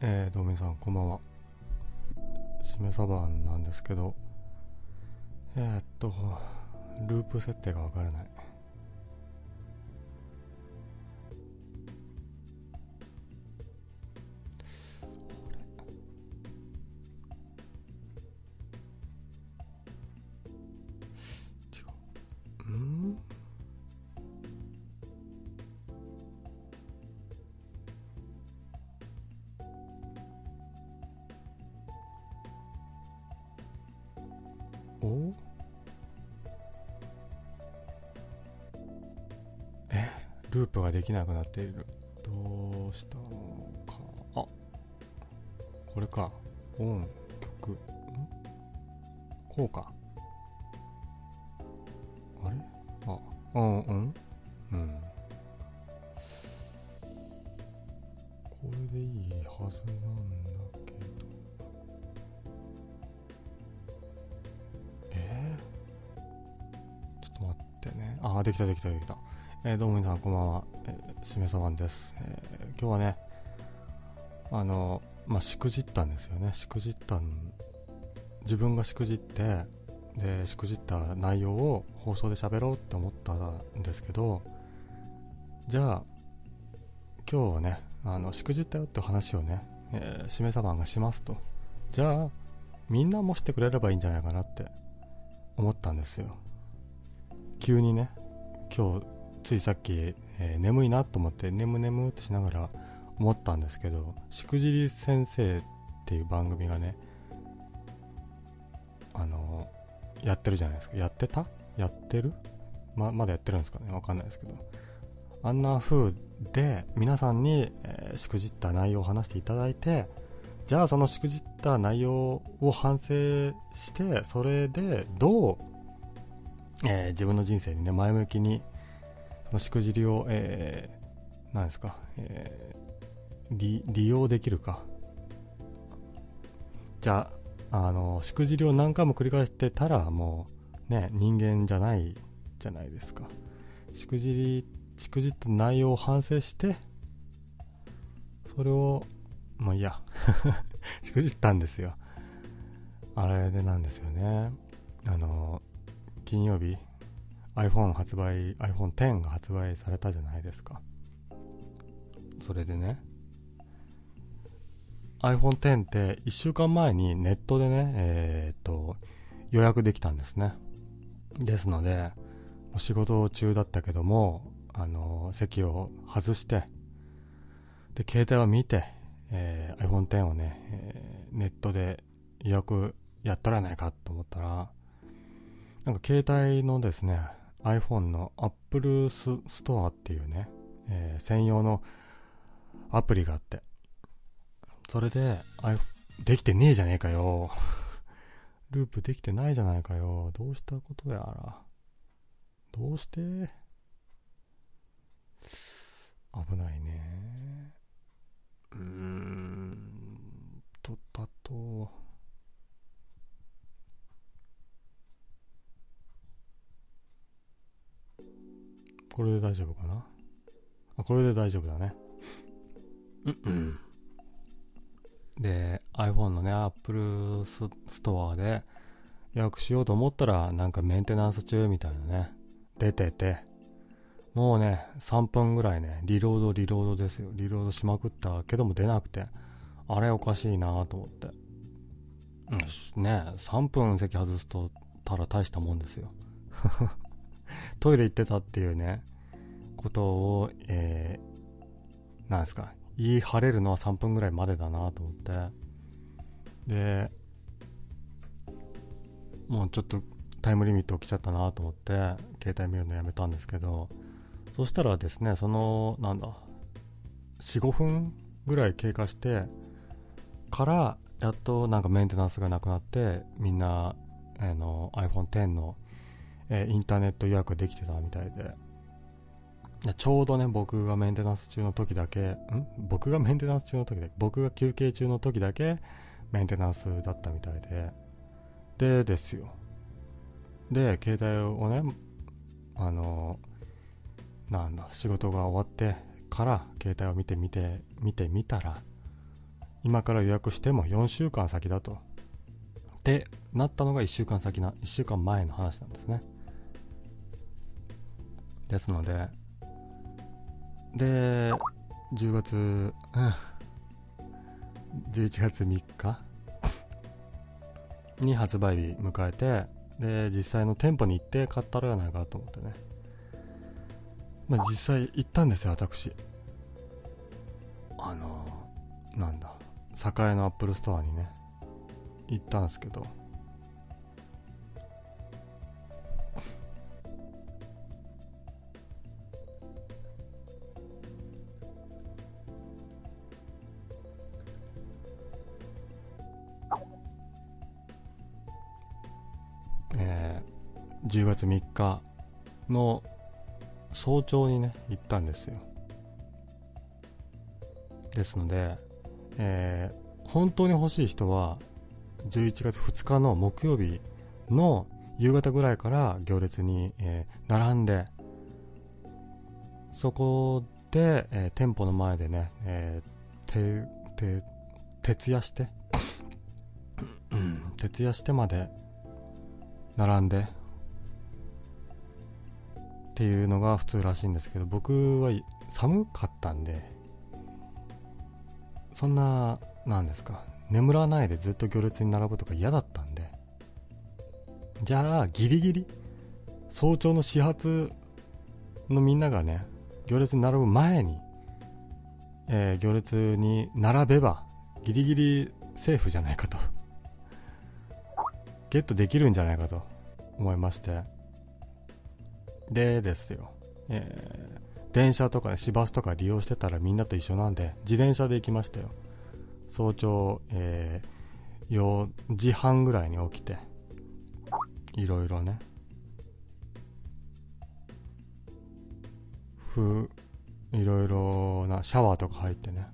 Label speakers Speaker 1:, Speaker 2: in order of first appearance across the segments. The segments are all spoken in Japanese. Speaker 1: えー、ドミさんこんばんはしめサバンなんですけどえー、っとループ設定がわからないおえループができなくなっているどうしたのかあこれかオン曲んこうかあれあうんうんうんこれでいいはずなんだけどえー、ちょっと待ってねあーできたできたできた、えー、どうも皆さんこんばんは、えー、しめさばんです、えー、今日はねあのまあしくじったんですよねしくじったん自分がしくじってでしくじった内容を放送で喋ろうって思ったんですけどじゃあ今日はねあのしくじったよって話をね、えー、しめさばんがしますとじゃあみんなもしてくれればいいんじゃないかなって思ったんですよ急にね今日ついさっき、えー、眠いなと思って眠眠ってしながら思ったんですけど「しくじり先生」っていう番組がねあのー、やってるじゃないですかやってたやってるままだやってるんですかねわかんないですけどあんな風で皆さんに、えー、しくじった内容を話していただいてじゃあそのしくじった内容を反省してそれでどう、えー、自分の人生にね前向きにそのしくじりを、えー、なんですか、えー、利利用できるかじゃああのしくじりを何回も繰り返してたらもうね人間じゃないじゃないですかしくじりしくじった内容を反省してそれをまあいいや。 しくじったんですよ。あれでなんですよね。あの、金曜日、iPhone 発売、iPhone X が発売されたじゃないですか。それでね、iPhone X って1週間前にネットでね、えー、っと、予約できたんですね。ですので、お仕事中だったけども、あの、席を外して、で、携帯を見て、えー、iPhone X をね、えー、ネットで予約やったらないかと思ったら、なんか携帯のですね、iPhone の Apple ストアっていうね、えー、専用のアプリがあって、それで、I、できてねえじゃねえかよ。 ループできてないじゃないかよ。どうしたことやら。どうして危ないね。うーんと、だと、これで大丈夫かなあ、これで大丈夫だね。で、iPhone のね、Apple ストアで予約しようと思ったら、なんかメンテナンス中みたいなね、出てて、もうね、3分ぐらいね、リロード、リロードですよ。リロードしまくったけども出なくて、あれおかしいなと思って。うん、ね、3分席外すとたら大したもんですよ。 トイレ行ってたっていうね、ことを、えー、なんですか、言い張れるのは3分ぐらいまでだなと思って。で、もうちょっとタイムリミット来ちゃったなと思って、携帯見るのやめたんですけど、そしたらですね、その、なんだ、4、5分ぐらい経過して、から、やっとなんかメンテナンスがなくなって、みんな、あの、iPhone X の、えー、インターネット予約できてたみたいで、でちょうどね、僕がメンテナンス中の時だけ、ん僕がメンテナンス中の時だけ、僕が休憩中の時だけ、メンテナンスだったみたいで、でですよ。で、携帯をね、あのなんだ仕事が終わってから携帯を見てみて見てみたら今から予約しても4週間先だと。ってなったのが1週間先な、1週間前の話なんですね。ですので、で、10月、うん、11月3日に発売日迎えて、で、実際の店舗に行って買ったろやないかと思ってね。まあ、実際行ったんですよ、私。あのーなんだ、栄のアップルストアにね、行ったんですけど、えー、10月3日の早朝にね行ったんですよですので、えー本当に欲しい人は11月2日の木曜日の夕方ぐらいから行列に、えー並んでそこで、えー店舗の前でね、えーてて徹夜してうん徹夜してまで並んでっていうのが普通らしいんですけど僕はい寒かったんでそんななんですか眠らないでずっと行列に並ぶとか嫌だったんでじゃあギリギリ早朝の始発のみんながね行列に並ぶ前に、えー行列に並べばギリギリセーフじゃないかとゲットできるんじゃないかと思いましてでですよ、えー電車とかね市バスとか利用してたらみんなと一緒なんで自転車で行きましたよ早朝、えー4時半ぐらいに起きていろいろねふいろいろなシャワーとか入ってね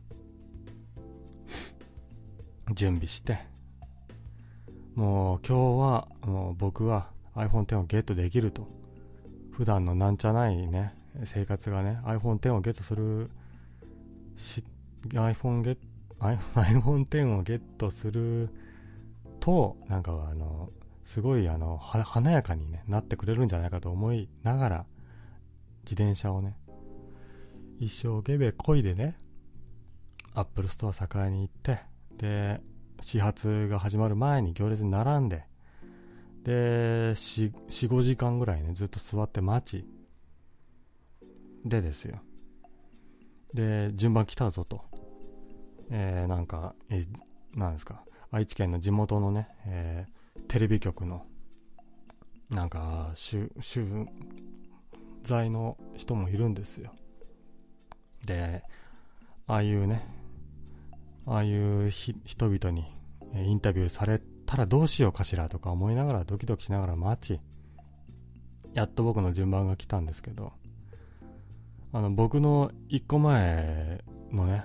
Speaker 1: 準備してもう今日はもう僕は iPhone10 をゲットできると普段のなんちゃないね生活がね iPhone10 をゲットするし iPhone ゲッ iPhone10 をゲットするとなんかあのすごいあのは華やかに、ね、なってくれるんじゃないかと思いながら自転車をね一生懸命こいでねアップルストア栄に行ってで始発が始まる前に行列に並んでで45時間ぐらいねずっと座って待ちでですよで順番来たぞとえーなんかえなんですか愛知県の地元のね、えーテレビ局のなんか取取材の人もいるんですよでああいうねああいうひ人々にえーインタビューされたらどうしようかしらとか思いながらドキドキしながら待ちやっと僕の順番が来たんですけどあの僕の一個前のね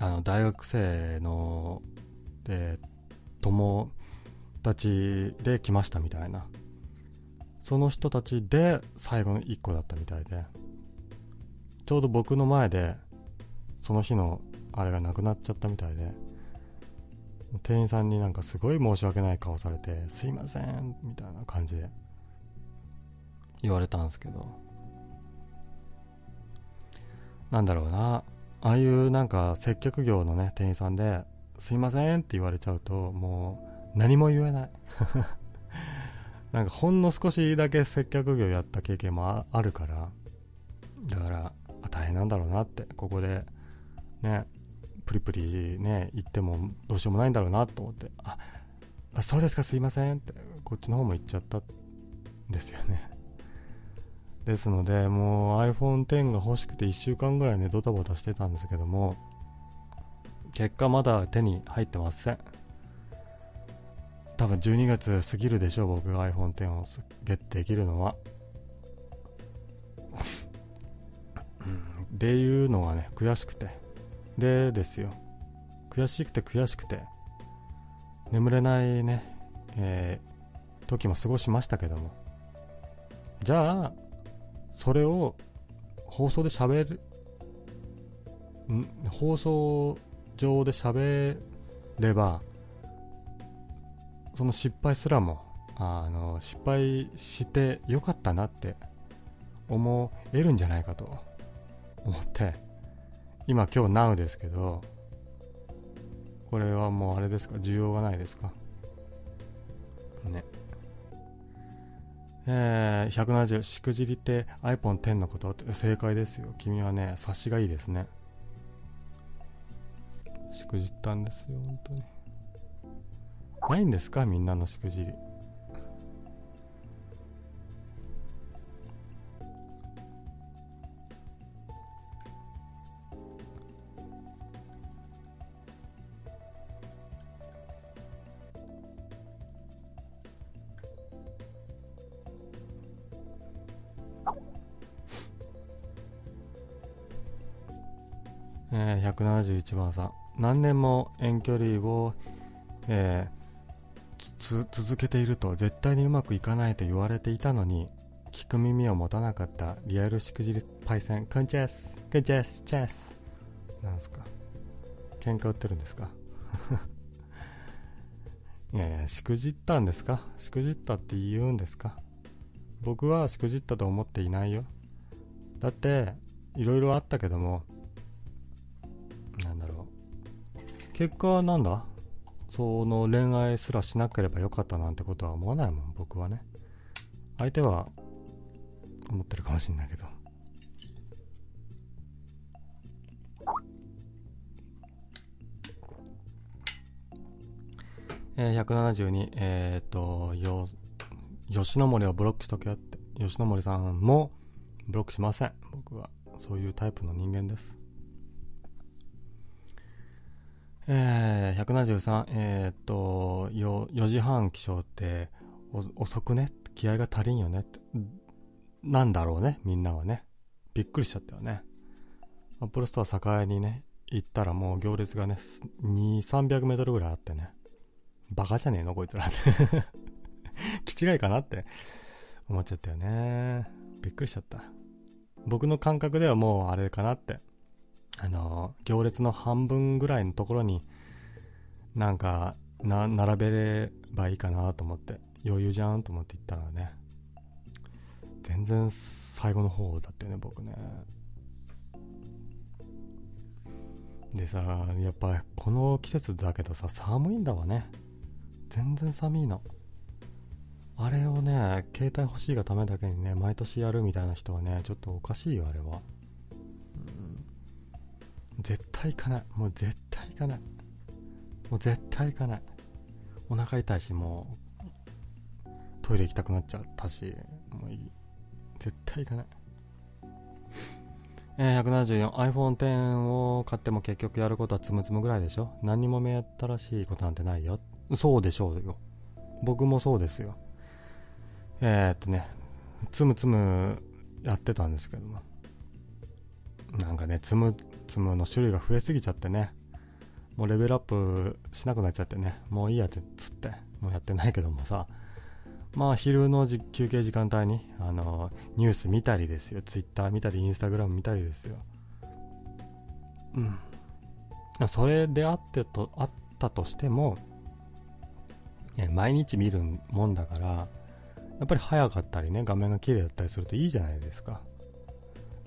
Speaker 1: あの大学生ので友達で来ましたみたいなその人たちで最後の一個だったみたいでちょうど僕の前でその日のあれがなくなっちゃったみたいで店員さんになんかすごい申し訳ない顔されて「すいません」みたいな感じで言われたんですけどなんだろうなああいうなんか接客業のね店員さんで「すいません」って言われちゃうともう何も言えない なんかほんの少しだけ接客業やった経験もああるからだからあ大変なんだろうなってここでねプリプリね言ってもどうしようもないんだろうなと思ってああそうですかすいませんってこっちの方も言っちゃったんですよね ですのでもう iPhone10 が欲しくて1週間ぐらいねドタバタしてたんですけども結果まだ手に入ってません多分12月過ぎるでしょう僕が iPhone10 をゲットできるのは うんっていうのがね悔しくてでですよ悔しくて悔しくて眠れないね、えー時も過ごしましたけどもじゃあそれを放送で喋るん放送上で喋ればその失敗すらもあの失敗してよかったなって思えるんじゃないかと思って今今日 NOW ですけどこれはもうあれですか需要がないですかねえー、170しくじりって iPhone10 のことって正解ですよ君はね察しがいいですねしくじったんですよ本当にないんですかみんなのしくじりえー、171番さん何年も遠距離を、えーつつ続けていると絶対にうまくいかないと言われていたのに聞く耳を持たなかったリアルしくじりパイセンこんちゃすこんちゃすチャスなんすか喧嘩売ってるんですか いやいやしくじったんですかしくじったって言うんですか僕はしくじったと思っていないよだっていろいろあったけどもなんだろう結果はなんだその恋愛すらしなければよかったなんてことは思わないもん僕はね相手は思ってるかもしんないけどえー、172えー、っとよ吉野森をブロックしとけよって吉野森さんもブロックしません僕はそういうタイプの人間ですえー、173、えー、っと、よ、4時半起床って、お遅くね気合が足りんよねってなんだろうねみんなはね。びっくりしちゃったよね。アップルストア栄にね、行ったらもう行列がね、2、300メートルぐらいあってね。バカじゃねえのこいつらって 気違いかなって思っちゃったよね。びっくりしちゃった。僕の感覚ではもうあれかなって。あの、行列の半分ぐらいのところに、なんか、な、並べればいいかなと思って、余裕じゃんと思って行ったらね、全然最後の方だったよね、僕ね。でさ、やっぱこの季節だけどさ、寒いんだわね。全然寒いの。あれをね、携帯欲しいがためだけにね、毎年やるみたいな人はね、ちょっとおかしいよ、あれは。絶対行かないもう絶対行かないもう絶対行かないお腹痛いしもうトイレ行きたくなっちゃったしもういい絶対行かないえー、174iPhone10 を買っても結局やることはつむつむぐらいでしょ何にも目新しいことなんてないよそうでしょうよ僕もそうですよえー、っとねつむつむやってたんですけどもなんかねつむつむの種類が増えすぎちゃってね、もうレベルアップしなくなっちゃってね、もういいやってつって、もうやってないけどもさ、まあ昼の休憩時間帯に、あのー、ニュース見たりですよ、ツイッター見たり、インスタグラム見たりですよ。うん。それであってと、あったとしても、ね、毎日見るもんだから、やっぱり早かったりね、画面が綺麗だったりするといいじゃないですか。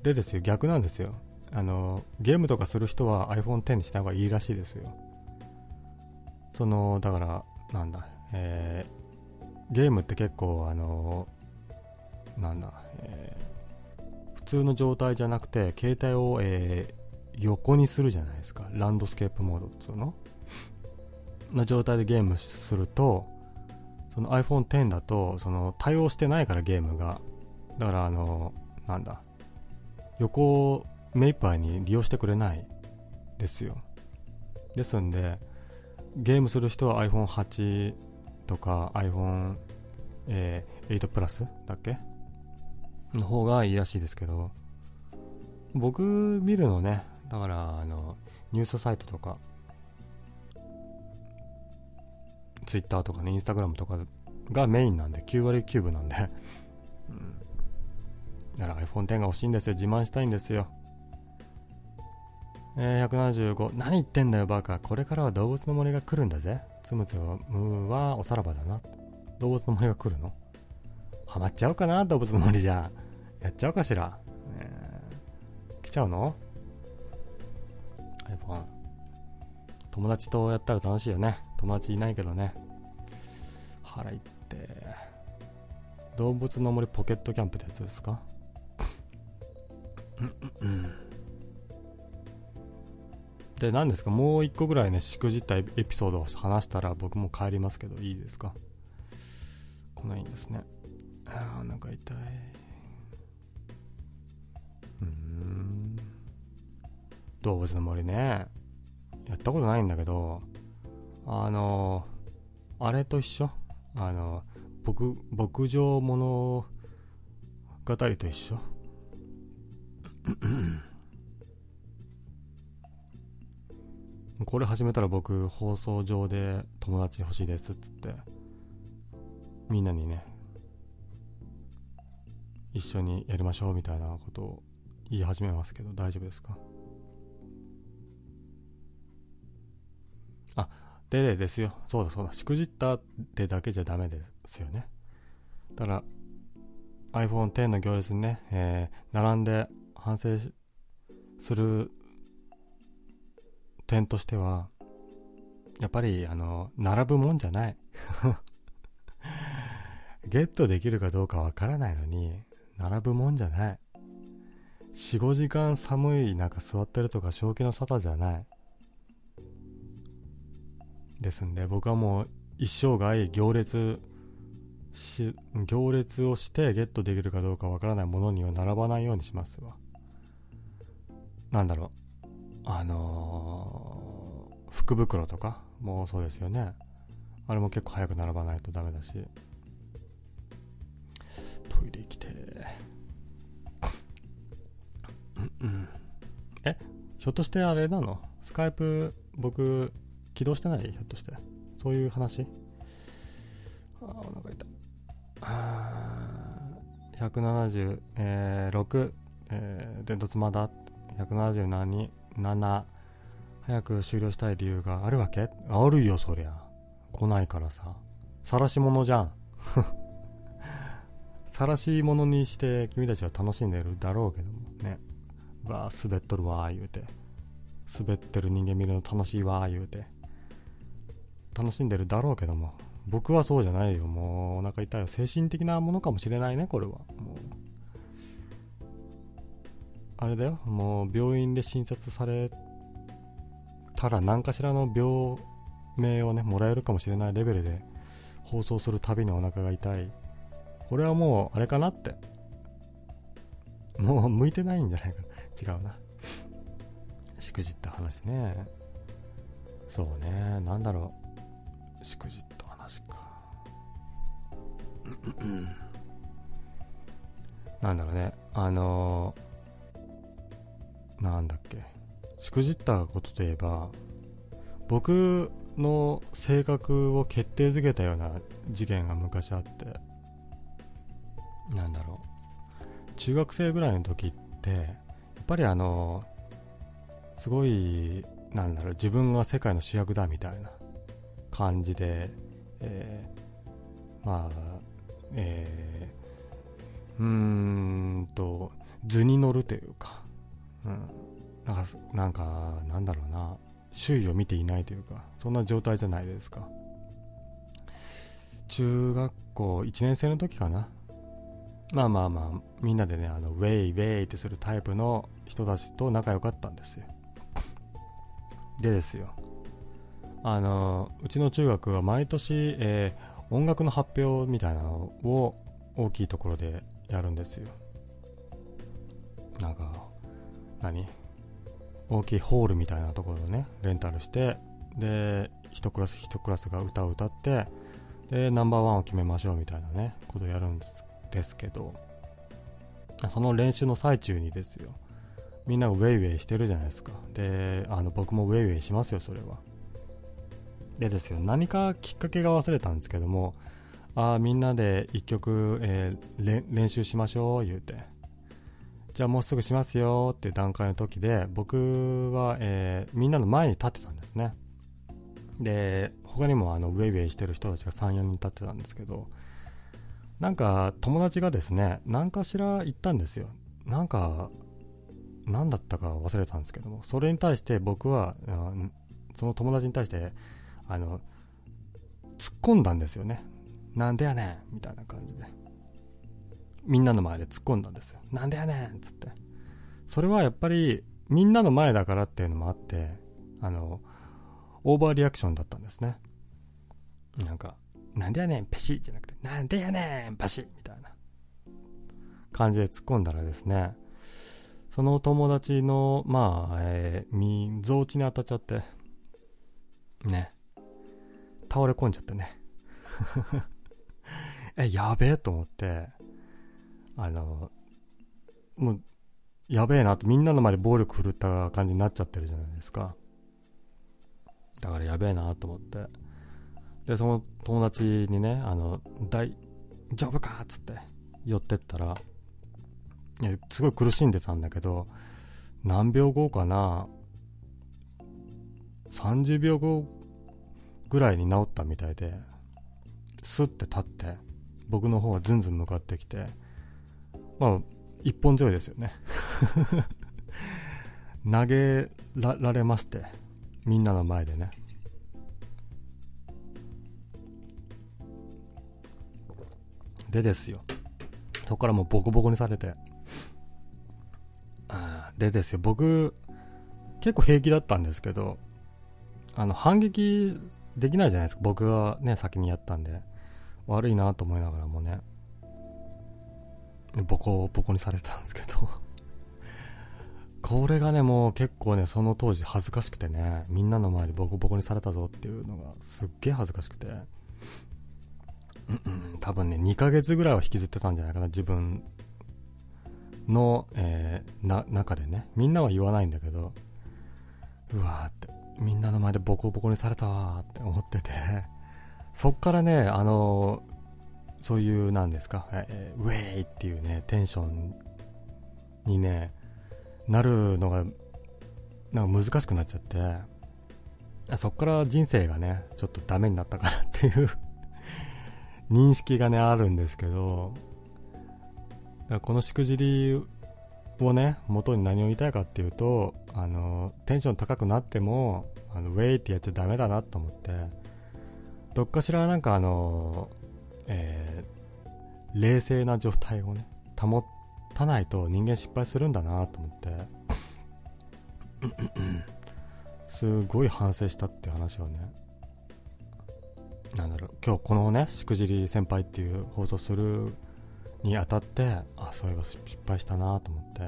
Speaker 1: でですよ、逆なんですよ。あのゲームとかする人は iPhone10 にした方がいいらしいですよそのだからなんだ、えー、ゲームって結構あのなんだ、えー、普通の状態じゃなくて携帯を、えー、横にするじゃないですかランドスケープモードっつうのの状態でゲームするとその iPhone10 だとその対応してないからゲームがだからあのなんだ横を目いっぱいに利用してくれないですよですんでゲームする人は iPhone8 とか iPhone8、えー、8プラスだっけの方がいいらしいですけど僕見るのねだからあのニュースサイトとか Twitter とかね Instagram とかがメインなんで9割9分なんで、うん、だから iPhone10 が欲しいんですよ自慢したいんですよえー175何言ってんだよバカこれからは動物の森が来るんだぜつむつむはおさらばだな動物の森が来るのハマっちゃおうかな動物の森じゃやっちゃおうかしら、えー来ちゃうの iPhone 友達とやったら楽しいよね友達いないけどね腹いって動物の森ポケットキャンプってやつですかで何ですかもう一個ぐらいねしくじったエピソードを話したら僕も帰りますけどいいですか来ないんですねああなんか痛いうーん動物の森ねやったことないんだけどあのあれと一緒あの牧牧場物語と一緒これ始めたら僕放送上で友達欲しいですっつってみんなにね一緒にやりましょうみたいなことを言い始めますけど大丈夫ですかあででですよそうだそうだしくじったってだけじゃダメですよねだから iPhone10 の行列にね、えー並んで反省しする点としてはやっぱりあの並ぶもんじゃない ゲットできるかどうかわからないのに並ぶもんじゃない45時間寒い中座ってるとか正気の沙汰じゃないですんで僕はもう一生涯行列し行列をしてゲットできるかどうかわからないものには並ばないようにしますわなんだろうあのー福袋とかもそうですよねあれも結構早く並ばないとダメだしトイレ行きてうんうんえひょっとしてあれなのスカイプ僕起動してないひょっとしてそういう話あーお腹痛いあー176、えー、伝突まだ177 7早く終了したい理由があるわけあるよそりゃ来ないからさ晒し者じゃん 晒し者にして君たちは楽しんでるだろうけどもねうわあ滑っとるわー言うて滑ってる人間見るの楽しいわー言うて楽しんでるだろうけども僕はそうじゃないよもうお腹痛いよ精神的なものかもしれないねこれはもうあれだよもう病院で診察されたら何かしらの病名をねもらえるかもしれないレベルで放送するたびにお腹が痛いこれはもうあれかなって もう向いてないんじゃないかな違う なしくじった話ねそうねなんだろうしくじった話か うんうんうんなんだろうねあのーなんだっけしくじったことといえば僕の性格を決定づけたような事件が昔あってなんだろう中学生ぐらいの時ってやっぱりあのすごいなんだろう自分が世界の主役だみたいな感じで、えーまあえー、うーんと図に乗るというかうん、なんか、なんか、なんだろうな、周囲を見ていないというか、そんな状態じゃないですか。中学校1年生の時かな。まあまあまあ、みんなでね、あの、ウェイウェイってするタイプの人たちと仲良かったんですよ。でですよ。あの、うちの中学は毎年、えー音楽の発表みたいなのを大きいところでやるんですよ。なんか、何大きいホールみたいなところをねレンタルしてで一クラス一クラスが歌を歌ってでナンバーワンを決めましょうみたいなねことをやるんですですけどその練習の最中にですよみんながウェイウェイしてるじゃないですかであの僕もウェイウェイしますよそれはでですよ何かきっかけが忘れたんですけどもあーみんなで一曲、えーれん練習しましょう言うてじゃあもうすぐしますよって段階の時で、僕は、えーみんなの前に立ってたんですね。で、他にもあの、ウェイウェイしてる人たちが3、4人立ってたんですけど、なんか友達がですね、何かしら言ったんですよ。なんか、何だったか忘れたんですけども、それに対して僕は、うんその友達に対して、あの、突っ込んだんですよね。なんでやねんみたいな感じで。みんなの前で突っ込んだんですよ。なんでやねんっつって。それはやっぱり、みんなの前だからっていうのもあって、あの、オーバーリアクションだったんですね。なんか、なんでやねん、ペシッじゃなくて、なんでやねん、パシッみたいな感じで突っ込んだらですね、その友達の、まあ、えー、み、臓地に当たっちゃって、ね、倒れ込んじゃってね。 え、やべえと思って、あの、もう、やべえなと、みんなの前で暴力振るった感じになっちゃってるじゃないですか。だからやべえなと思って。で、その友達にね、あの、大丈夫かっつって、寄ってったら、いやすごい苦しんでたんだけど、何秒後かな、30秒後ぐらいに治ったみたいで、スッて立って、僕の方はズンズン向かってきて、まあ、一本強いですよね。 投げらられまして、みんなの前でね。でですよ。そこからもうボコボコにされて。あーでですよ、僕、結構平気だったんですけど、あの、反撃できないじゃないですか。僕がね、先にやったんで。悪いなと思いながらもね。でボコボコにされてたんですけど。 これがね、もう結構ね、その当時恥ずかしくてね、みんなの前でボコボコにされたぞっていうのがすっげえ恥ずかしくて。 うんうん多分ね、2ヶ月ぐらいは引きずってたんじゃないかな、自分の、えーな、中でね。みんなは言わないんだけど、うわーって、みんなの前でボコボコにされたわーって思ってて、そっからね、あのーそういう、なんですか、えーウェイっていうね、テンションにね、なるのが、なんか難しくなっちゃって、あそっから人生がね、ちょっとダメになったかなっていう、 認識がね、あるんですけど、だからこのしくじりをね、元に何を言いたいかっていうと、あの、テンション高くなっても、あのウェイってやっちゃダメだなと思って、どっかしらなんかあの、えー冷静な状態をね、保たないと人間失敗するんだなと思って、すごい反省したっていう話をね、なんだろう、今日このね、しくじり先輩っていう放送するにあたって、あ、そういえば失敗したなと思って。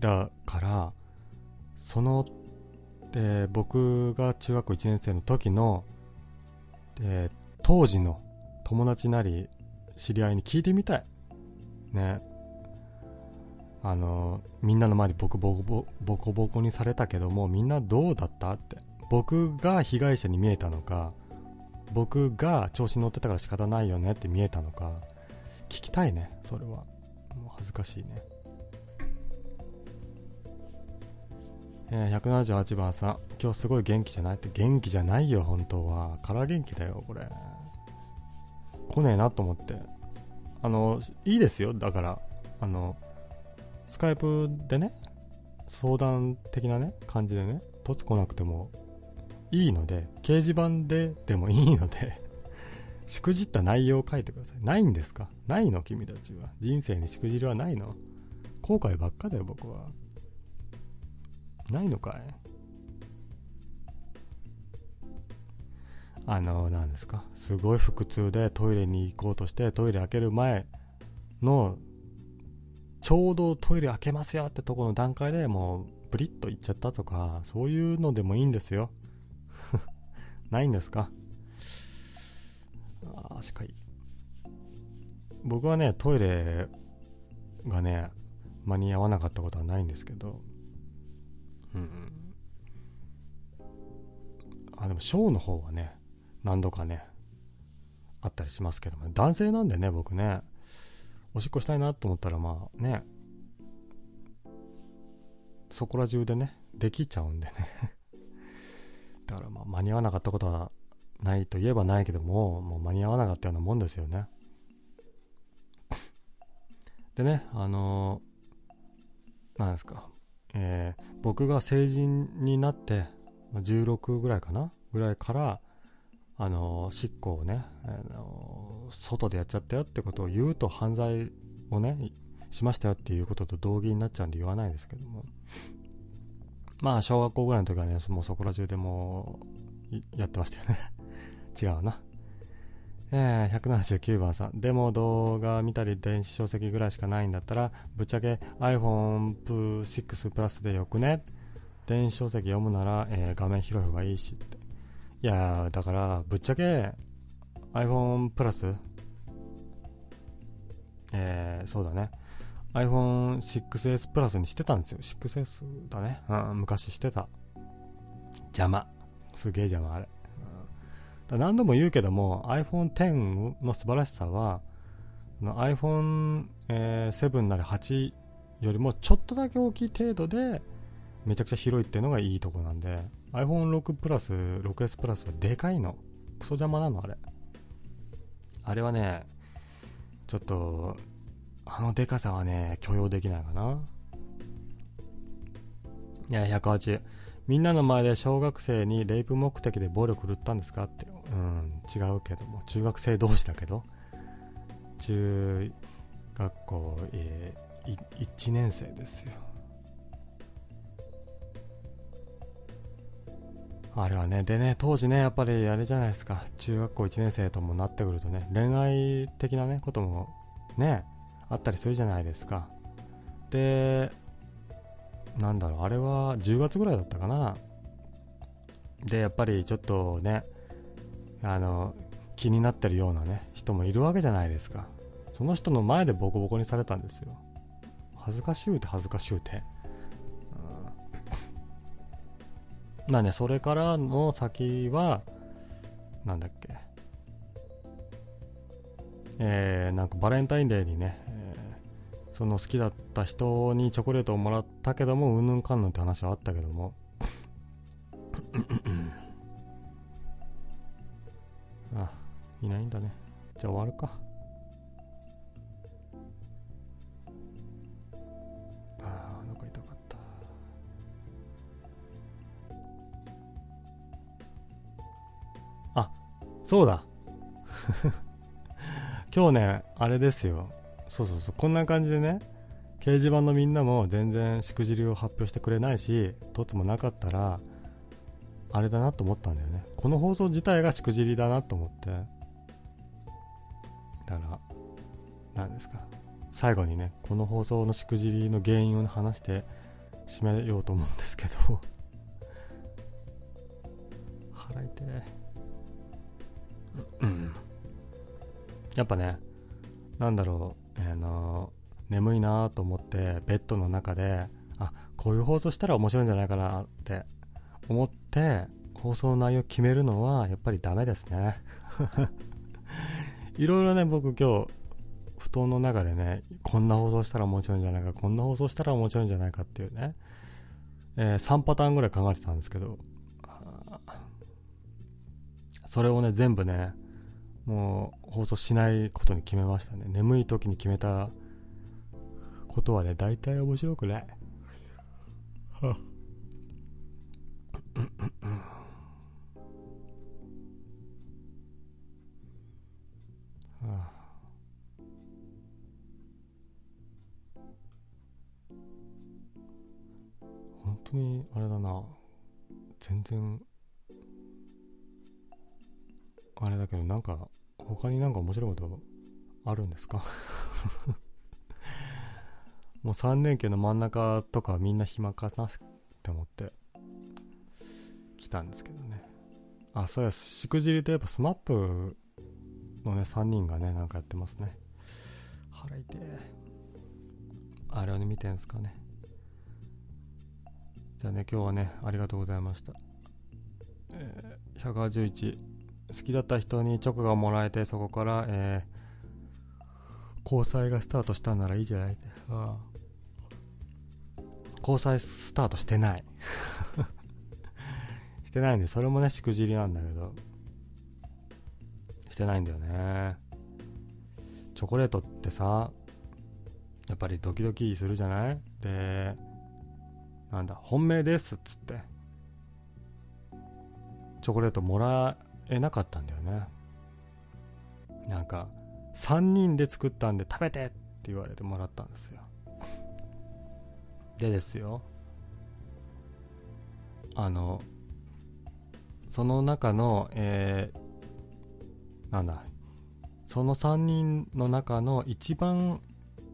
Speaker 1: だから、その、で、僕が中学1年生の時の、で、当時の友達なり、知り合いに聞いてみたい。ね。あの、みんなの前で僕ボコボボコボコにされたけども、みんなどうだったって。僕が被害者に見えたのか、僕が調子に乗ってたから仕方ないよねって見えたのか、聞きたいねそれはもう恥ずかしいね、えー178番さん今日すごい元気じゃないって元気じゃないよ本当は空元気だよこれ来ねえなと思ってあのいいですよだからあのスカイプでね相談的なね感じでねとつ来なくてもいいので掲示板ででもいいので しくじった内容を書いてください。ないんですかないの君たちは。人生にしくじりはないの後悔ばっかだよ、僕は。ないのかいあの、何ですかすごい腹痛でトイレに行こうとして、トイレ開ける前の、ちょうどトイレ開けますよってとこの段階でもう、ブリッと行っちゃったとか、そういうのでもいいんですよ。 ないんですかあーしかい僕はねトイレがね間に合わなかったことはないんですけどうんうんあでもショーの方はね何度かねあったりしますけども男性なんでね僕ねおしっこしたいなと思ったらまあねそこら中でね、できちゃうんでね。 だからまあ間に合わなかったことはないといえばないけども、もう間に合わなかったようなもんですよね。 でね、あのーなんですか、えー僕が成人になって、まあ16ぐらいかなぐらいから、あのー執行をね、あのー外でやっちゃったよってことを言うと犯罪をね、いしましたよっていうことと同義になっちゃうんで言わないですけども。まあ、小学校ぐらいの時はね、もうそこら中でもういやってましたよね。 違うな。えー、179番さん。でも動画見たり電子書籍ぐらいしかないんだったら、ぶっちゃけ iPhone6 プラスでよくね。電子書籍読むなら、えー画面広い方がいいしって。いやー、だから、ぶっちゃけ iPhone プラスえー、そうだね。iPhone6s プラスにしてたんですよ。6s だね。うん、昔してた。邪魔。すげえ邪魔、あれ。うん、だ何度も言うけども、iPhone X の素晴らしさは、あの iPhone7、えー7なり8よりもちょっとだけ大きい程度で、めちゃくちゃ広いっていうのがいいとこなんで、iPhone6 プラス、6S プラスはでかいの。クソ邪魔なの、あれ。あれはね、ちょっと、あのデカさはね、許容できないかな。いや、108。みんなの前で小学生にレイプ目的で暴力振るったんですかって。うん、違うけども。中学生同士だけど。中学校、えーい1年生ですよ。あれはね、でね、当時ね、やっぱりあれじゃないですか。中学校1年生ともなってくるとね、恋愛的なね、こともね、あったりするじゃないですかでなんだろうあれは10月ぐらいだったかなでやっぱりちょっとねあの気になってるようなね人もいるわけじゃないですかその人の前でボコボコにされたんですよ恥ずかしゅうて恥ずかしゅうて、うん、まあねそれからの先はなんだっけえーなんかバレンタインデーにね、えーその好きだった人にチョコレートをもらったけどもうんぬんかんぬんって話はあったけども あいないんだねじゃあ終わるかあーお腹痛かったあそうだ 今日ね、あれですよ。そうそうそう、こんな感じでね、掲示板のみんなも全然しくじりを発表してくれないし、とつもなかったら、あれだなと思ったんだよね。この放送自体がしくじりだなと思って。だから、なんですか。最後にね、この放送のしくじりの原因を話して締めようと思うんですけど。 腹痛い。やっぱね、なんだろう、あの眠いなと思って、ベッドの中で、あ、こういう放送したら面白いんじゃないかなって思って、放送の内容決めるのは、やっぱりダメですね。 いろいろね、僕今日、布団の中でね、こんな放送したら面白いんじゃないか、こんな放送したら面白いんじゃないかっていうね、え3パターンぐらい考えてたんですけど、あーそれをね、全部ね、もう放送しないことに決めましたね眠い時に決めたことはね大体面白くないはあはあ本当にあれだな全然あれだけどなんか他になんか面白いことあるんですか もう3年級の真ん中とかみんな暇かなって思って来たんですけどねあそうやしくじりといえば SMAP のね3人がねなんかやってますね腹痛えあれをね見てんすかねじゃあね今日はねありがとうございました、えー181好きだった人にチョコがもらえてそこから、えー交際がスタートしたんならいいじゃないああ交際スタートしてない してないんでそれもねしくじりなんだけどしてないんだよねチョコレートってさやっぱりドキドキするじゃないでなんだ本命ですっつってチョコレートもらえなかったんだよねなんか3人で作ったんで食べてって言われてもらったんですよでですよあのその中のえー、なんだその3人の中の一番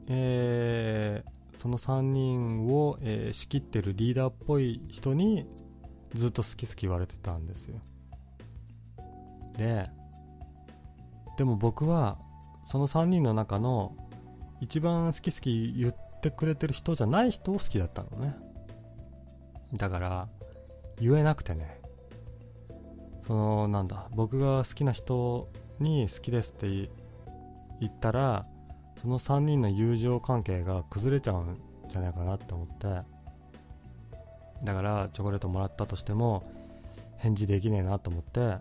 Speaker 1: えー、その3人を、えー仕切ってるリーダーっぽい人にずっと好き好き言われてたんですよででも僕はその3人の中の一番好き好き言ってくれてる人じゃない人を好きだったのねだから言えなくてねそのなんだ僕が好きな人に好きですって言言ったらその3人の友情関係が崩れちゃうんじゃないかなって思ってだからチョコレートもらったとしても返事できねえなと思って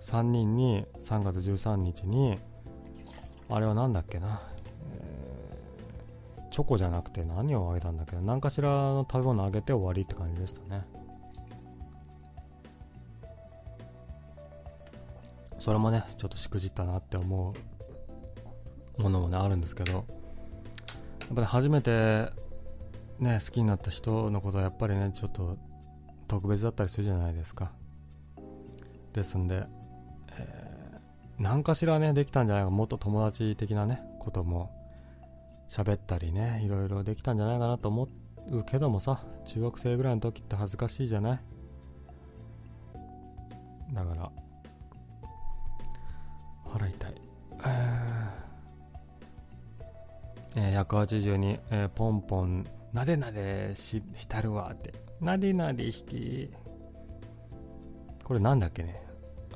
Speaker 1: 3人に3月13日にあれは何だっけな、えーチョコじゃなくて何をあげたんだっけな何かしらの食べ物あげて終わりって感じでしたねそれもねちょっとしくじったなって思うものもねあるんですけどやっぱり初めてね好きになった人のことはやっぱりねちょっと特別だったりするじゃないですかですんで、えー何かしらねできたんじゃないかもっと友達的なねことも喋ったりねいろいろできたんじゃないかなと思うけどもさ中学生ぐらいの時って恥ずかしいじゃないだから腹痛いえー、182、えーポンポン、なでなでししたるわって。なでなでして。これなんだっけね。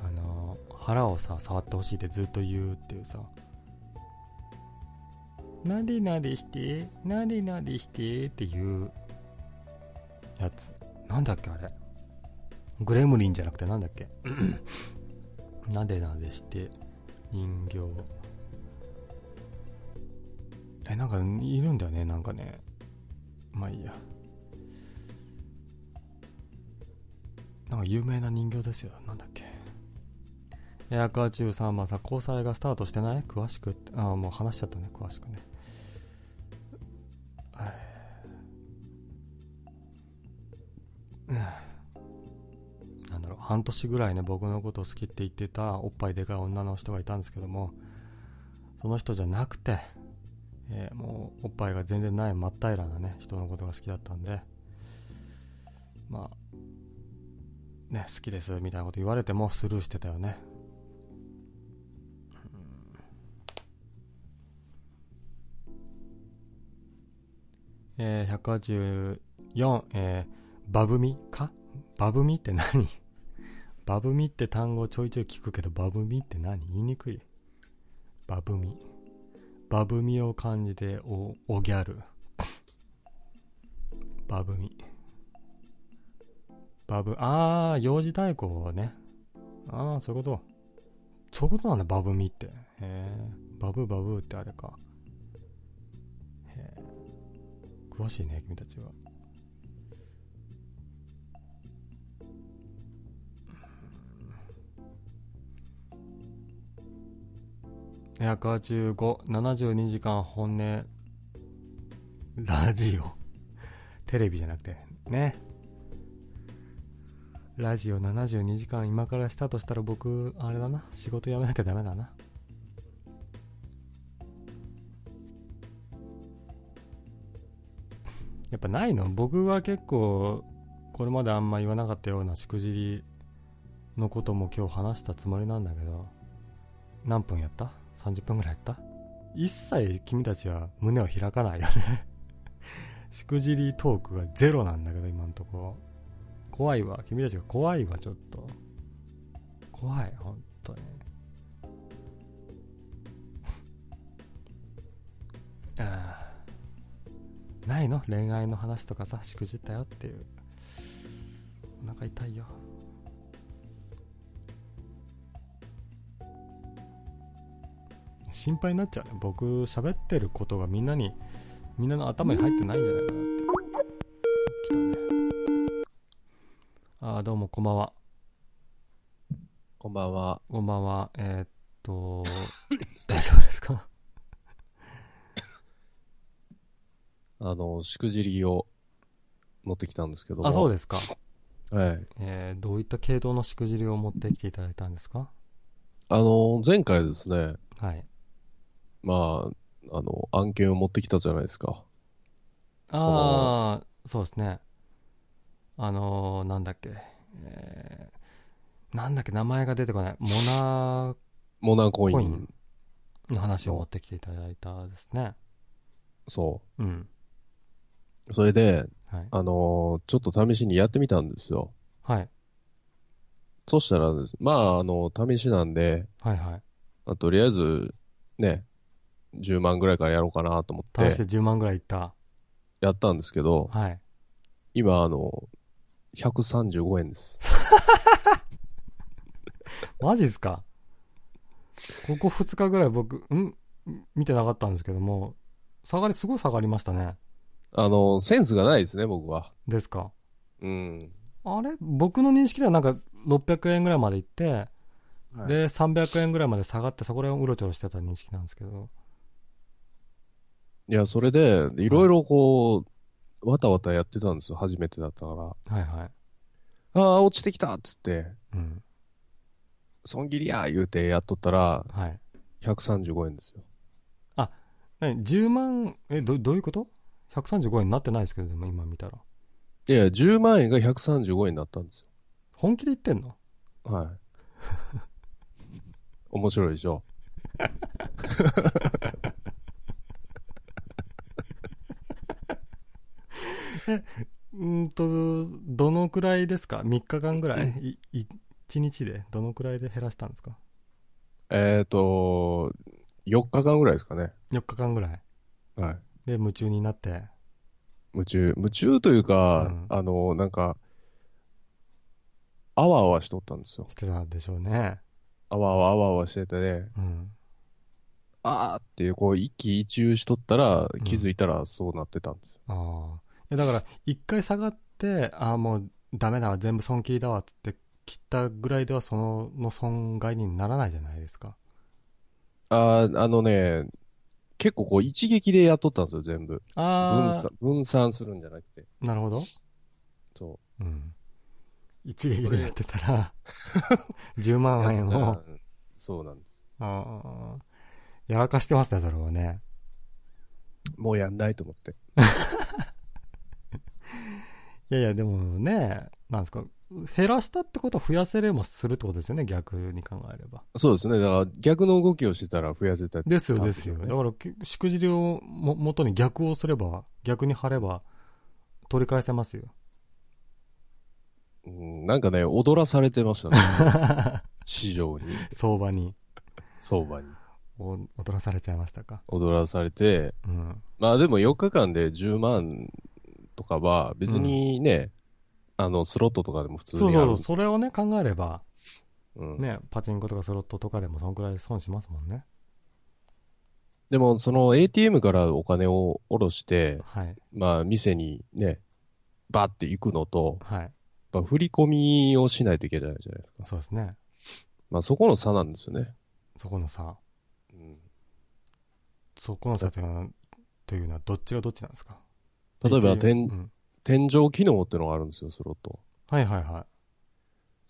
Speaker 1: あのー腹をさ、触ってほしいってずっと言うっていうさ。なでなでして、なでなでしてっていうやつ。なんだっけあれ。グレムリンじゃなくてなんだっけ なでなでして、人形。えなんかいるんだよねなんかねまあいいやなんか有名な人形ですよなんだっけエアカー中3番さん交際がスタートしてない詳しくってああもう話しちゃったね詳しくねあーうんなんだろう半年ぐらいね僕のことを好きって言ってたおっぱいでかい女の人がいたんですけどもその人じゃなくてえーもうおっぱいが全然ない真っ平らなね人のことが好きだったんでまあね好きですみたいなこと言われてもスルーしてたよねうんえー、184、えー、バブミかバブミって何 バブミって単語ちょいちょい聞くけどバブミって何言いにくいバブミバブミを感じておおギャルバブミバブああ幼児対抗ねああそういうことそういうことなんだバブミってへえバブバブってあれかへえ詳しいね君たちは185、72時間本音、ラジオ。テレビじゃなくて、ね。ラジオ72時間今からしたとしたら僕、あれだな。仕事辞めなきゃダメだな。やっぱないの僕は結構、これまであんま言わなかったようなしくじりのことも今日話したつもりなんだけど、何分やった ?30 分ぐらいやった一切君たちは胸を開かないよね しくじりトークがゼロなんだけど今んとこ怖いわ君たちが怖いわちょっと怖い本当にああないの恋愛の話とかさしくじったよっていうお腹痛いよ心配になっちゃうね僕喋ってることがみんなにみんなの頭に入ってないんじゃないかなって来たねああどうもこんばんは
Speaker 2: こんばんは。
Speaker 1: こんばんはえー、っと大丈夫ですか
Speaker 2: あの、しくじりを持ってきたんですけども。
Speaker 1: あそう
Speaker 2: う
Speaker 1: ですか、
Speaker 2: です。はい。
Speaker 1: えーどういった系統のしくじりを持ってきていただいたんですか
Speaker 2: あの、前回ですね、
Speaker 1: はい
Speaker 2: まあ、あの、案件を持ってきたじゃないですか。そ
Speaker 1: あ
Speaker 2: の
Speaker 1: あ、そうですね。あのー、なんだっけ、えー、なんだっけ、名前が出てこない、モナ
Speaker 2: モナコイン。
Speaker 1: コインの話を持ってきていただいたですね。
Speaker 2: そ
Speaker 1: うん。
Speaker 2: う。それで、
Speaker 1: はい。
Speaker 2: あの、ちょっと試しにやってみたんですよ。
Speaker 1: はい。
Speaker 2: そしたらです、まあ、あの、試しなんで、
Speaker 1: はいはい。
Speaker 2: まあとりあえず、ね、10万ぐらいからやろうかなと思っ
Speaker 1: 試して
Speaker 2: て、
Speaker 1: 10万ぐらいいった。
Speaker 2: やったんですけど、
Speaker 1: はい。
Speaker 2: 今、あの、135円です。
Speaker 1: マジっすかここ2日ぐらい僕、ん見てなかったんですけども、下がり、すごい下がりましたね。
Speaker 2: あの、センスがないですね、僕は。
Speaker 1: ですか
Speaker 2: うん。
Speaker 1: あれ僕の認識ではなんか600円ぐらいまで行って、
Speaker 2: はい
Speaker 1: で、300円ぐらいまで下がって、そこら辺をうろちょろしてた認識なんですけど。
Speaker 2: いや、それで、いろいろこう、わたわたやってたんですよ、初めてだったから。
Speaker 1: はいはい。
Speaker 2: ああ、落ちてきたっつって、
Speaker 1: うん。
Speaker 2: 損切りや言うてやっとったら、
Speaker 1: はい。
Speaker 2: 135円ですよ。
Speaker 1: 何 ?10 万、え、ど、どういうこと ?135 円になってないですけど、でも今見たら。
Speaker 2: いや、10万円が135円になったんです
Speaker 1: 本気で言ってんの
Speaker 2: よ。はい。 面白いでしょ。
Speaker 1: うーんと、どのくらいですか ?3 日間ぐらいい ?1 日でどのくらいで減らしたんですか
Speaker 2: えっ、と、4日間ぐらいですかね。
Speaker 1: ?4 日間ぐらい。
Speaker 2: はい。
Speaker 1: で、夢中になって。
Speaker 2: 夢中。夢中というか、
Speaker 1: うん
Speaker 2: あの、なんか、あわあわしとったんですよ。
Speaker 1: してたんでしょうね。
Speaker 2: あわあわあわあわしててね、
Speaker 1: うん。
Speaker 2: あーっていう、こう、一喜一憂しとったら、気づいたらそうなってたんですよ。
Speaker 1: ああ。えだから、一回下がって、ああ、もうダメだわ、全部損切りだわ、つって切ったぐらいでは、その、の損害にならないじゃないですか。
Speaker 2: あー、あのね、結構こう、一撃でやっとったんですよ、全部。分
Speaker 1: あ
Speaker 2: 散、分散するんじゃなくて。
Speaker 1: あ、なるほど。
Speaker 2: そ
Speaker 1: うん。一撃でやってた ら、10
Speaker 2: う。
Speaker 1: 万円
Speaker 2: やっ
Speaker 1: を
Speaker 2: た、らそうなんです。
Speaker 1: ああ、やらかしてますね、それはね。
Speaker 2: もうやんないと思って。
Speaker 1: いやいや、でもね、なんですか、減らしたってことは増やせれもするってことですよね、逆に考えれば。
Speaker 2: そうですね。だから、逆の動きをしてたら増やせたって
Speaker 1: ですよ、
Speaker 2: 多分
Speaker 1: で
Speaker 2: ね
Speaker 1: すよ。だから、きしくじりをも元に逆をすれば、逆に貼れば、取り返せますよ。
Speaker 2: うん、なんかね、踊らされてましたね。 市場に、
Speaker 1: 相場に。
Speaker 2: 相場に。
Speaker 1: お踊らされちゃいましたか。
Speaker 2: 踊らされて、
Speaker 1: うん。
Speaker 2: まあでも4日間で10万とかは、別にね、あの、スロットとかでも普通
Speaker 1: そう
Speaker 2: に
Speaker 1: そ
Speaker 2: あ
Speaker 1: う
Speaker 2: る
Speaker 1: そう、それをね、考えれば、
Speaker 2: うん
Speaker 1: ね、パチンコとかスロットとかでもそのくらい損しますもんね。
Speaker 2: でも、その ATM からお金を下ろして、
Speaker 1: はい。
Speaker 2: まあ、店にね、バーって行くのと、
Speaker 1: はい。
Speaker 2: まあ、振り込みをしないといけないじゃないですか。
Speaker 1: そうですね。
Speaker 2: まあ、そこの差なんですよね。
Speaker 1: そこの差。
Speaker 2: うん
Speaker 1: そこの差というのは、というのはどっちがどっちなんですか
Speaker 2: 例えば
Speaker 1: ATM
Speaker 2: 天
Speaker 1: うん
Speaker 2: 天井機能っていうのがあるんですよ、スロット。
Speaker 1: はいはいは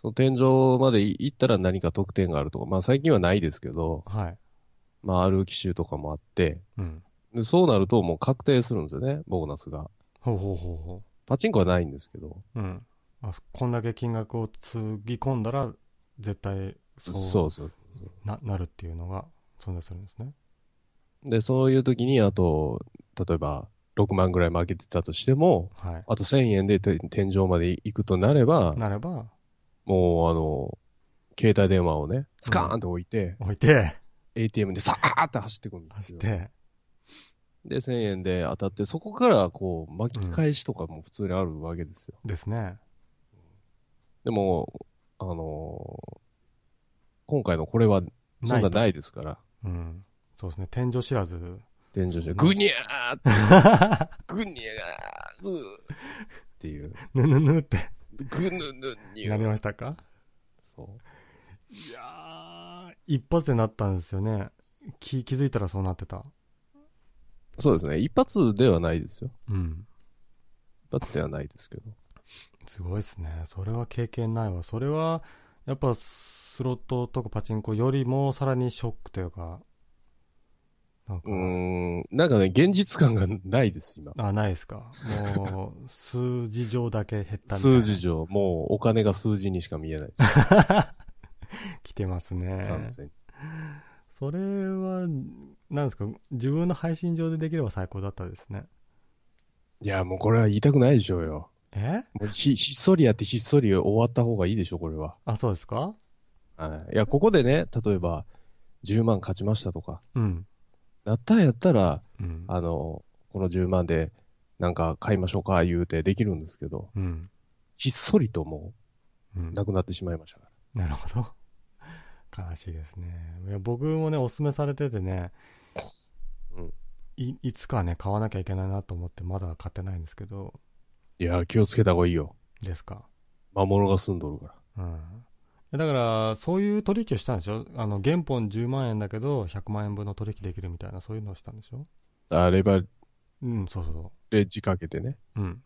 Speaker 2: その天井まで行ったら何か特典があるとか、まあ、最近はないですけど、
Speaker 1: い。はい。
Speaker 2: まあ、ある機種とかもあって、
Speaker 1: うん。
Speaker 2: でそうなるともう確定するんですよね、ボーナスが。
Speaker 1: ほうほうほうほ
Speaker 2: パチンコはないんですけど。
Speaker 1: う。うん。あそこんだけ金額をつぎ込んだら、絶対、
Speaker 2: そ
Speaker 1: そうう
Speaker 2: そうそう。
Speaker 1: ななるっていうのが存在するんですね。
Speaker 2: で、そういう時に、あと、例えば、6万ぐらい負けてたとしても、
Speaker 1: はい。
Speaker 2: あと1000円でて天井まで行くとなれば、
Speaker 1: なれば、
Speaker 2: もう、あの、携帯電話をね、スカーンと置いて、
Speaker 1: 置いて、
Speaker 2: ATM でさーって走ってくるんで
Speaker 1: 走
Speaker 2: す
Speaker 1: っ
Speaker 2: よ。
Speaker 1: て、
Speaker 2: で、1000円で当たって、そこからこう巻き返しとかも普通にあるわけですよ。
Speaker 1: ですね。
Speaker 2: でも、あのー今回のこれはそんな
Speaker 1: と
Speaker 2: ないですから、
Speaker 1: うん。そうですね。天井知らず。
Speaker 2: 天井じ
Speaker 1: そうね
Speaker 2: ゃ、ぐにゃーって、 ぐにゃー、ぐーっていう、
Speaker 1: ぬぬぬって
Speaker 2: ぐぬぬにゅ
Speaker 1: なり
Speaker 2: ー。
Speaker 1: ましたか
Speaker 2: そう。
Speaker 1: いやー、一発でなったんですよね。気、気づいたらそうなってた。
Speaker 2: そうですね。一発ではないですよ。
Speaker 1: うん。
Speaker 2: 一発ではないですけど。
Speaker 1: すごいですね。それは経験ないわ。それは、やっぱ、スロットとかパチンコよりもさらにショックというか、なんか、
Speaker 2: うーん、なんかね、現実感がないです、今。
Speaker 1: あ、ないですか。もう、数字上だけ減ったみたいな
Speaker 2: 数字上、もうお金が数字にしか見えないです。
Speaker 1: 来てますね
Speaker 2: 完。全に
Speaker 1: それは、なんですか、自分の配信上でできれば最高だったですね。
Speaker 2: いや、もうこれは言いたくないでしょうよ。
Speaker 1: え
Speaker 2: もうひひっそりやってひっそり終わった方がいいでしょ、これは。
Speaker 1: あ、そうですか
Speaker 2: はい。いや、ここでね、例えば、10万勝ちましたとか、
Speaker 1: うん。
Speaker 2: なったらやったら、
Speaker 1: うん。
Speaker 2: あの、この10万で、なんか買いましょうか、言うてできるんですけど、
Speaker 1: うん。
Speaker 2: ひっそりとも
Speaker 1: うん
Speaker 2: う、なくなってしまいましたから。
Speaker 1: なるほど。悲しいですね。いや僕もね、おすすめされててね、
Speaker 2: うん
Speaker 1: いいつかね、買わなきゃいけないなと思って、まだ買ってないんですけど、
Speaker 2: いや、気をつけた方がいいよ。
Speaker 1: ですか。
Speaker 2: 魔物が住んどるから。
Speaker 1: うん。だから、そういう取引をしたんでしょあの、原本10万円だけど、100万円分の取引できるみたいな、そういうのをしたんでしょ
Speaker 2: あレバ
Speaker 1: うん、そうそうそ
Speaker 2: レッジかけてね。
Speaker 1: う。うん。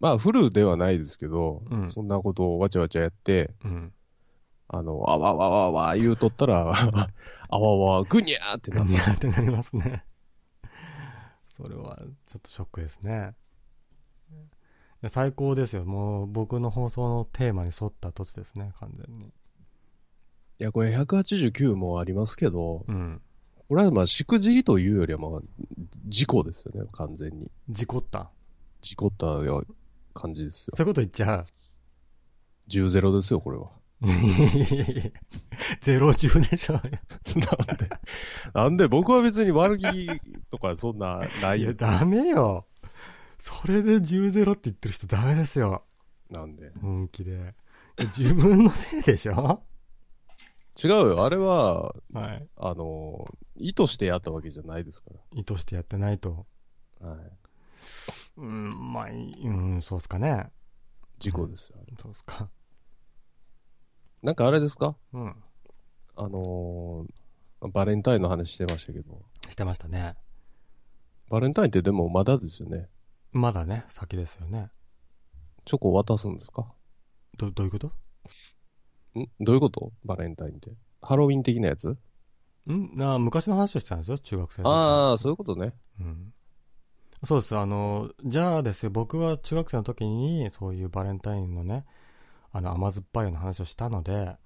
Speaker 2: まあ、フルではないですけど、
Speaker 1: うん
Speaker 2: そんなことをわちゃわちゃやって、
Speaker 1: うん。
Speaker 2: あの、あわわわわ言うとったら、 あわわ、ぐにゃーってな
Speaker 1: ガ
Speaker 2: っ
Speaker 1: ニ
Speaker 2: て。
Speaker 1: ャーってなりますね。それは、ちょっとショックですね。いや最高ですよ。もう、僕の放送のテーマに沿った土地ですね、完全に。
Speaker 2: いや、これ189もありますけど、
Speaker 1: うん。
Speaker 2: これはまあ、しくじりというよりは、まあ、事故ですよね、完全に。
Speaker 1: 事故った。
Speaker 2: 事故ったよ感じですよ。
Speaker 1: そういうこと言っちゃう。
Speaker 2: 10-0ですよ、これは。
Speaker 1: ゼロ中でしょ。
Speaker 2: なんで、なんで、僕は別に悪気とかそんなない
Speaker 1: いや、
Speaker 2: です
Speaker 1: ダメよ。それで10ゼロって言ってる人ダメですよ。
Speaker 2: なんで。
Speaker 1: 本気で。いや自分のせいでしょ
Speaker 2: 違うよ、あれは、
Speaker 1: はい。
Speaker 2: あの、意図してやったわけじゃないですか
Speaker 1: 意図してやってないと。
Speaker 2: ら。はい。
Speaker 1: うん、まあ、いうん、そうっすかね。
Speaker 2: 事故ですよ。
Speaker 1: そうっすか。
Speaker 2: なんかあれですか
Speaker 1: うん。
Speaker 2: あのーバレンタインの話してましたけど、
Speaker 1: してましたね。
Speaker 2: バレンタインってでもまだですよね。
Speaker 1: まだね、先ですよね。
Speaker 2: チョコ渡すんですか
Speaker 1: ど、どういうこと
Speaker 2: んどういうことバレンタインって。ハロウィン的なやつ
Speaker 1: んな昔の話をしてたんですよ、中学生の時
Speaker 2: ああ、そういうことね。
Speaker 1: うん。そうです。あの、じゃあですよ、僕は中学生の時に、そういうバレンタインのね、あの、甘酸っぱいの話をしたので、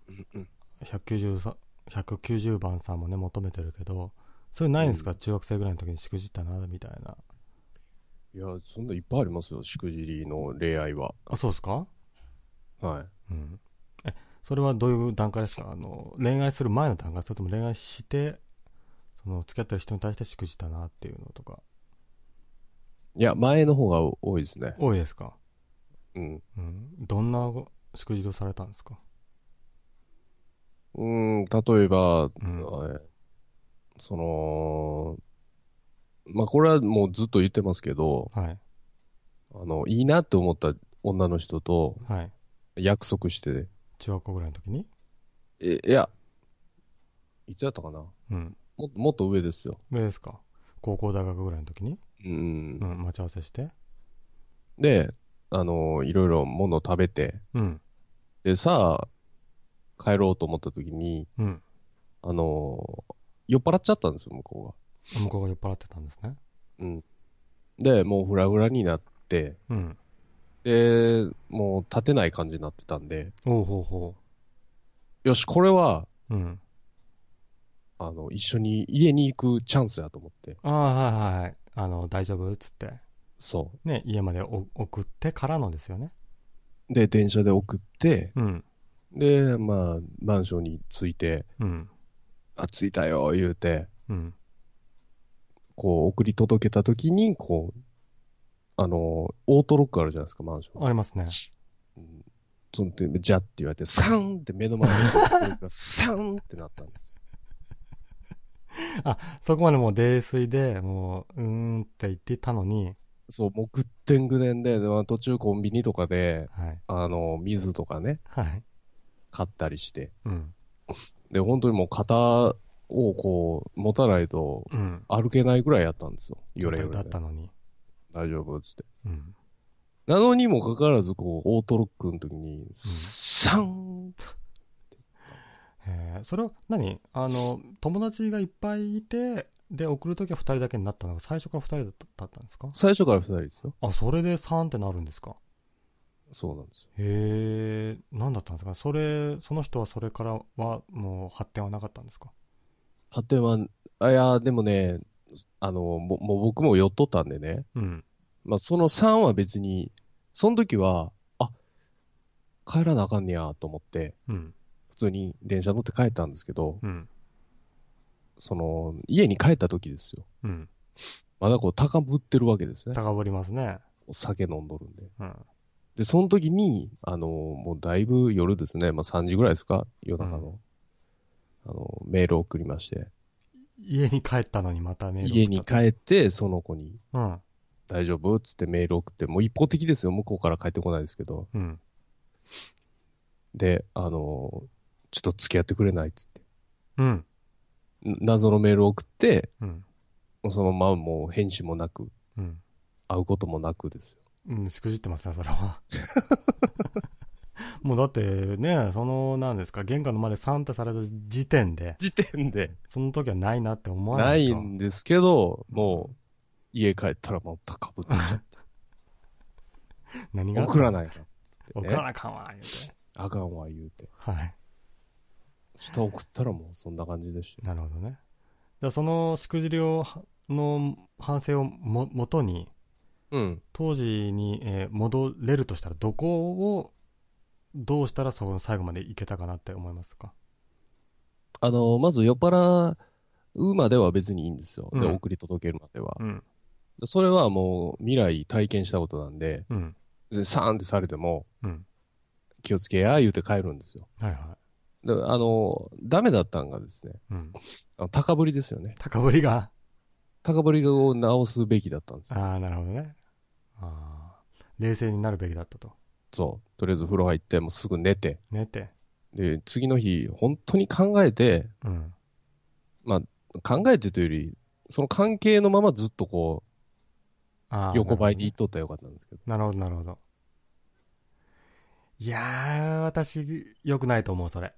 Speaker 1: 190さ、190番さんもね、求めてるけど、それないんですか、中学生ぐらいの時にしくじったな、みたいな。
Speaker 2: いや、そんないっぱいありますよ、しくじりの恋愛は。
Speaker 1: あ、そうですか
Speaker 2: はい。
Speaker 1: うん。え、それはどういう段階ですかあの、恋愛する前の段階それとも恋愛して、その、付き合ってる人に対してしくじったなっていうのとか、
Speaker 2: いや、前の方が多いですね。
Speaker 1: 多いですか
Speaker 2: うん。
Speaker 1: うん。どんなしくじりをされたんですか
Speaker 2: うーん、例えば、
Speaker 1: うん。
Speaker 2: はいその、まあ、これはもうずっと言ってますけど、
Speaker 1: はい。
Speaker 2: あの、いいなって思った女の人と
Speaker 1: はい。
Speaker 2: 約束して、
Speaker 1: 中学校ぐらいの時に
Speaker 2: え、いや、いつやったかな
Speaker 1: うん。
Speaker 2: ももっと上ですよ。
Speaker 1: 上ですか高校大学ぐらいの時に
Speaker 2: うん
Speaker 1: う。ん、待ち合わせして。
Speaker 2: で、あの、いろいろ物を食べて、
Speaker 1: うん。
Speaker 2: で、さあ、帰ろうと思った時に、
Speaker 1: うん。
Speaker 2: あの、酔っ払っちゃったんですよ、向こ
Speaker 1: 向こうが酔っ払ってたんですね。
Speaker 2: うが。うん。で、もうフラフラになって、
Speaker 1: うん。
Speaker 2: で、もう立てない感じになってたんで、
Speaker 1: おうほうほ
Speaker 2: よし、これは、
Speaker 1: う。うん。
Speaker 2: あの、一緒に家に行くチャンスやと思って。
Speaker 1: ああ、はいはいはい。あの、大丈夫っつって。
Speaker 2: そ
Speaker 1: ね、家までお送ってからのですよね。
Speaker 2: う。で、電車で送って、
Speaker 1: うん。
Speaker 2: で、まあ、マンションに着いて、
Speaker 1: うん。
Speaker 2: あ、着いたよ、言うて、
Speaker 1: うん。
Speaker 2: こう、送り届けたときに、こう、あの、オートロックあるじゃないですか、マンション。
Speaker 1: ありますね。
Speaker 2: うんそんで、じゃって言われて、サンって目の前に、 サンってなったんですよ。
Speaker 1: そこまでもう泥酔で、もう、うーんって言ってたのに、
Speaker 2: そう、もうぐってんぐでんで、でまあ途中コンビニとかで、
Speaker 1: はい。
Speaker 2: あの、水とかね、
Speaker 1: はい。
Speaker 2: 買ったりして。
Speaker 1: うん。
Speaker 2: で、本当にもう肩をこう、持たないと
Speaker 1: うん。
Speaker 2: 歩けないぐらいやったんですよ。よれよ
Speaker 1: だ
Speaker 2: れ
Speaker 1: っ
Speaker 2: で。
Speaker 1: たのに。
Speaker 2: 大丈夫っつって。
Speaker 1: うん。
Speaker 2: なのにもかかわらず、こう、オートロックの時に、サン
Speaker 1: えー、それは何あの、友達がいっぱいいて、で、送るときは二人だけになったのが、最初から二人だっただったんですか
Speaker 2: 最初から二人ですよ。
Speaker 1: あ、それで3ってなるんですか
Speaker 2: そうなんですよ。
Speaker 1: へえ、何だったんですかそれ、その人はそれからは、もう発展はなかったんですか
Speaker 2: 発展は、あいや、でもね、あの、ももう僕も寄っとったんでね、
Speaker 1: うん。
Speaker 2: まあ、その3は別に、その時は、あ、帰らなあかんねやと思って、
Speaker 1: うん。
Speaker 2: 普通に電車乗って帰ったんですけど、
Speaker 1: うん。
Speaker 2: その、家に帰った時ですよ。
Speaker 1: うん。
Speaker 2: まだこう、高ぶってるわけですね。
Speaker 1: 高ぶりますね。
Speaker 2: お酒飲んどるんで。
Speaker 1: うん。
Speaker 2: で、その時に、あの、もうだいぶ夜ですね、まあ3時ぐらいですか、夜中の。あの、メールを送りまして、
Speaker 1: 家に帰ったのにまたメール送った
Speaker 2: 家に帰って、その子に、
Speaker 1: うん。
Speaker 2: 大丈夫っつってメール送って、もう一方的ですよ、向こうから帰ってこないですけど。
Speaker 1: うん。
Speaker 2: で、あの、ちょっと付き合ってくれないっつって。
Speaker 1: うん。
Speaker 2: 謎のメールを送って、
Speaker 1: うん。
Speaker 2: そのままもう返信もなく、
Speaker 1: うん。
Speaker 2: 会うこともなくですよ。
Speaker 1: うん、しくじってますね、それは。 もうだってね、その、なんですか、玄関の前で3ってされた時点で、
Speaker 2: 時点で。
Speaker 1: その時はないなって思わな
Speaker 2: ないい
Speaker 1: と。
Speaker 2: んですけど、もう、家帰ったらもう高 ぶって、
Speaker 1: 何があった
Speaker 2: 送らないか。
Speaker 1: 送らなあかんわ、言うて。
Speaker 2: あかんわ、言うて。
Speaker 1: はい。
Speaker 2: 下送ったらもうそんな感じでしたよ。
Speaker 1: なるほどね。じゃあそのしくじりをは、の反省をも、もとに、
Speaker 2: うん。
Speaker 1: 当時に、えー戻れるとしたら、どこを、どうしたらその最後までいけたかなって思いますか
Speaker 2: あの、まず酔っ払うまでは別にいいんですよ。で、
Speaker 1: うん
Speaker 2: 送り届けるまでは。
Speaker 1: うん。
Speaker 2: それはもう未来体験したことなんで、
Speaker 1: うん。
Speaker 2: 別にサーンってされても、
Speaker 1: うん。
Speaker 2: 気をつけや、言うて帰るんですよ。
Speaker 1: はいは
Speaker 2: で、あの、ダメだったんがですね、
Speaker 1: い。うん。
Speaker 2: あの高ぶりですよね。
Speaker 1: 高ぶりが、
Speaker 2: 高ぶりを直すべきだったんですよ。
Speaker 1: ああ、なるほどね。ああ。冷静になるべきだったと。
Speaker 2: そう。とりあえず風呂入って、もうすぐ寝て。
Speaker 1: 寝て。
Speaker 2: で、次の日、本当に考えて、
Speaker 1: うん。
Speaker 2: 考えてというより、その関係のままずっとこ
Speaker 1: ああ
Speaker 2: う、。横ばいに行っとったらよかったんですけど。
Speaker 1: なるほど、なるほど。いやー、私、良くないと思う、それ。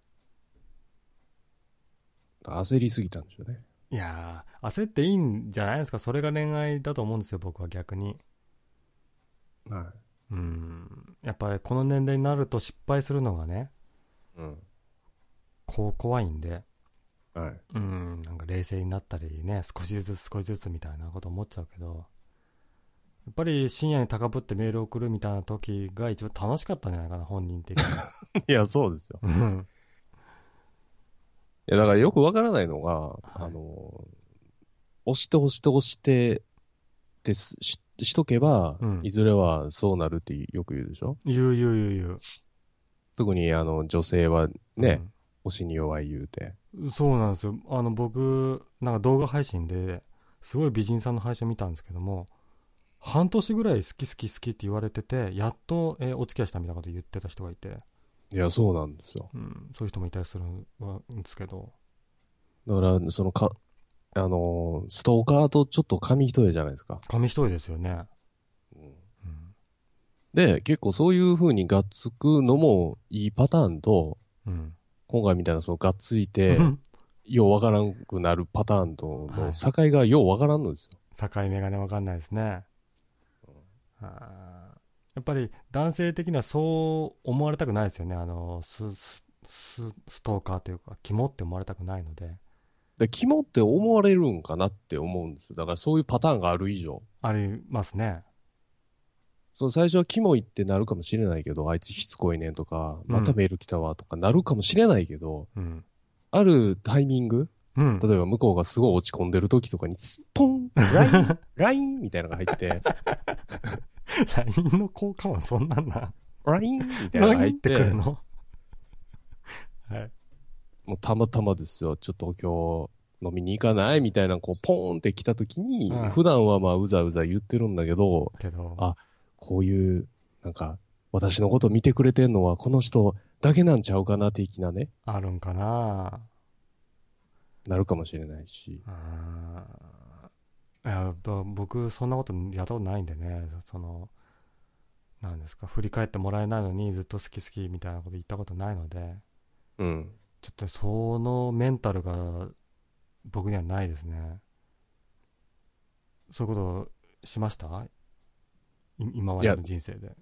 Speaker 2: 焦りすぎたんでしょうね。
Speaker 1: いやー、焦っていいんじゃないですか。それが恋愛だと思うんですよ、僕は逆に。
Speaker 2: は
Speaker 1: うん。やっぱりこの年齢になると失敗するのがね、
Speaker 2: い。うん。
Speaker 1: こう怖いんで、
Speaker 2: はい。
Speaker 1: うん、なんか冷静になったりね、少しずつ少しずつみたいなこと思っちゃうけど、やっぱり深夜に高ぶってメール送るみたいな時が一番楽しかったんじゃないかな、本人的に。
Speaker 2: いや、そうですよ。
Speaker 1: うん
Speaker 2: いや、だからよくわからないのが、あの、押して押して押して、ですししとけば、
Speaker 1: うん
Speaker 2: いずれはそうなるってよく言うでしょ
Speaker 1: 言う言う言う言う。
Speaker 2: 特にあの女性はね、押しに弱い言うて。
Speaker 1: うんそうなんですよ。あの、僕、なんか動画配信で、すごい美人さんの配信見たんですけども、半年ぐらい好き好き好きって言われてて、やっと、えーお付き合いしたみたいなこと言ってた人がいて、
Speaker 2: いや、そうなんですよ。
Speaker 1: うん、そういう人もいたりするんですけど、
Speaker 2: だから、そのか、あのーストーカーとちょっと紙一重じゃないですか。
Speaker 1: 紙一重ですよね。
Speaker 2: で、結構そういう風にがっつくのもいいパターンと、
Speaker 1: うん。うん。
Speaker 2: 今回みたいなそのがっつ いて、ようわからんくなるパターンと
Speaker 1: は
Speaker 2: の
Speaker 1: い
Speaker 2: 境がようわからんのですよ。
Speaker 1: 境目がね、わかんないですね。あーやっぱり男性的にはそう思われたくないですよね。あの、ス、ス、スストーカーというか、肝って思われたくないので、
Speaker 2: で、肝って思われるんかなって思うんですよ。だからそういうパターンがある以上。
Speaker 1: ありますね。
Speaker 2: その最初はキモいってなるかもしれないけど、あいつしつこいねんとか、
Speaker 1: うん
Speaker 2: またメール来たわとかなるかもしれないけど、
Speaker 1: うん。
Speaker 2: あるタイミング、
Speaker 1: うん。
Speaker 2: 例えば向こうがすごい落ち込んでる時とかに、スポンライ ンラインみたいなのが入って、
Speaker 1: LINE の効果音そんなんな。
Speaker 2: ラインみたいなのが入
Speaker 1: LINE
Speaker 2: っ
Speaker 1: ってく
Speaker 2: て
Speaker 1: る、のはい。
Speaker 2: もうたまたまですよ、ちょっと今日飲みに行かないみたいな、こう、ポーンって来た時に、
Speaker 1: うん
Speaker 2: 普段はまあ、うざうざ言ってるんだけど、
Speaker 1: けど、
Speaker 2: あこういう、なんか、私のこと見てくれてんのは、この人だけなんちゃうかな、的なね、
Speaker 1: あるんかな
Speaker 2: なるかもしれないし。
Speaker 1: あーいやぼ僕、そんなことやったことないんでね、その、なんですか、振り返ってもらえないのにずっと好き好きみたいなこと言ったことないので、
Speaker 2: うん。
Speaker 1: ちょっとそのメンタルが僕にはないですね。そういうことしましたい今までの人生で。
Speaker 2: だ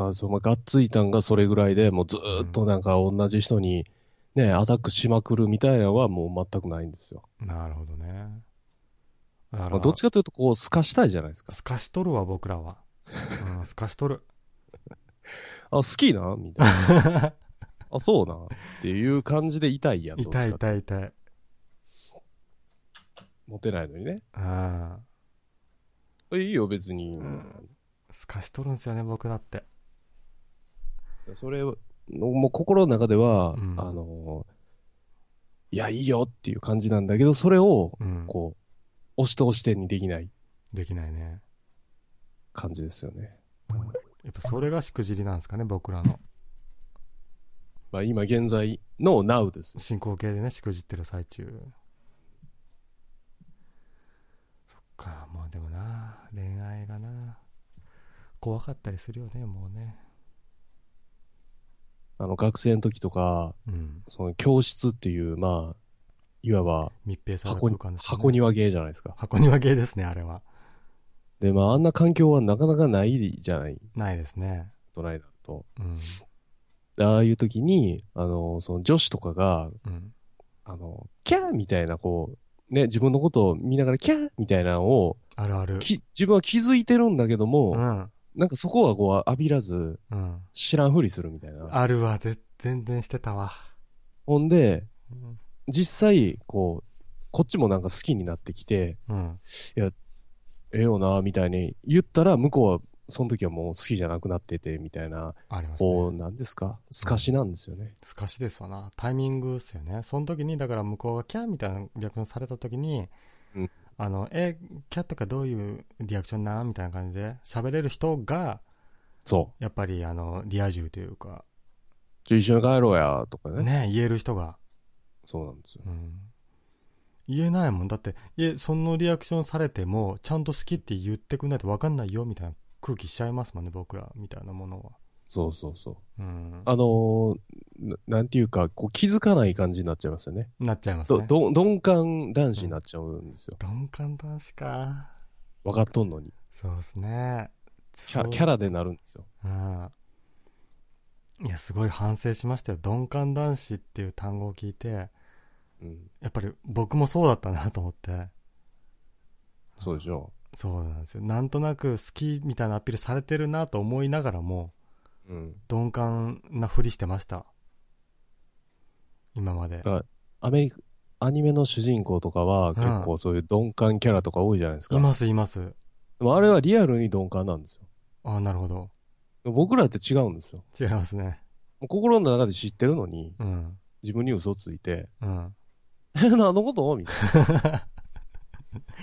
Speaker 2: から、その、がっついたんがそれぐらいで、もうずーっとなんか同じ人に、ね、アタックしまくるみたいなのはもう全くないんですよ。
Speaker 1: なるほどね。だから
Speaker 2: まあ、どっちかというと、こう、透かしたいじゃないですか。
Speaker 1: すかしとるわ、僕らは。うん、すかしとる。
Speaker 2: あ、好きなんみたいな。 あ、そうなんっていう感じで痛いや ん。どっちか
Speaker 1: 痛い痛い痛い。
Speaker 2: モテないのにね。
Speaker 1: うん。
Speaker 2: いいよ、別に。
Speaker 1: うんすかしとるんですよね、僕だって。
Speaker 2: それを、もう心の中では、
Speaker 1: うん
Speaker 2: あの、いや、いいよっていう感じなんだけど、それを、
Speaker 1: うん。
Speaker 2: こう、押しと押してにできない
Speaker 1: できないね。
Speaker 2: 感じですよね。
Speaker 1: やっぱそれがしくじりなんですかね、僕らの。
Speaker 2: まあ、今現在の Now です。
Speaker 1: 進行形でね、しくじってる最中。そっか、まあでもな、恋愛がな、怖かったりするよね、もうね。
Speaker 2: あの、学生の時とか、
Speaker 1: うん。
Speaker 2: その教室っていう、まあ、いわば
Speaker 1: 密閉された
Speaker 2: 箱
Speaker 1: 空
Speaker 2: に
Speaker 1: 間ですね
Speaker 2: 箱。庭芸じゃないですか。
Speaker 1: 箱庭系ですね、あれは。
Speaker 2: で、まあ、あんな環境はなかなかないじゃない、
Speaker 1: ないですね。
Speaker 2: ドライだと。
Speaker 1: うん。
Speaker 2: ああいう時に、あの、その女子とかが、
Speaker 1: うん。
Speaker 2: あの、キャーみたいな、こう、ね、自分のことを見ながらキャーみたいなのを、
Speaker 1: あるある。
Speaker 2: き自分は気づいてるんだけど
Speaker 1: う
Speaker 2: も、
Speaker 1: ん。
Speaker 2: なんかそこはこう浴びらず、
Speaker 1: うん。
Speaker 2: 知らんふりするみたいな。
Speaker 1: あるわ、ぜ全然してたわ。
Speaker 2: ほんで、
Speaker 1: うん
Speaker 2: 実際、こう、こっちもなんか好きになってきて、
Speaker 1: うん。
Speaker 2: ええよな、みたいに言ったら、向こうは、その時はもう好きじゃなくなってて、みたいな、
Speaker 1: ありますね。
Speaker 2: こう、なんですか透かしなんですよね。
Speaker 1: 難しいですわなタイミングっすよねその時にだから向こうがキャーみたいなリアクションされた時に、
Speaker 2: うん
Speaker 1: あのえキャッとかどういうリアクションなんみたいな感じで喋れる人が
Speaker 2: そ
Speaker 1: やっぱりあのリア充というか
Speaker 2: う。じゃあ一緒に帰ろうや、とかね。
Speaker 1: ね言える人が、
Speaker 2: そうなんですよ。
Speaker 1: うん、言えないもんだっていえそのリアクションされてもちゃんと好きって言ってくんないと分かんないよみたいな空気しちゃいますもんね僕らみたいなものは、
Speaker 2: そうそうそう。
Speaker 1: うん、
Speaker 2: あのーななんていうか、こう気づかない感じになっちゃいますよね。
Speaker 1: なっちゃいます
Speaker 2: ど
Speaker 1: ね
Speaker 2: ど鈍感男子になっちゃうんですよ。
Speaker 1: 鈍感男子か
Speaker 2: 分かっとんのに。
Speaker 1: そうですね
Speaker 2: キャ
Speaker 1: そう
Speaker 2: キャラでなるんですよ。
Speaker 1: うんいや、すごい反省しましたよ。鈍感男子っていう単語を聞いて、
Speaker 2: うん。
Speaker 1: やっぱり僕もそうだったなと思って。
Speaker 2: そうでしょ
Speaker 1: そうなんですよ。なんとなく好きみたいなアピールされてるなと思いながらも、
Speaker 2: う。うん。
Speaker 1: 鈍感なふりしてました。今まで。
Speaker 2: アメリカ、アニメの主人公とかは結構そういう鈍感キャラとか多いじゃないですか。
Speaker 1: います、います。
Speaker 2: でもあれはリアルに鈍感なんです
Speaker 1: ああ、なるほど。
Speaker 2: よ。僕らって違うんですよ。
Speaker 1: 違いますね。
Speaker 2: もう心の中で知ってるのに、
Speaker 1: うん。
Speaker 2: 自分に嘘ついて、
Speaker 1: うん。
Speaker 2: え、何のことみたい な。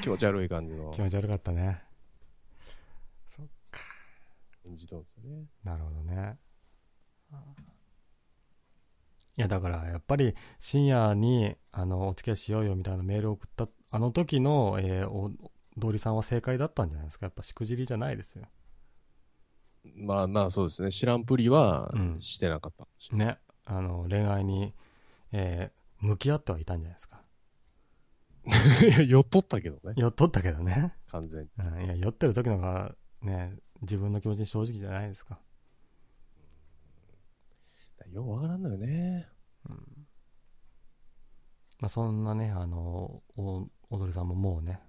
Speaker 2: 気持ち悪い感じの
Speaker 1: 気持ち悪かったね。そっか。
Speaker 2: 演じとるんですよね。
Speaker 1: なるほどね。いや、だから、やっぱり、深夜に、あの、お付き合いしようよみたいなメールを送った、あの時の、えー、お、通りさんは正解だったんじゃないですか。やっぱ、しくじりじゃないですよ。
Speaker 2: まあまあそうですね。知らんぷりは
Speaker 1: うん
Speaker 2: してなかったかもしれない。
Speaker 1: ね。あの、恋愛に、えー向き合ってはいたんじゃないですか。
Speaker 2: いや、 酔っとったけどね、
Speaker 1: 酔っとったけどね。
Speaker 2: 完全に。
Speaker 1: うん、いや、酔ってる時の方が、ね、自分の気持ちに正直じゃないですか。
Speaker 2: ようわからんのよね。
Speaker 1: まあ、そんなね、あの、お、踊りさんももうね、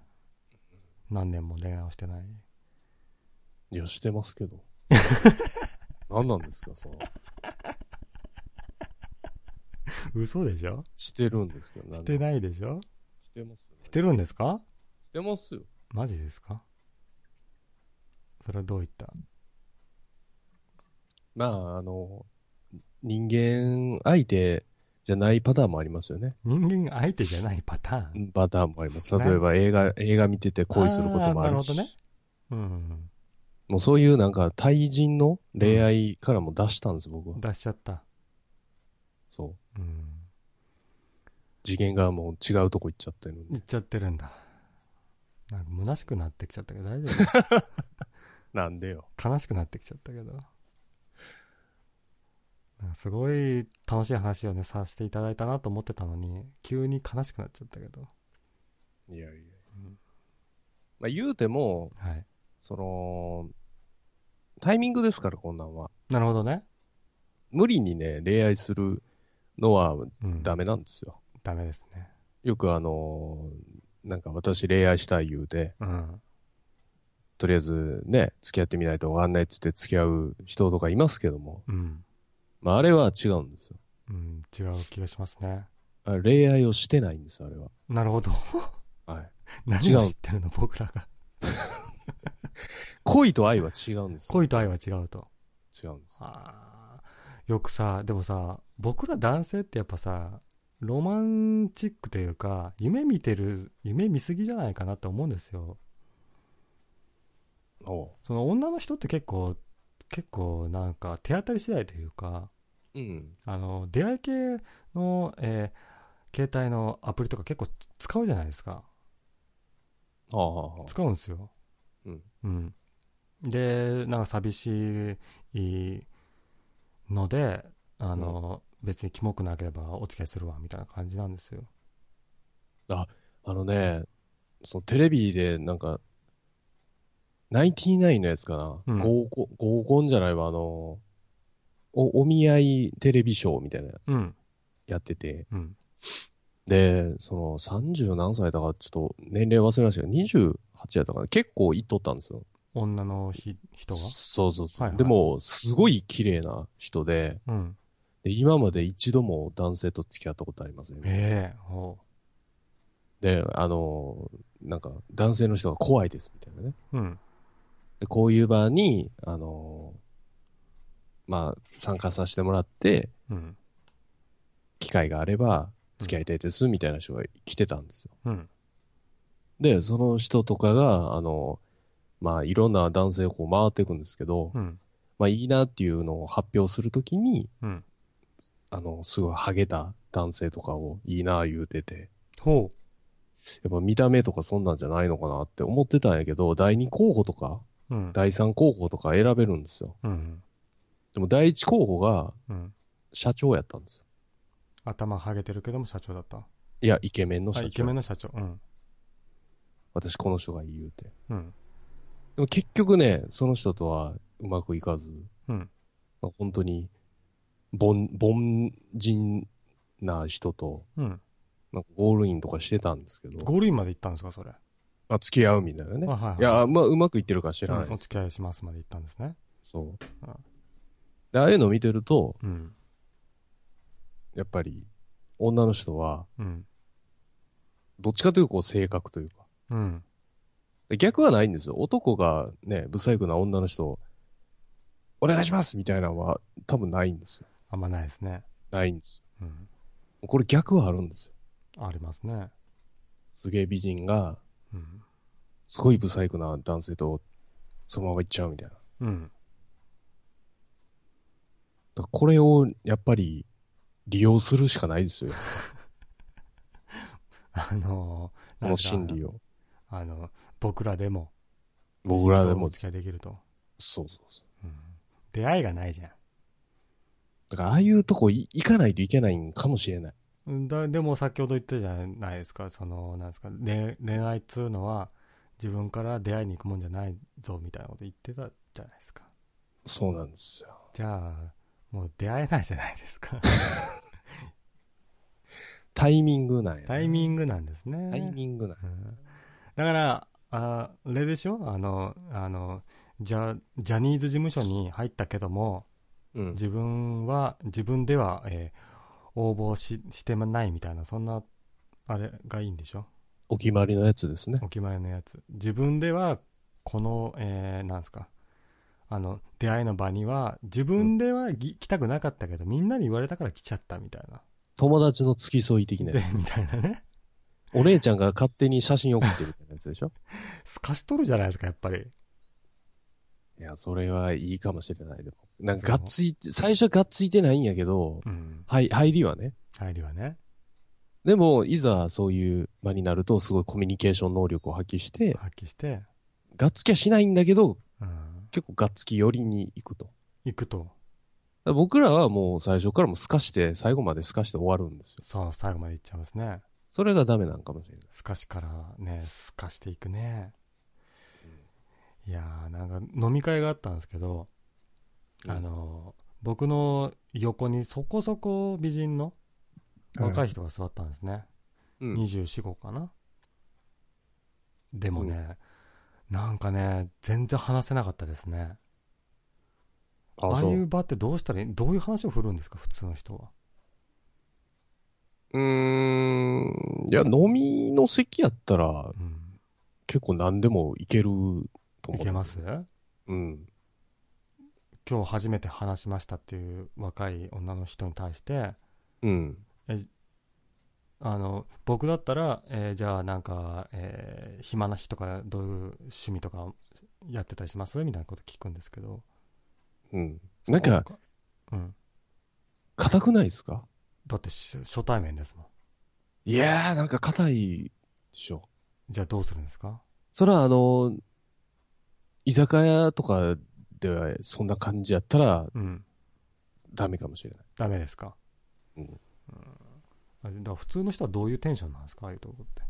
Speaker 1: 何年も恋愛をしてない。
Speaker 2: いや、してま すけど。何なんですか、その。
Speaker 1: 嘘でしょ
Speaker 2: してるんですけどね
Speaker 1: してないでしょ
Speaker 2: してますよ、ね。
Speaker 1: してるんですか
Speaker 2: してますよ。
Speaker 1: マジですかそれはどういった
Speaker 2: まあ、あの、人間相手じゃないパターンもありますよね。
Speaker 1: 人間が相手じゃないパターン
Speaker 2: パターンもあります。例えば映画、映画見てて恋することもあ
Speaker 1: あーな
Speaker 2: るし。
Speaker 1: るほどねうん
Speaker 2: もうそういうなんか対人の恋愛からも出したんです、僕は。
Speaker 1: 出しちゃった
Speaker 2: そう。
Speaker 1: うん
Speaker 2: 次元がもう違うとこ行っちゃってるんで。
Speaker 1: 行っちゃってるんだなんか虚しくなってきちゃったけど大丈夫です
Speaker 2: なんでよ。
Speaker 1: 悲しくなってきちゃったけどなんかすごい楽しい話をねさせていただいたなと思ってたのに急に悲しくなっちゃったけど
Speaker 2: いやいや。まあ言うても、
Speaker 1: はい
Speaker 2: その、タイミングですから、こんなんは。
Speaker 1: なるほどね、
Speaker 2: 無理にね、恋愛するのは
Speaker 1: うん、
Speaker 2: ダメなんですよ。
Speaker 1: ダメですね
Speaker 2: よくあのーなんか私恋愛したい言うて、
Speaker 1: うん
Speaker 2: とりあえずね、付き合ってみないとわかんないっつって付き合う人とかいますけども、
Speaker 1: うん、
Speaker 2: まああれは違うんですよ。
Speaker 1: うん、違う気がしますね
Speaker 2: あれ恋愛をしてないんです、あれは。
Speaker 1: なるほど
Speaker 2: はい。
Speaker 1: 何を知ってるの僕らが
Speaker 2: 恋と愛は違うんですよ。
Speaker 1: 恋と愛は違うと
Speaker 2: 違うんです。
Speaker 1: あーよくさでもさ僕ら男性ってやっぱさロマンチックというか夢見てる夢見すぎじゃないかなって思うんですよ
Speaker 2: おう
Speaker 1: その女の人って結構結構なんか手当たり次第というか
Speaker 2: うん。
Speaker 1: あの出会い系の、えー携帯のアプリとか結構使うじゃないですか
Speaker 2: はあ、はあはあ、
Speaker 1: 使うんですよ
Speaker 2: うん。
Speaker 1: うん、でなんか寂しいのであの、別にキモくなければお付き合いするわみたいな感じなんですよ
Speaker 2: あのね、そのテレビでなんか、ナインティナインのやつかな、
Speaker 1: うん
Speaker 2: 合コン、合コンじゃないわ、あの、お、お見合いテレビショーみたいなの
Speaker 1: うん
Speaker 2: やってて、
Speaker 1: うん
Speaker 2: で、その30何歳だかちょっと年齢忘れましたけど、28やったかな結構行っとったんですよ。
Speaker 1: 女のひ人が
Speaker 2: そうそうそう。
Speaker 1: はいはい
Speaker 2: でも、すごい綺麗な人で
Speaker 1: うん
Speaker 2: で、今まで一度も男性と付き合ったことありません、ね。
Speaker 1: ええほ
Speaker 2: で、あの、なんか、男性の人が怖いですみたいなね。
Speaker 1: ううん
Speaker 2: で、こういう場に、あのーまあ、参加させてもらって、
Speaker 1: うん
Speaker 2: 機会があれば、付き合いたいです、みたいな人が来てたんですよ。
Speaker 1: うん
Speaker 2: で、その人とかが、あのまあ、いろんな男性をこう回っていくんですけど、
Speaker 1: うん
Speaker 2: まあ、いいなっていうのを発表するときに、
Speaker 1: うん
Speaker 2: あの、すごいハゲた男性とかをいいな言うてて、
Speaker 1: ほ
Speaker 2: やっぱ見た目とかそんなんじゃないのかなって思ってたんやけど、第2候補とか、
Speaker 1: ううん
Speaker 2: 第3候補とか選べるんですよ。
Speaker 1: うん
Speaker 2: でも第1候補が
Speaker 1: うん
Speaker 2: 社長やったんですよ
Speaker 1: 頭はげてるけども社長だった
Speaker 2: いや、イケメンの社
Speaker 1: あ
Speaker 2: 長。
Speaker 1: イケメンの社長うん
Speaker 2: 私この人がいい言うて。
Speaker 1: うん
Speaker 2: でも結局ね、その人とはうまくいかず、
Speaker 1: うん
Speaker 2: まあ本当に、凡、凡人な人と、
Speaker 1: うん
Speaker 2: なんかゴールインとかしてたんですけど、
Speaker 1: ゴールインまで行ったんですかそれ
Speaker 2: まあ、付き合うみたいなね
Speaker 1: あ。はいはい
Speaker 2: いや、まあ、うまくいってるか知らない。
Speaker 1: うんお付き合いしますまで行ったんですね
Speaker 2: そう
Speaker 1: うん。
Speaker 2: で、ああいうの見てると、
Speaker 1: うん
Speaker 2: やっぱり、女の人は、
Speaker 1: うん
Speaker 2: どっちかというとこう性格というか、
Speaker 1: うん
Speaker 2: で逆はないんですよ。男がね、不細工な女の人を、お願いしますみたいなのは多分ないんですよ
Speaker 1: あんまないですね
Speaker 2: ないんです
Speaker 1: うん
Speaker 2: よ。これ逆はあるんですよ。
Speaker 1: ありますね
Speaker 2: すげえ美人が、
Speaker 1: うん
Speaker 2: すごい不細工な男性と、そのまま行っちゃうみたいな。だか
Speaker 1: うん。
Speaker 2: らこれを、やっぱり、利用するしかないですよ。
Speaker 1: あのー、
Speaker 2: この心理
Speaker 1: を。
Speaker 2: を。
Speaker 1: あの、僕らでも。
Speaker 2: 僕らで
Speaker 1: お
Speaker 2: も、
Speaker 1: 付き合いできると。
Speaker 2: そうそうそ
Speaker 1: う
Speaker 2: う。
Speaker 1: ん。出会いがないじゃん
Speaker 2: だから、ああいうとこい行かないといけないんかもしれない。
Speaker 1: うん。だでも先ほど言ったじゃないですか、その、なんですか、恋恋愛っつうのは、自分から出会いに行くもんじゃないぞみたいなこと言ってたじゃないですか。
Speaker 2: そうなんですよ。
Speaker 1: じゃあ、もう出会えないじゃないです か。
Speaker 2: タイミングなんやね、
Speaker 1: タイミングなんですね。
Speaker 2: タイミングなんや。
Speaker 1: うんだから、ああれでしょあの、あの、ジャ、ジャニーズ事務所に入ったけども、
Speaker 2: うん。
Speaker 1: 自分は自分では、えー応募ししてないみたいな、そんな、あれがいいんでしょ
Speaker 2: お決まりのやつですね。
Speaker 1: お決まりのやつ。自分では、この、えー、なんですか、あの、出会いの場には、自分ではぎ来たくなかったけど、みんなに言われたから来ちゃったみたいな。
Speaker 2: 友達の付き添い的な
Speaker 1: で
Speaker 2: やつ。、
Speaker 1: みたいなね。
Speaker 2: お姉ちゃんが勝手に写真送ってるみたいなやつでし ょ
Speaker 1: すかしとるじゃないですか、やっぱり。
Speaker 2: いや、それはいいかもしれない。でも、なんかがっついて、最初はがっついてないんやけど、
Speaker 1: うん。
Speaker 2: はい、入りはね。
Speaker 1: 入りはね。
Speaker 2: でも、いざそういう場になると、すごいコミュニケーション能力を発揮して、
Speaker 1: 発揮して、
Speaker 2: がっつきはしないんだけど、
Speaker 1: うん。
Speaker 2: 結構がっつき寄りに行くと。だか
Speaker 1: 行くと、
Speaker 2: ら僕らはもう最初からもう透かして、最後まで透かして終わるんですよ。
Speaker 1: そう、最後まで行っちゃいますね。
Speaker 2: それがダメなんかもしれない。
Speaker 1: すかしからね、すかしていくね。いやー、なんか飲み会があったんですけど、
Speaker 2: うん
Speaker 1: あの、僕の横にそこそこ美人の若い人が座ったんですね。
Speaker 2: うん。
Speaker 1: 24、5かな。でもね、なんかね、全然話せなかったですね。あ
Speaker 2: あ、
Speaker 1: あい
Speaker 2: そうう。
Speaker 1: 場ってどうしたらいいどういう話を振るんですか、普通の人は。
Speaker 2: うーん。いや、飲みの席やったら、
Speaker 1: うん。
Speaker 2: 結構何でもいけると思う。
Speaker 1: いけます
Speaker 2: うん。
Speaker 1: 今日初めて話しましたっていう若い女の人に対して、
Speaker 2: うん。
Speaker 1: あの僕だったら、えーじゃあなんか、えー暇な日とかどういう趣味とかやってたりしますみたいなこと聞くんですけど
Speaker 2: うん。なんか、、
Speaker 1: うん、
Speaker 2: 硬くないですか
Speaker 1: だってし初対面ですもん
Speaker 2: いやー、なんか硬いでしょ。
Speaker 1: じゃあどうするんですか
Speaker 2: それはあの、居酒屋とかではそんな感じやったら
Speaker 1: うん
Speaker 2: ダメかもしれない。
Speaker 1: ダメですか
Speaker 2: うん
Speaker 1: あだから普通の人はどういうテンションなんですかああいうとこって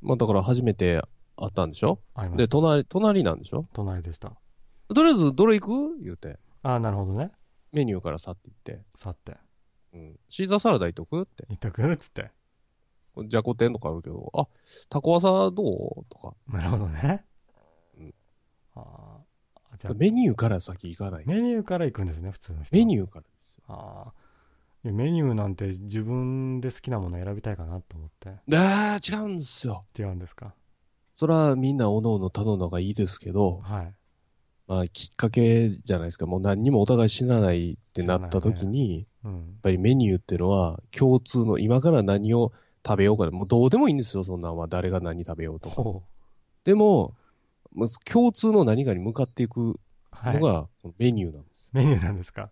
Speaker 2: まあだから初めて会ったんでしょ
Speaker 1: ありま
Speaker 2: で、
Speaker 1: した
Speaker 2: 隣、隣なんでしょ
Speaker 1: 隣でした
Speaker 2: とりあえず、どれ行く言うて。
Speaker 1: ああなるほどね
Speaker 2: メニューからさって言って。
Speaker 1: 去って
Speaker 2: うん。シーザーサラダいとくって。
Speaker 1: 行っとくっつって
Speaker 2: じゃこ天とかあるけど、あ、タコワサどうとか。
Speaker 1: なるほどね、
Speaker 2: うん
Speaker 1: ああじゃあメ
Speaker 2: メニューから先行かない。
Speaker 1: ニューから行くんですね普通の人は
Speaker 2: メニューから。
Speaker 1: ああ。いやメニューなんて自分で好きなもの選びたいかなと思って。
Speaker 2: あー、違うんですよ。
Speaker 1: 違うんですか
Speaker 2: それはみんなおのおの頼むのがいいですけど、
Speaker 1: はい。
Speaker 2: まあきっかけじゃないですか。もう何にもお互い知らないってなった時に、やっ
Speaker 1: うん。
Speaker 2: ぱりメニューってのは共通の今から何を食べようかで、もうどうでもいいんですよ、そんなんは。誰が何食べようとか。
Speaker 1: ほ
Speaker 2: でも、まず共通の何かに向かっていく
Speaker 1: う。は
Speaker 2: の
Speaker 1: い。
Speaker 2: がこのメニューなんですよ。
Speaker 1: メニューなんですか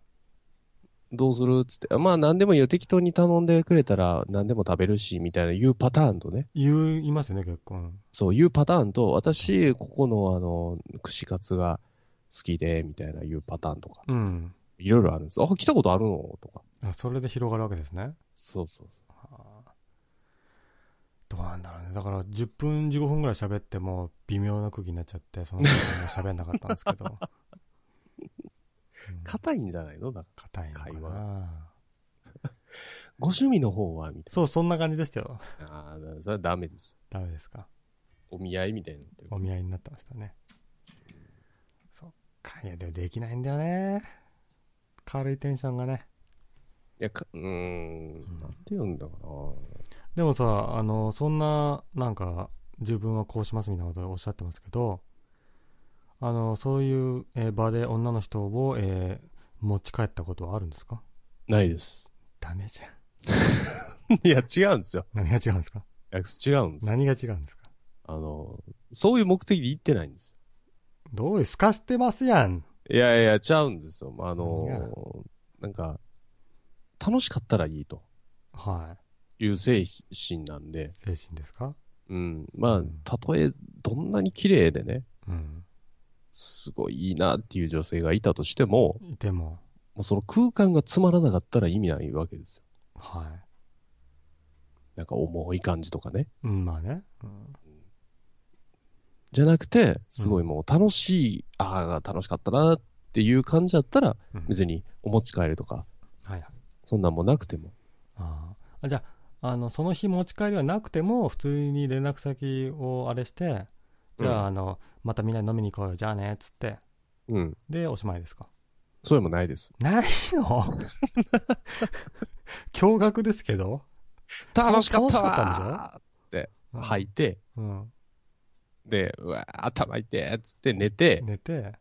Speaker 2: どうするっつって、あまあ何でもいいよ、適当に頼んでくれたら何でも食べるし、みたいないうパターンとね、
Speaker 1: 言いますよね、結構。
Speaker 2: そういうパターンと、私、ここのあの、串カツが好きで、みたいないうパターンとか、
Speaker 1: うん。
Speaker 2: いろいろあるんです。あ、来たことあるのとか。
Speaker 1: あそれで広がるわけですね。
Speaker 2: そうそうそ
Speaker 1: ああどうなんだろうね。だから10分、15分ぐらい喋っても微妙な空気になっちゃって、その時は喋んなかったんですけど。うん
Speaker 2: う。硬いんじゃないのだから
Speaker 1: 硬いのか
Speaker 2: 会
Speaker 1: な。
Speaker 2: ご趣味の方は、みたい
Speaker 1: そう、そんな感じでしたよ。
Speaker 2: な。ああ、それはダメです。
Speaker 1: ダメですか
Speaker 2: お見合いみたいになってる。
Speaker 1: お見合いになってましたねそっかいやでもできないんだよね軽いテンションがね
Speaker 2: いや、か、うーん、なんて言うんだろ
Speaker 1: でもさあのそんななんか自分はこうしますみたいなことをおっしゃってますけどあのそういう、えー場で女の人を、えー持ち帰ったことはあるんですか
Speaker 2: うな。ないです。
Speaker 1: ダメじゃん
Speaker 2: いや、違うんですよ。
Speaker 1: 何が違うんですか
Speaker 2: いや違うんですよ。
Speaker 1: 何が違うんですか
Speaker 2: あの、そういう目的で行ってないんです
Speaker 1: どういうすかしてますやん
Speaker 2: よ。いやいや、ちゃうんですよ。まああ
Speaker 1: 何
Speaker 2: の、なんか、楽しかったらいいと
Speaker 1: は
Speaker 2: いう精神なんで
Speaker 1: い、精神ですか
Speaker 2: うん。まあ、たとえどんなに綺麗でね、
Speaker 1: うん
Speaker 2: すごいいいなっていう女性がいたとしても、
Speaker 1: いても
Speaker 2: もうその空間がつまらなかったら意味ないわけですよ。
Speaker 1: はい
Speaker 2: なんか重い感じとかね。
Speaker 1: うんまあね、うん
Speaker 2: じゃなくて、すごいもう楽しい、ああ、楽しかったなっていう感じだったら、
Speaker 1: うん
Speaker 2: 別にお持ち帰るとか、
Speaker 1: はいはい
Speaker 2: そんなんもなくても。
Speaker 1: あーあじゃああのその日持ち帰りはなくても普通に連絡先をあれしてじゃあ,、
Speaker 2: うん
Speaker 1: あのまたみんなで飲みに行こうよじゃあねっつって
Speaker 2: うん。
Speaker 1: でおしまいですか
Speaker 2: それもないです。
Speaker 1: ないの 驚愕ですけど。
Speaker 2: 楽しかっ
Speaker 1: 楽
Speaker 2: た
Speaker 1: しかったんでし
Speaker 2: わー吐いて、
Speaker 1: うん。
Speaker 2: で、うわー、頭痛いっつって寝て、
Speaker 1: 寝て、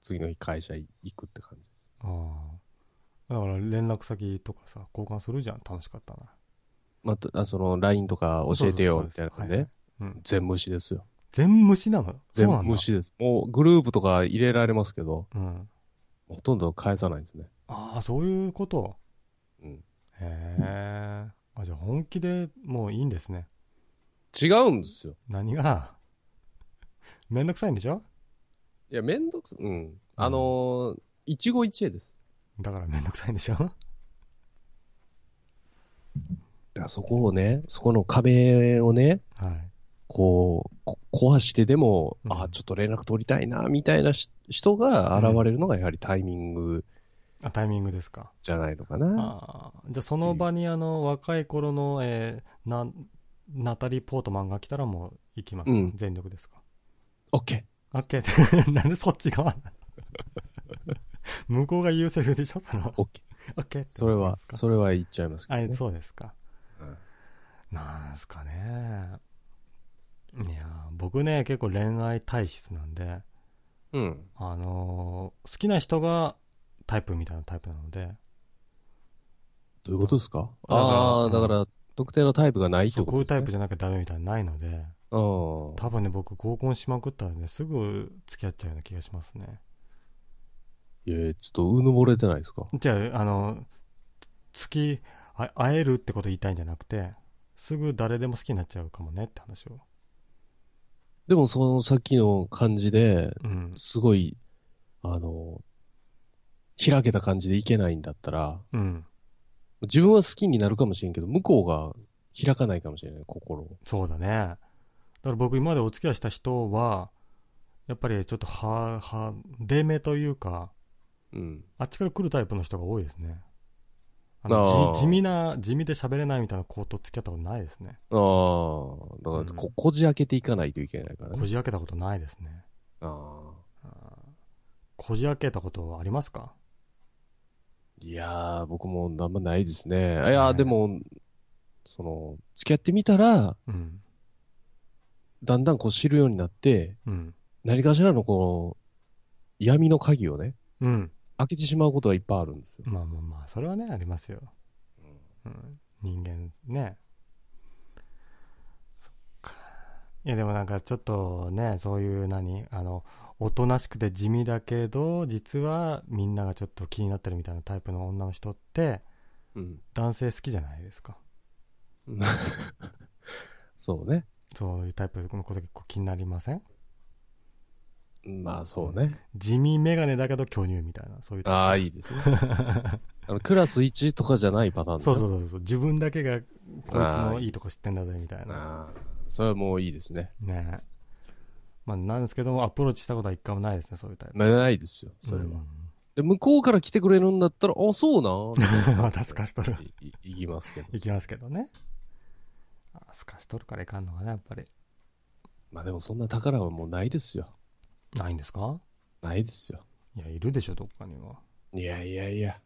Speaker 2: 次の日会社行くって感じ。
Speaker 1: ああ。だから連絡先とかさ、交換するじゃん。楽しかったな。
Speaker 2: また、あその、LINE とか教えてよ、みたいな
Speaker 1: そうそうそう
Speaker 2: ね。
Speaker 1: はいうん。
Speaker 2: 全無視ですよ。
Speaker 1: 全無視なの
Speaker 2: 全
Speaker 1: そうなんだ
Speaker 2: 無視です。もう、グループとか入れられますけど、
Speaker 1: うん。
Speaker 2: ほとんど返さないですね。
Speaker 1: ああ、そういうこと。
Speaker 2: うん。
Speaker 1: へえ。あ、じゃあ本気でもういいんですね。
Speaker 2: 違うんですよ。
Speaker 1: 何がめんどくさいんでしょ
Speaker 2: いや、めんどくさ、うん。あのー、一期一会です。
Speaker 1: だからめんどくさいんでしょ
Speaker 2: だからそこをね、そこの壁をね、
Speaker 1: はい。
Speaker 2: こう、こ壊してでも、
Speaker 1: うん
Speaker 2: ああ、ちょっと連絡取りたいな、みたいなし人が現れるのがやはりタイミング
Speaker 1: あ、タイミングですか。
Speaker 2: じゃないのか
Speaker 1: あ
Speaker 2: な。
Speaker 1: ーじゃあその場にあの若い頃の、えーなナタリー・ポートマンが来たらもう行きます、
Speaker 2: うん
Speaker 1: 全力ですか
Speaker 2: オッケ
Speaker 1: OK って なんでそっち側なの向こうが言うセリフでしょその
Speaker 2: ー、オッケー。
Speaker 1: OK って
Speaker 2: それ
Speaker 1: こ
Speaker 2: は、
Speaker 1: とですか
Speaker 2: それは言っちゃいますけ
Speaker 1: あ
Speaker 2: ど、
Speaker 1: れ
Speaker 2: ね。
Speaker 1: そうですか、
Speaker 2: うん
Speaker 1: なんすかねいやー僕ね結構恋愛体質なんで
Speaker 2: うん。
Speaker 1: あのー好きな人がタイプみたいなタイプなので
Speaker 2: どういうことですか
Speaker 1: だから
Speaker 2: ああ、
Speaker 1: うん
Speaker 2: だから、特定のタイプがないって
Speaker 1: そう
Speaker 2: こ
Speaker 1: こ
Speaker 2: と、ね、
Speaker 1: ういうタイプじゃなきゃダメみたいなのないので
Speaker 2: うん。
Speaker 1: 多分ね僕合コンしまくったらねすぐ付き合っちゃうような気がしますね
Speaker 2: いや、ちょっとうぬぼれてないですか
Speaker 1: じゃああの月あ会えるってこと言いたいんじゃなくてすぐ誰でも好きになっちゃうかもねって話を
Speaker 2: でも、そのさっきの感じで、
Speaker 1: うん
Speaker 2: すごい、あの、開けた感じでいけないんだったら、
Speaker 1: うん
Speaker 2: 自分は好きになるかもしれんけど、向こうが開かないかもしれない、心を。
Speaker 1: そうだねだから僕今までお付き合いした人はやっぱりちょっとははでめというか
Speaker 2: うん。
Speaker 1: あっちから来るタイプの人が多いですねあ
Speaker 2: あー
Speaker 1: のじ地味な地味で喋れないみたいな子と付き合ったことないですね
Speaker 2: ああ、だからこ、
Speaker 1: うん
Speaker 2: こじ開けていかないといけないから
Speaker 1: こ
Speaker 2: ね。
Speaker 1: じ開けたことないですね
Speaker 2: ああ。
Speaker 1: こじ開けたことはありますか
Speaker 2: いやー、僕もあんまないですね。い
Speaker 1: ね
Speaker 2: やー、でも、その、付き合ってみたら、
Speaker 1: うん
Speaker 2: だんだんこう知るようになって、
Speaker 1: うん
Speaker 2: 何かしらのこの、闇の鍵をね、
Speaker 1: うん
Speaker 2: 開けてしまうことはいっぱいあるんですよ。
Speaker 1: まあまあまあそれはねありますよ、うん、人間ねそっかいやでもなんかちょっとねそういう何あのおとなしくて地味だけど実はみんながちょっと気になってるみたいなタイプの女の人って
Speaker 2: うん。
Speaker 1: 男性好きじゃないですか
Speaker 2: そうね。
Speaker 1: そういうタイプの子結構気になりません
Speaker 2: まあそうね。
Speaker 1: 地味メガネだけど巨乳みたいなそういうタイプ
Speaker 2: ああ、いいですね。 あの、クラス1とかじゃないパターンだ。
Speaker 1: そうそううそうそう自分だけがこいつのいいとこ知ってんだぜみたいな
Speaker 2: ああ、それはもういいですね。
Speaker 1: ねえまあなんですけどもアプローチしたことは一回もないですねそういうタイプ
Speaker 2: なないですよ、それは。
Speaker 1: うん
Speaker 2: で、向こうから来てくれるんだったら、あ、そうな
Speaker 1: またすかしとる
Speaker 2: いいいきますけど。
Speaker 1: いきますけどねあすかしとるからいかんのかなやっぱり
Speaker 2: まあでもそんな宝はもうないですよ。
Speaker 1: ないんですか
Speaker 2: ないですよ。
Speaker 1: いやいるでしょどっかにはい
Speaker 2: やいやいや。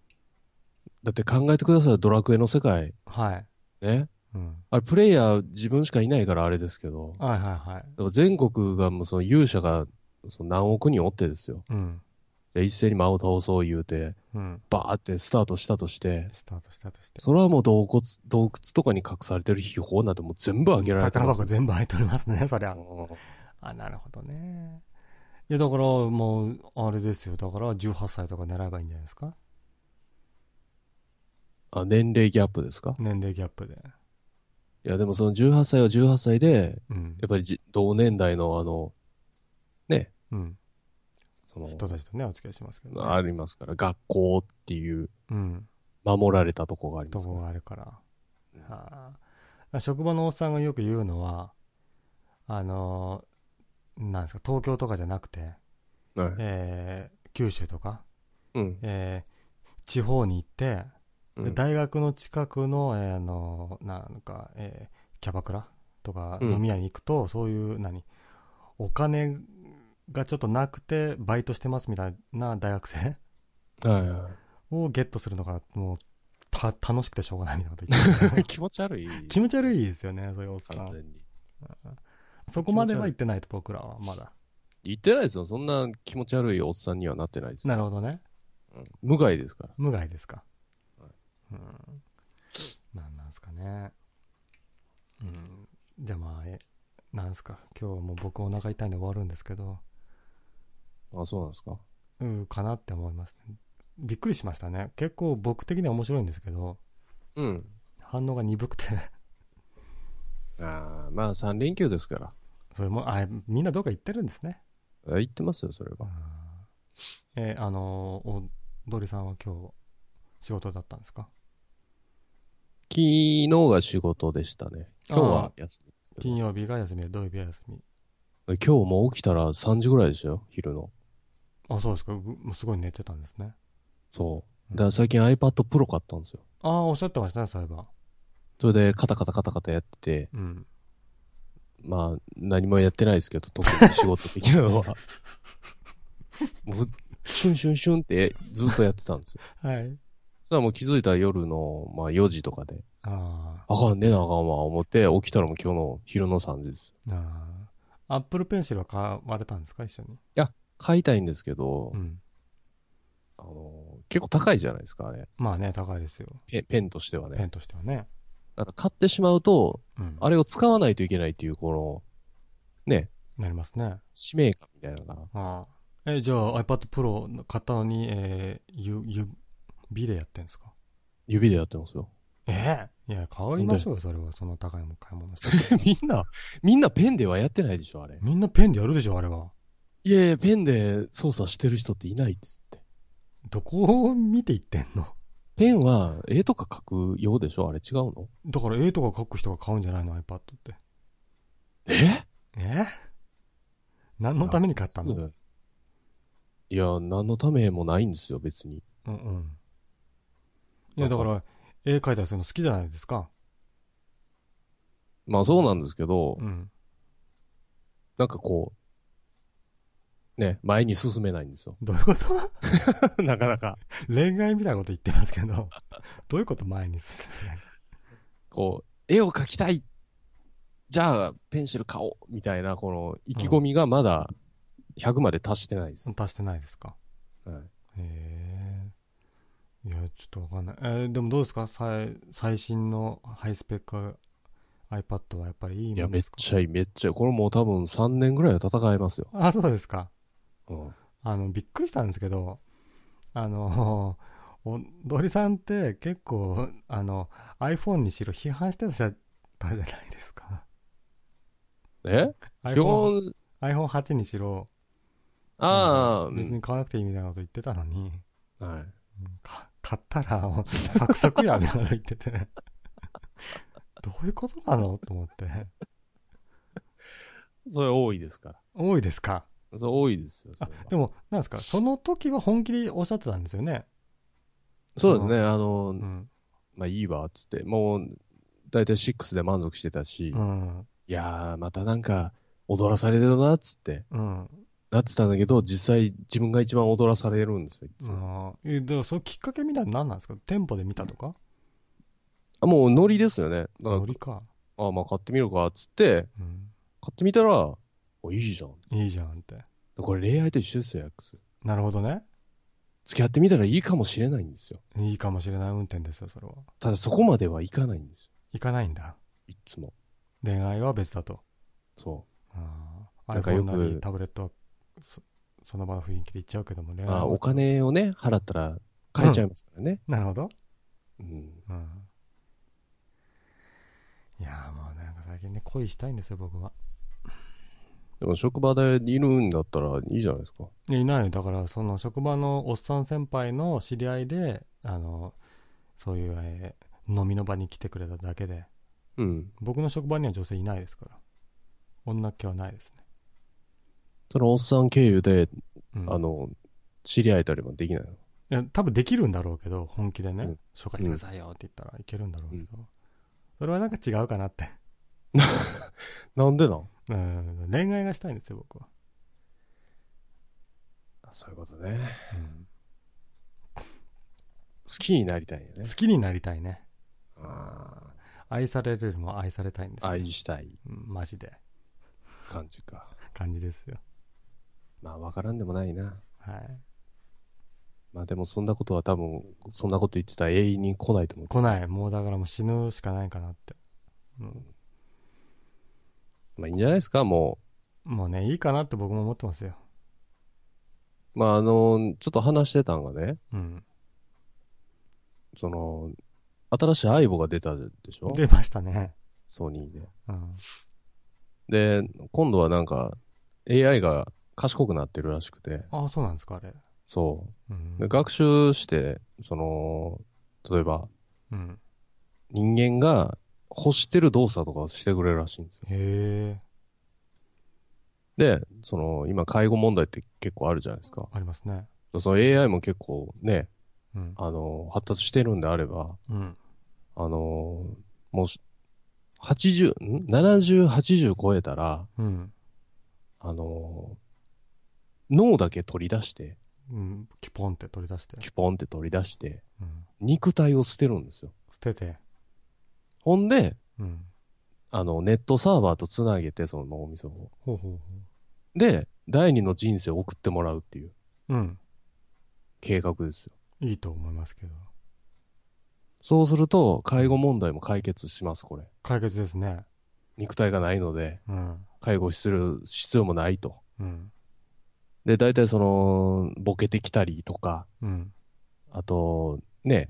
Speaker 2: だって考えてください、ドラクエの世界。
Speaker 1: はい、
Speaker 2: ね。
Speaker 1: うん、
Speaker 2: あれ、プレイヤー自分しかいないからあれですけど、
Speaker 1: はいはいはい
Speaker 2: だから全国がもうその勇者がその何億人おってですよ。
Speaker 1: うん
Speaker 2: じゃあ一斉に魔を倒そう言うて、
Speaker 1: うん
Speaker 2: バーってスタートしたとして、
Speaker 1: スタートしたとして
Speaker 2: それはもう洞窟、洞窟とかに隠されてる秘宝なんてもう全部開けられて
Speaker 1: 宝
Speaker 2: ます
Speaker 1: 箱
Speaker 2: よ。
Speaker 1: 全部開いておりますねそりゃ
Speaker 2: うん
Speaker 1: あなるほどねいやだからもうあれですよだから18歳とか狙えばいいんじゃないですか
Speaker 2: あ、年齢ギャップですか
Speaker 1: 年齢ギャップで
Speaker 2: いや、でもその18歳は18歳で、
Speaker 1: うん
Speaker 2: やっぱりじ同年代のあの、ね、
Speaker 1: うん
Speaker 2: その、
Speaker 1: 人たちとねお付き合いしますけど、ね、
Speaker 2: ありますから、学校っていう
Speaker 1: うん
Speaker 2: 守られたとこがあり
Speaker 1: と
Speaker 2: ますか
Speaker 1: こ
Speaker 2: ら。
Speaker 1: があるから。は
Speaker 2: うん
Speaker 1: あ、だから職場のおっさんがよく言うのは、あのーなんですか、東京とかじゃなくて、
Speaker 2: はい。
Speaker 1: えー九州とか、
Speaker 2: うん。
Speaker 1: えー地方に行って、
Speaker 2: う
Speaker 1: で
Speaker 2: ん
Speaker 1: 大学の近くの、えーあのーなんか、えーキャバクラとか
Speaker 2: うん
Speaker 1: 飲み屋に行くと、そういう、何、お金がちょっとなくてバイトしてますみたいな大学生
Speaker 2: はいは
Speaker 1: をゲットするのが、もう、た、楽しくてしょうがないみたいなこと言って
Speaker 2: い。
Speaker 1: る
Speaker 2: 気持ち悪い。
Speaker 1: 気持ち悪いですよね、そういうおっさ
Speaker 2: 完
Speaker 1: ん。
Speaker 2: 全に。
Speaker 1: そこまでは行ってないと、僕らは、まだ。
Speaker 2: 言ってないですよ。そんな気持ち悪いおっさんにはなってないです。
Speaker 1: なるほどね。
Speaker 2: うん無害ですから。
Speaker 1: 無害ですか。
Speaker 2: は
Speaker 1: うん。なんなんですかね。うん。じゃあまあ、え、なんですか。今日はもう僕お腹痛いんで終わるんですけど、
Speaker 2: あ、そうなんですか。
Speaker 1: うん、かなって思います、ね。びっくりしましたね。結構僕的には面白いんですけど、
Speaker 2: うん。
Speaker 1: 反応が鈍くて、
Speaker 2: ああ、まあ3連休ですから。
Speaker 1: それも、あ、みんなどうか言ってるんですね。
Speaker 2: あ言ってますよ、それは。
Speaker 1: えーあのー、おどりさんは今日、仕事だったんですか
Speaker 2: 昨日が仕事でしたね。今日は休み。
Speaker 1: 金曜日が休みで、土曜日は休み。
Speaker 2: 今日も起きたら3時ぐらいでしたよ、昼の。
Speaker 1: あ、そうですか。ぐもうすごい寝てたんですね。
Speaker 2: そう。だから最近 iPad Pro 買ったんですよ。
Speaker 1: ああ、おっしゃってましたね、そういえば。
Speaker 2: それでカタカタカタカタやってて、
Speaker 1: うん。
Speaker 2: まあ何もやってないですけど、特に仕事的なの は。もう、シュンシュンシュンってずっとやってたんですよ。
Speaker 1: はい。
Speaker 2: そしたらもう気づいたら夜の、まあ4時とかで、
Speaker 1: あ
Speaker 2: あかん、寝なあかんわ、思って、起きたらもう今日の昼の3時です。
Speaker 1: ーあー。アップルペンシルは買われたんですか、一緒に。
Speaker 2: 買いたいんですけど、
Speaker 1: うん。
Speaker 2: あの、結構高いじゃないですか、あれ。
Speaker 1: まあね、高いですよ。
Speaker 2: ペンペンとしては
Speaker 1: ペ
Speaker 2: ね。
Speaker 1: ンとしてはね。
Speaker 2: だから買ってしまうと、
Speaker 1: うん。
Speaker 2: あれを使わないといけないっていう、この、ね、
Speaker 1: なりますね。
Speaker 2: 使命感みたいなのかな。
Speaker 1: ああ。え、じゃあ iPad Pro 買ったのに、えー、ゆ、ゆ、ビレやってんですか
Speaker 2: 指でやってますよ。
Speaker 1: ええいや、買いましょうよ、それは。その高いもん買い物して。
Speaker 2: みんな、みんなペンではやってないでしょ、あれ。
Speaker 1: みんなペンでやるでしょ、あれは。
Speaker 2: いやいや、ペンで操作してる人っていないっつって。
Speaker 1: どこを見ていってんの
Speaker 2: ペンは絵とか描くようでしょあれ違うの
Speaker 1: だから絵とか描く人が買うんじゃないの、iPad って。
Speaker 2: え
Speaker 1: え何のために買ったの
Speaker 2: そういや、何のためもないんですよ、別に。
Speaker 1: うんうん。いや、だから、絵描いたりするの好きじゃないですか。
Speaker 2: まあそうなんですけど、
Speaker 1: うん。。
Speaker 2: なんかこう、ね、前に進めないんですよ
Speaker 1: どういうこと
Speaker 2: なかなか。
Speaker 1: 恋愛みたいなこと言ってますけど、 どういうこと前に進めない
Speaker 2: こう、絵を描きたいじゃあ、ペンシル買おうみたいな、この、意気込みがまだ100まで達してないです。
Speaker 1: 足してないですか
Speaker 2: はい
Speaker 1: へえ。いや、ちょっとわかんない。えーでもどうですか最最新のハイスペック iPad はやっぱりいい
Speaker 2: いや、
Speaker 1: もん
Speaker 2: め
Speaker 1: で
Speaker 2: っ
Speaker 1: すか
Speaker 2: ちゃいい、めっちゃいい。これもう多分3年ぐらいは戦えますよ。
Speaker 1: あ、そうですか。
Speaker 2: うん。
Speaker 1: あの、びっくりしたんですけど、あの、おどりさんって結構、あの、iPhone にしろ批判してたじゃないですか。
Speaker 2: え基
Speaker 1: iPhone,
Speaker 2: 本、
Speaker 1: iPhone8 にしろ、
Speaker 2: ああ、
Speaker 1: 別に買わなくていいみたいなこと言ってたのに、
Speaker 2: うんはい。
Speaker 1: うんか買ったら、もうサクサクや、みたいなこと言ってて。 どういうことなのと思って。
Speaker 2: それ多いですか
Speaker 1: 多いですか。
Speaker 2: ら。それ多いですよ。そ
Speaker 1: あ
Speaker 2: れは、
Speaker 1: でも、なんですか、その時は本気でおっしゃってたんですよね。
Speaker 2: そうですね、あの
Speaker 1: う、ん。
Speaker 2: まあいいわ、つって。もう、だいたい6で満足してたし、
Speaker 1: うん。
Speaker 2: いやー、またなんか、踊らされてるな、つって。
Speaker 1: うん。
Speaker 2: なってたんだけど、実際自分が一番踊らされるんですよ、いつも。
Speaker 1: あーえ、だからそのきっかけみたいなの何なんですか店舗で見たとか
Speaker 2: あ、もうノリですよね。だから
Speaker 1: ノリか。
Speaker 2: あ、まあ買ってみるか、つって、
Speaker 1: うん。
Speaker 2: 買ってみたら、あ、いいじゃん。
Speaker 1: いいじゃんって。
Speaker 2: これ恋愛と一緒ですよ、X。
Speaker 1: なるほどね。
Speaker 2: 付き合ってみたらいいかもしれないんですよ。
Speaker 1: いいかもしれない運転ですよ、それは。
Speaker 2: ただそこまではいかないんですよ。
Speaker 1: 行かないんだ。
Speaker 2: いつも。
Speaker 1: 恋愛は別だと。
Speaker 2: そ
Speaker 1: ああ。
Speaker 2: なんかよ
Speaker 1: iPhone
Speaker 2: く
Speaker 1: なりタブレットはそその場の雰囲気で行っちゃうけども、恋
Speaker 2: う。
Speaker 1: 愛
Speaker 2: まあ
Speaker 1: は
Speaker 2: お金をね、払ったら買えちゃいますからね。
Speaker 1: なるほど。
Speaker 2: うん。
Speaker 1: うん。いやーもうなんか最近ね、恋したいんですよ、僕は。
Speaker 2: でも職場でいるんだったらいいじゃないですか。
Speaker 1: いやいないよだからその職場のおっさん先輩の知り合いであのそういう、えー飲みの場に来てくれただけで
Speaker 2: うん。
Speaker 1: 僕の職場には女性いないですから女っ気はないですね、
Speaker 2: そのおっさん経由で、
Speaker 1: うん、
Speaker 2: あの、知り合えたりもできないの。
Speaker 1: いや多分できるんだろうけど本気でね、
Speaker 2: うん
Speaker 1: 紹介してくださいよって言ったらいけるんだろうけど、それはなんか違うかなって、
Speaker 2: なんでなん
Speaker 1: うん、恋愛がしたいんですよ僕は、
Speaker 2: そういうことね。
Speaker 1: うん
Speaker 2: 好きになりたいよね
Speaker 1: 好。きになりたいね。
Speaker 2: あ
Speaker 1: 愛されるよりも愛されたいんです
Speaker 2: ー
Speaker 1: よ、
Speaker 2: 愛したい
Speaker 1: うんマジで。
Speaker 2: 感じか。
Speaker 1: 感じですよ。
Speaker 2: まあ、わからんでもないな。
Speaker 1: はい。
Speaker 2: まあ、でもそんなことは多分、そんなこと言ってたら永遠に来ないと思う。
Speaker 1: 来ない。もうだからもう死ぬしかないかなって。うん、
Speaker 2: まあ、いいんじゃないですか、も
Speaker 1: もうね、いいかなって僕も思ってますよ。
Speaker 2: う。まあ、あの、ちょっと話してたんがね、
Speaker 1: うん。
Speaker 2: その、新しい相棒が出たでしょ
Speaker 1: 出ましたね。
Speaker 2: ソニーで。
Speaker 1: うん。
Speaker 2: で、今度はなんか、AI が賢くなってるらしくて、
Speaker 1: ああ、そうなんですか、あれ。
Speaker 2: そうう。
Speaker 1: ん
Speaker 2: で。学習して、その、例えば、
Speaker 1: うん、
Speaker 2: 人間が欲してる動作とかをしてくれるらしいんですよ。
Speaker 1: へえ、
Speaker 2: で、その、今、介護問題って結構あるじゃないですか。
Speaker 1: ありますね。
Speaker 2: その AI も結構ね、
Speaker 1: うん。
Speaker 2: あの、発達してるんであれば、
Speaker 1: うん。
Speaker 2: あの、もうし、80、ん ?70、80超えたら、
Speaker 1: うん。
Speaker 2: あの、脳だけ取り出して、
Speaker 1: うん。キュポンって取り出して。
Speaker 2: キュポンって取り出して、
Speaker 1: うん。
Speaker 2: 肉体を捨てるんですよ。
Speaker 1: 捨てて。
Speaker 2: ほんで、
Speaker 1: うん。
Speaker 2: あの、ネットサーバーとつなげて、その脳みそを。
Speaker 1: ほうほうほ
Speaker 2: で、第二の人生を送ってもらうっていう
Speaker 1: う。うん。
Speaker 2: 計画ですよ。
Speaker 1: いいと思いますけど。
Speaker 2: そうすると、介護問題も解決します、これ。
Speaker 1: 解決ですね。
Speaker 2: 肉体がないので、
Speaker 1: うん。
Speaker 2: 介護する必要もないと。
Speaker 1: うん。
Speaker 2: で、大体その、ボケてきたりとか、
Speaker 1: うん。
Speaker 2: あと、ね、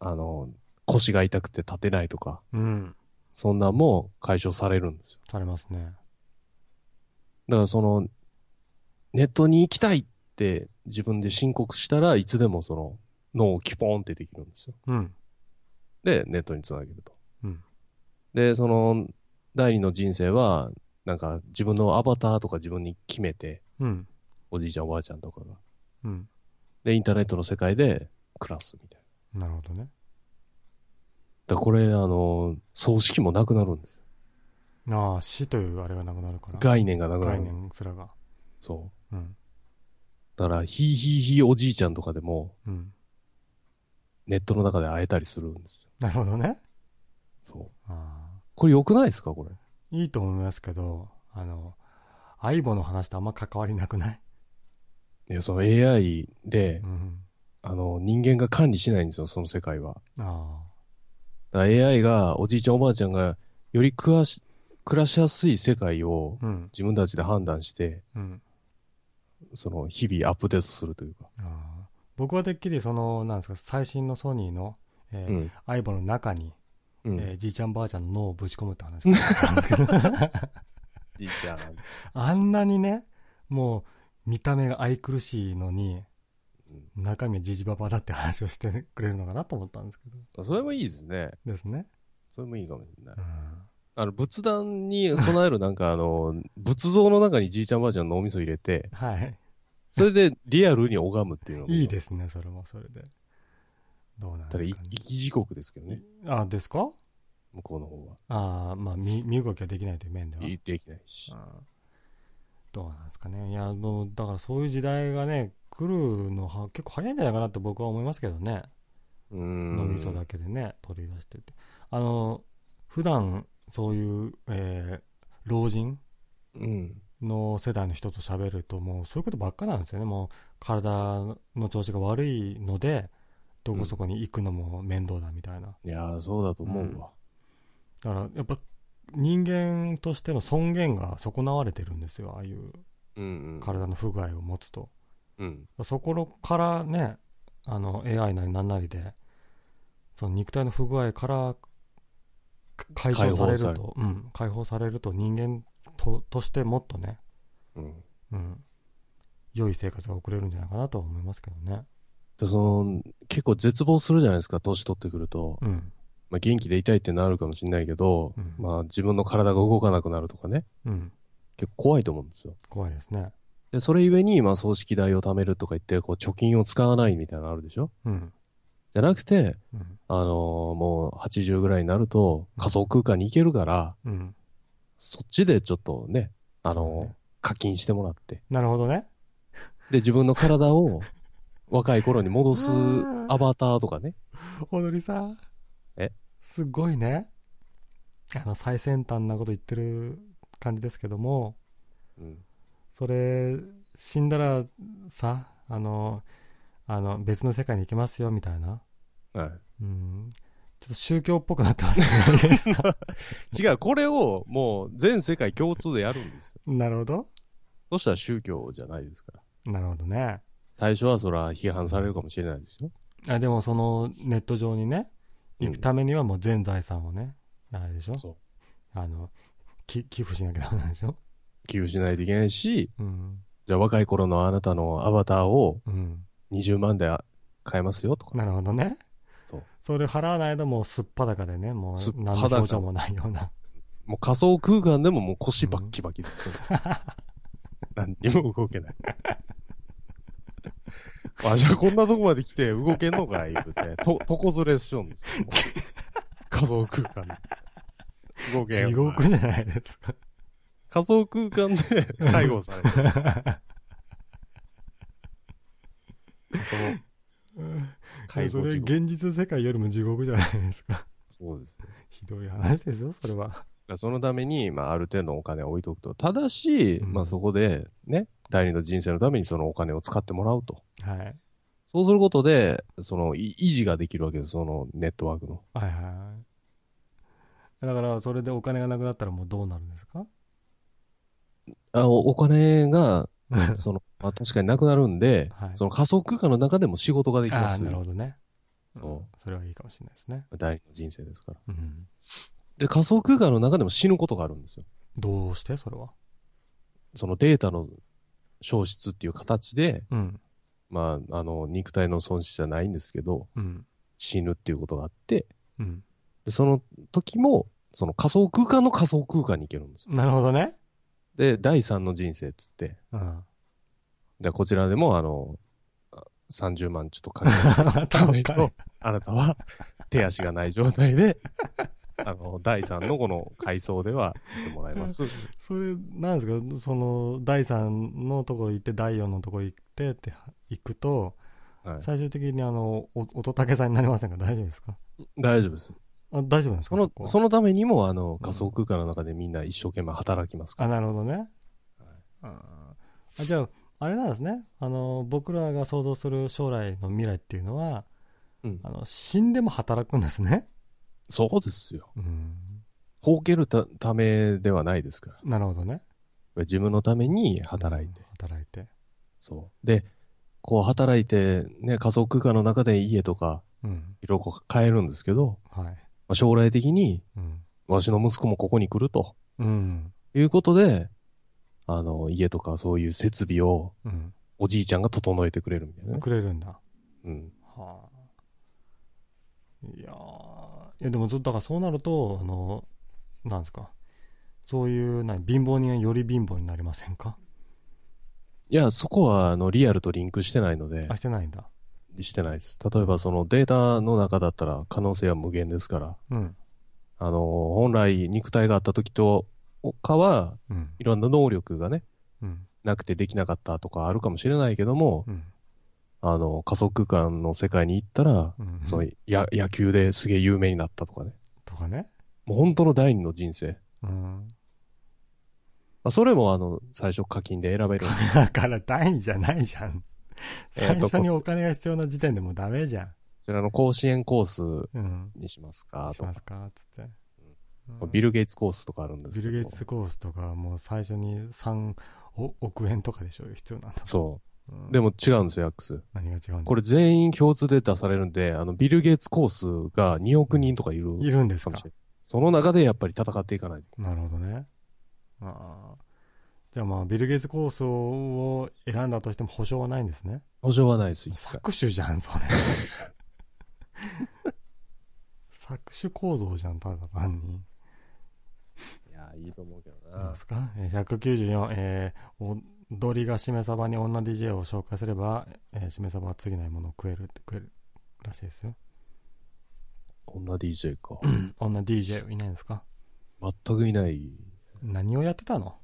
Speaker 2: あの、腰が痛くて立てないとか、
Speaker 1: うん。
Speaker 2: そんなんも解消されるんですよ。
Speaker 1: されますね。
Speaker 2: だからその、ネットに行きたいって自分で申告したらいつでもその脳をキュポーンってできるんですよ。
Speaker 1: うん。
Speaker 2: で、ネットにつなげると。
Speaker 1: うん
Speaker 2: で、その、第二の人生は、なんか自分のアバターとか自分に決めて、
Speaker 1: うん。
Speaker 2: おじいちゃんおばあちゃんとかが。
Speaker 1: うん。
Speaker 2: で、インターネットの世界で暮らすみたいな。
Speaker 1: なるほどね。
Speaker 2: だからこれ、あの、葬式もなくなるんですよ。
Speaker 1: ああ、死というあれがなくなるから。
Speaker 2: 概念がなくなる。
Speaker 1: 概念すらが。
Speaker 2: そう。
Speaker 1: うん。
Speaker 2: だから、ひいひいひいおじいちゃんとかでも、
Speaker 1: うん。
Speaker 2: ネットの中で会えたりするんですよ。
Speaker 1: なるほどね。
Speaker 2: そう。
Speaker 1: ああ。
Speaker 2: これ良くないですかこれ。
Speaker 1: いいと思いますけど、あの、相棒の話とあんま関わりなくない
Speaker 2: いや、その AI で、
Speaker 1: うん。
Speaker 2: あの、人間が管理しないんですよ、その世界は。
Speaker 1: ああ。
Speaker 2: だから AI が、おじいちゃんおばあちゃんが、より暮らし、暮らしやすい世界を
Speaker 1: うん。
Speaker 2: 自分たちで判断して、
Speaker 1: うん。
Speaker 2: その、日々アップデートするというか。
Speaker 1: あー僕はてっきりそのなんですか最新のソニーの、えー
Speaker 2: うん。
Speaker 1: アイボの中に、
Speaker 2: うん。
Speaker 1: えーじいちゃんばあちゃんの脳をぶち込むって話かと思ったんですけど
Speaker 2: じいちゃん。
Speaker 1: あんなにねもう見た目が愛くるしいのに中身はじじばばだって話をしてくれるのかなと思ったんですけど
Speaker 2: それもいいですね。
Speaker 1: ですね、。
Speaker 2: それもいいかもしれないう
Speaker 1: ん
Speaker 2: あの、仏壇に備えるなんか、あの、仏像の中にじいちゃんおばあちゃんの脳みそ入れて、
Speaker 1: はい
Speaker 2: それでリアルに拝むっていうのも
Speaker 1: いいですねそれもそれでどうなん
Speaker 2: ただ、
Speaker 1: で
Speaker 2: い
Speaker 1: すかね
Speaker 2: 生き地獄ですけどね、
Speaker 1: あですか
Speaker 2: 向こうの方は。
Speaker 1: ああまあ身身動きができないという面では
Speaker 2: できないし。
Speaker 1: うんどうなんですかね。いや、もう、だからそういう時代がね、来るのは結構早いんじゃないかなって僕は思いますけどね。
Speaker 2: うーん。
Speaker 1: 脳みそだけでね、取り出してて。あの、普段、そういう、えー老人
Speaker 2: うん。
Speaker 1: の世代の人と喋ると、もうそういうことばっかなんですよね。もう、体の調子が悪いので、どこそこに行くのも面倒だみたいな。
Speaker 2: いやー、そうだと思うわ。
Speaker 1: だから、やっぱ、人間としての尊厳が損なわれてるんですよ。ああいう
Speaker 2: うん、うん。
Speaker 1: 体の不具合を持つと。
Speaker 2: うん。
Speaker 1: そこからね、あの、AI なりなんなりで、その肉体の不具合からか解消される
Speaker 2: 解放され
Speaker 1: と、うん、解放されると人間ととしてもっとね、
Speaker 2: うん。
Speaker 1: うん、良い生活が送れるんじゃないかなとは思いますけどね。
Speaker 2: でその、結構絶望するじゃないですか、年取ってくると。
Speaker 1: うん、
Speaker 2: まあ、元気でいたいってなるかもしれないけど、
Speaker 1: うん
Speaker 2: まあ、自分の体が動かなくなるとかね、
Speaker 1: うん、
Speaker 2: 結構怖いと思うんですよ。
Speaker 1: 怖いですね。
Speaker 2: で、それゆえに、まあ、葬式代を貯めるとか言って、こう、貯金を使わないみたいなのあるでしょ
Speaker 1: うん、
Speaker 2: じゃなくて、
Speaker 1: うん、
Speaker 2: あのーもう80ぐらいになると、仮想空間に行けるから、
Speaker 1: うん。
Speaker 2: そっちでちょっとね、あ
Speaker 1: そう
Speaker 2: のー
Speaker 1: ね
Speaker 2: 課金してもらって。
Speaker 1: なるほどね。
Speaker 2: で、自分の体を若い頃に戻す
Speaker 1: あー
Speaker 2: アバターとかね。
Speaker 1: 踊りさん。
Speaker 2: え
Speaker 1: すごいね。あの、最先端なこと言ってる感じですけども、
Speaker 2: うん。
Speaker 1: それ、死んだらさ、あの、あの、別の世界に行けますよ、みたいな。
Speaker 2: はい。
Speaker 1: うん。ちょっと宗教っぽくなってますね ないですか。
Speaker 2: 違う、これをもう全世界共通でやるんですよ。
Speaker 1: なるほど。
Speaker 2: そしたら宗教じゃないですから。
Speaker 1: なるほどね。
Speaker 2: 最初はそれは批判されるかもしれないですよ。
Speaker 1: あでもそのネット上にね行くためにはもう全財産をね、あれでしょ
Speaker 2: そう。
Speaker 1: あのき寄付しなきゃダメなんでしょ
Speaker 2: 寄付しないといけないし、
Speaker 1: うん
Speaker 2: じゃあ若い頃のあなたのアバターを
Speaker 1: うん
Speaker 2: 20万で買えますよとか。
Speaker 1: なるほどね
Speaker 2: そう。
Speaker 1: それ払わないともうすっぱだかでねも
Speaker 2: 素っ
Speaker 1: う
Speaker 2: 裸
Speaker 1: 何の表情もないような
Speaker 2: もう仮想空間でももう腰バッキバキ ですよ。何にも動けない。あ、じゃあこんなとこまで来て動けんのかい言うて、と、床ずれしようんですよ。もう仮想空間で。動けんわ
Speaker 1: 地獄じゃないですか
Speaker 2: 仮想空間で介護され てる。その介
Speaker 1: そ
Speaker 2: 護
Speaker 1: れ
Speaker 2: 地獄。
Speaker 1: 現実世界よりも地獄じゃないですか
Speaker 2: そうですね。
Speaker 1: ひどい話ですよそれは
Speaker 2: だからそのために、まあ、ある程度のお金を置いとくと。ただし、
Speaker 1: うん
Speaker 2: まあ、そこで、ね、第二の人生のためにそのお金を使ってもらうと。
Speaker 1: はい
Speaker 2: そうすることで、その、い維持ができるわけです、そのネットワークの。
Speaker 1: はいはいだからそれでお金がなくなったらもうどうなるんですか
Speaker 2: あおお金 が、その、まあ、確かになくなるんで、
Speaker 1: はい
Speaker 2: その仮想空間の中でも仕事ができま
Speaker 1: ああ
Speaker 2: す
Speaker 1: なるほどね
Speaker 2: そうん
Speaker 1: それはいいかもしれないですね
Speaker 2: 第二の人生ですから。
Speaker 1: うん
Speaker 2: で、仮想空間の中でも死ぬことがあるんですよ。
Speaker 1: どうしてそれは
Speaker 2: そのデータの消失っていう形で、
Speaker 1: うん
Speaker 2: まあ、あの、肉体の損失じゃないんですけど、
Speaker 1: うん
Speaker 2: 死ぬっていうことがあって、
Speaker 1: うん
Speaker 2: で、その時も、その仮想空間の仮想空間に行けるんですよ。
Speaker 1: なるほどね
Speaker 2: で、第三の人生っつって、
Speaker 1: うん
Speaker 2: で、こちらでも、あの、あ30万ちょっとかけ て
Speaker 1: またお金
Speaker 2: あなたは手足がない状態で、あの、第三のこの階層では見てもらえます。
Speaker 1: それなんですかその第3のところ行って第4のところ行ってって行くと
Speaker 2: はい、
Speaker 1: 最終的にあのお乙武さんになりませんか大丈夫ですか
Speaker 2: 大丈夫です。
Speaker 1: あ大丈夫なんです
Speaker 2: そ
Speaker 1: か
Speaker 2: の
Speaker 1: こ、は
Speaker 2: そのためにも、あの、仮想空間の中でみんな一生懸命働きますから。
Speaker 1: あなるほどね、あーあじゃああれなんですねあの僕らが想像する将来の未来っていうのは
Speaker 2: うん
Speaker 1: あの死んでも働くんですね
Speaker 2: そうですよ。
Speaker 1: うん
Speaker 2: 儲けるたためではないですから。
Speaker 1: なるほどね
Speaker 2: 自分のために働いて。
Speaker 1: うん働いて
Speaker 2: そう。で、こう働いて、ね、仮想空間の中で家とか、
Speaker 1: うん
Speaker 2: いろいろこう買えるんですけど、
Speaker 1: はい
Speaker 2: まあ、将来的に、
Speaker 1: うん
Speaker 2: わしの息子もここに来ると
Speaker 1: うん
Speaker 2: いうことで、あの、家とかそういう設備を
Speaker 1: う
Speaker 2: おじいちゃんが整えてくれるみたいなんね。
Speaker 1: くれるんだ
Speaker 2: うん。
Speaker 1: はあいやーいやでもずっとだからそうなるとあのなんですかそういうな貧乏人はより貧乏になりませんか
Speaker 2: いや、そこは、あの、リアルとリンクしてないので
Speaker 1: あ、してないんだ
Speaker 2: してないです。例えば、そのデータの中だったら可能性は無限ですから、
Speaker 1: うん
Speaker 2: あの、本来肉体があった時と、かは、
Speaker 1: うん
Speaker 2: いろんな能力がね、
Speaker 1: うん
Speaker 2: なくてできなかったとかあるかもしれないけども、
Speaker 1: うん
Speaker 2: あの、仮想空間の世界に行ったら、
Speaker 1: うん
Speaker 2: そのや野球ですげえ有名になったとかね。
Speaker 1: とかね
Speaker 2: もう本当の第二の人生。
Speaker 1: うん
Speaker 2: まあ、それもあの、最初課金で 選べるんで。
Speaker 1: だから第二じゃないじゃん
Speaker 2: えー
Speaker 1: 最
Speaker 2: と
Speaker 1: 初にお金が必要な時点でもうダメじゃ
Speaker 2: そちらの甲子園コース
Speaker 1: んうん
Speaker 2: にしますか
Speaker 1: し
Speaker 2: とか
Speaker 1: ま、すかつってうん
Speaker 2: ビル・ゲイツコースとかあるんです
Speaker 1: ビ
Speaker 2: けど。
Speaker 1: ル・ゲイツコースとかもう最初に3億円とかでしょ必要なんだ、
Speaker 2: そ
Speaker 1: うん
Speaker 2: う。でも違うんですよ、ヤックス。
Speaker 1: 何が違うんです
Speaker 2: これ全員共通で出されるんで、あの、ビル・ゲイツコースが2億人とかいる
Speaker 1: いるんです
Speaker 2: か
Speaker 1: か
Speaker 2: もしれない。その中でやっぱり戦っていかないと。
Speaker 1: なるほどね。ああ。じゃあまあ、ビル・ゲイツ構想を選んだとしても保証はないんですね。
Speaker 2: 保証はないです、一切。
Speaker 1: 搾取じゃん、それ。 搾取構造じゃん、ただ単に。
Speaker 2: いや、いいと思うけど
Speaker 1: どうですかえー ?194、えー、踊りがしめ鯖に女 DJ を紹介すれば、えー、しめ鯖は次ないものを食えるって食えるらしいですよ。
Speaker 2: 女 DJ か。
Speaker 1: 女 DJ いないんですか
Speaker 2: 全くいない。
Speaker 1: 何をやってた の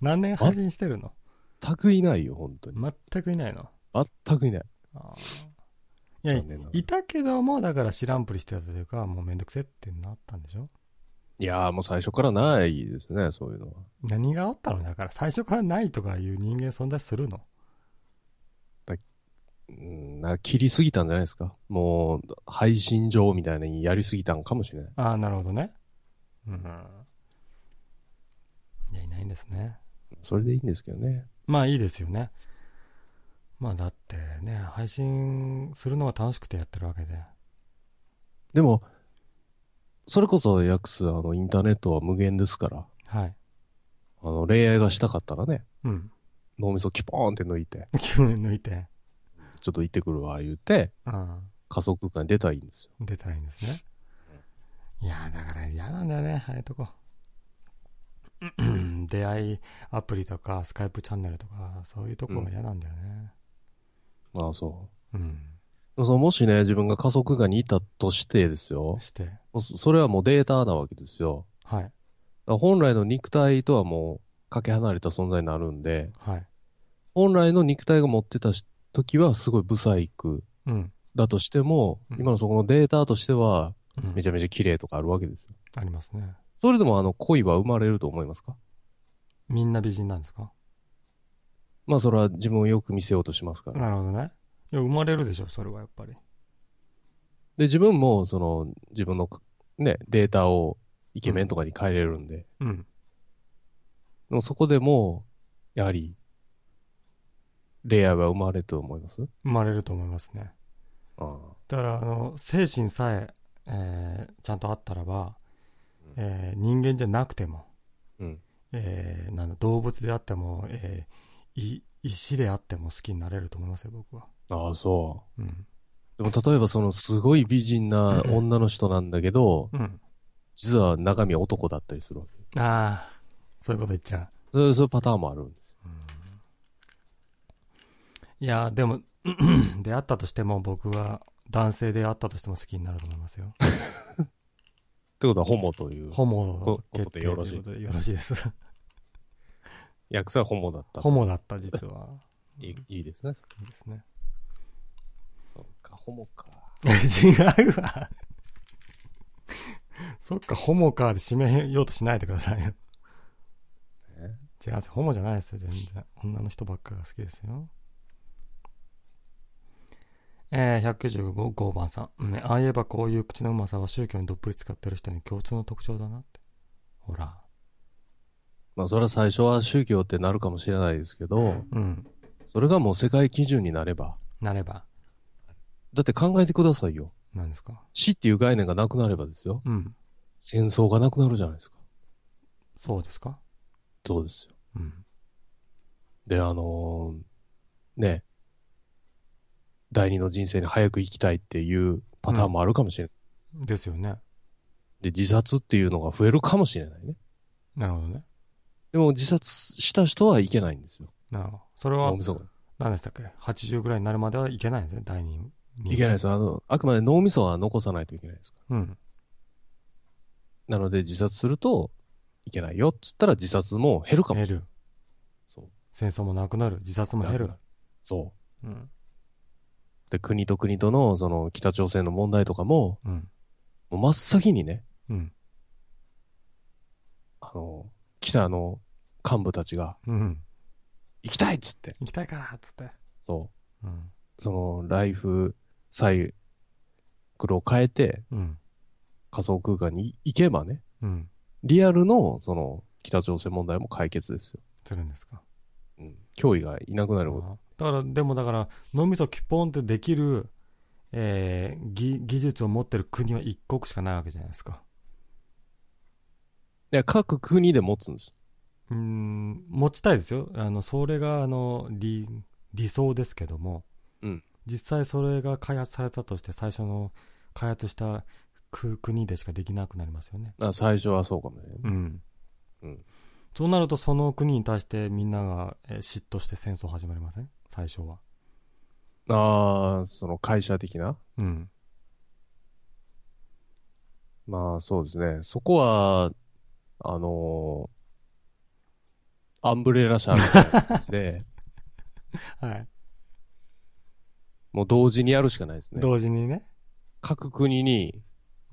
Speaker 1: 何年配信してるの
Speaker 2: 全くいないよ、本当に。
Speaker 1: 全くいないの
Speaker 2: 全くいない。
Speaker 1: あーいや
Speaker 2: 残念ながら
Speaker 1: いたけどもだから知らんぷりしてたというかもうめんどくせえってなったんでしょ
Speaker 2: いやーもう最初からないですね、そういうのは。
Speaker 1: 何があったのだから最初からないとかいう人間存在するの
Speaker 2: うん、なんか切りすぎたんじゃないですか。もう、配信上みたいなにやりすぎたんかもしれない。
Speaker 1: ああなるほどねうんいやいないんですね
Speaker 2: それでいいんですけどね。
Speaker 1: まあいいですよねまあだってね配信するのが楽しくてやってるわけで
Speaker 2: でも、それこそ、ヤックス、あの、インターネットは無限ですから、
Speaker 1: はい
Speaker 2: あの、恋愛がしたかったらね、
Speaker 1: うん
Speaker 2: 脳みそキュポーンって抜いて、
Speaker 1: 気分抜いて
Speaker 2: ちょっと行ってくるわ、言うて、
Speaker 1: うん
Speaker 2: 仮想空間に出たらいいんですよ。
Speaker 1: 出たらいいんですね。いやー、だから嫌なんだよね、ああいうとこ。00出会いアプリとか、スカイプチャンネルとか、そういうとこは嫌なんだよね。
Speaker 2: ああ、そ
Speaker 1: うん。
Speaker 2: う。そのもしね、自分が仮想空間にいたとしてですよ。
Speaker 1: して、
Speaker 2: もうそそれはもうデータなわけですよ。
Speaker 1: はい、
Speaker 2: だから本来の肉体とはもう、かけ離れた存在になるんで、
Speaker 1: はい。
Speaker 2: 本来の肉体が持ってたし時はすごいブサイク
Speaker 1: うん。
Speaker 2: だとしても、
Speaker 1: うん
Speaker 2: 今のそこのデータとしては、
Speaker 1: うん
Speaker 2: めちゃめちゃ綺麗とかあるわけですよ。
Speaker 1: ありますね。
Speaker 2: それでもあの恋は生まれると思いますか
Speaker 1: みんな美人なんですか
Speaker 2: まあそれは自分をよく見せようとしますから。
Speaker 1: なるほどね。いや、生まれるでしょ、それはやっぱり。
Speaker 2: で、自分もその自分のね、データをイケメンとかに変えれるんで、で
Speaker 1: うん。
Speaker 2: もそこでもう、やはり、恋愛は生まれると思います
Speaker 1: 生まれると思いますね。
Speaker 2: ああ。
Speaker 1: だから、あの、精神さえ、えーちゃんとあったらば、えー人間じゃなくても、
Speaker 2: うん。
Speaker 1: えーなんだ動物であっても、えーい石であっても好きになれると思いますよ、僕は。
Speaker 2: ああ、そ
Speaker 1: うん。
Speaker 2: う。でも例えばそのすごい美人な女の人なんだけど、
Speaker 1: うん。
Speaker 2: 実は中身は男だったりするわけ。
Speaker 1: ああ、そういうこと言っちゃ
Speaker 2: そうそういうパターンもあるんです。
Speaker 1: う。いやー、でも、 出会ったとしても、僕は男性であったとしても好きになると思いますよ。
Speaker 2: ってことは、ホモという。
Speaker 1: ホモ
Speaker 2: こことでよろしい
Speaker 1: 決定とうことでよろしいです。
Speaker 2: 役者はホモだっ た。
Speaker 1: ホモだった、実は。
Speaker 2: いいいいですね。
Speaker 1: いいですね。
Speaker 2: そうか、ホモか。
Speaker 1: 違うわ。そっか、ホモかで締めようとしないでくださいよ。
Speaker 2: ね
Speaker 1: 違うホモじゃないですよ全然女の人ばっかが好きですよえー、195番さん、ね、ああ言えばこういう口のうまさは宗教にどっぷり使ってる人に共通の特徴だなってほら
Speaker 2: まあ、それは最初は宗教ってなるかもしれないですけど、
Speaker 1: うん
Speaker 2: それがもう世界基準になれば。
Speaker 1: なれば
Speaker 2: だって考えてくださいよ。
Speaker 1: なんですか
Speaker 2: 死っていう概念がなくなればですよ。
Speaker 1: うん
Speaker 2: 戦争がなくなるじゃないですか。
Speaker 1: そうですか
Speaker 2: そうですよ。
Speaker 1: うん
Speaker 2: で、あのーね、第二の人生に早く生きたいっていうパターンもあるかもしれない。
Speaker 1: ですよね
Speaker 2: で、自殺っていうのが増えるかもしれないね。
Speaker 1: なるほどね
Speaker 2: でも自殺した人はいけないんですよ。
Speaker 1: なるほどそれは
Speaker 2: 脳みそが。
Speaker 1: 何でしたっけ80ぐらいになるまではいけないんですね第二に
Speaker 2: いけないです。あの、あくまで脳みそは残さないといけないですか
Speaker 1: うん
Speaker 2: ら。なので自殺するといけないよっつったら自殺も減るかも
Speaker 1: 減
Speaker 2: しれない。
Speaker 1: る
Speaker 2: そう。
Speaker 1: 戦争もなくなる自殺も減る
Speaker 2: そ
Speaker 1: うん
Speaker 2: う。で、国と国とのその北朝鮮の問題とかも、
Speaker 1: うん
Speaker 2: もう真っ先にね、
Speaker 1: うん
Speaker 2: あの、北の幹部たちが、
Speaker 1: うん
Speaker 2: 行きたいっつって、
Speaker 1: 行きたいからっつって
Speaker 2: そ
Speaker 1: うん
Speaker 2: う。その、ライフサイクルを変えて
Speaker 1: うん
Speaker 2: 仮想空間に行けばね、
Speaker 1: うん
Speaker 2: リアルのその北朝鮮問題も解決ですよ。
Speaker 1: するんですか
Speaker 2: うん。脅威がいなくなること。
Speaker 1: だからでもだから脳みそキュポンってできる、えー技技術を持ってる国は一国しかないわけじゃないですか
Speaker 2: いや、各国で持つんです。
Speaker 1: うーん持ちたいですよあのそれがあの理理想ですけども、
Speaker 2: うん
Speaker 1: 実際それが開発されたとして最初の開発したく国でしかできなくなりますよね
Speaker 2: あ最初はそうかもね。
Speaker 1: うん、
Speaker 2: うん
Speaker 1: そうなるとその国に対してみんながえー嫉妬して戦争始まりません最初は
Speaker 2: ああ、その会社的な。
Speaker 1: うん
Speaker 2: まあそうですね。そこは、あ のーアンブレラ社みたいな感じで、
Speaker 1: はい
Speaker 2: もう同時にやるしかないですね。
Speaker 1: 同時にね。
Speaker 2: 各国に、
Speaker 1: うん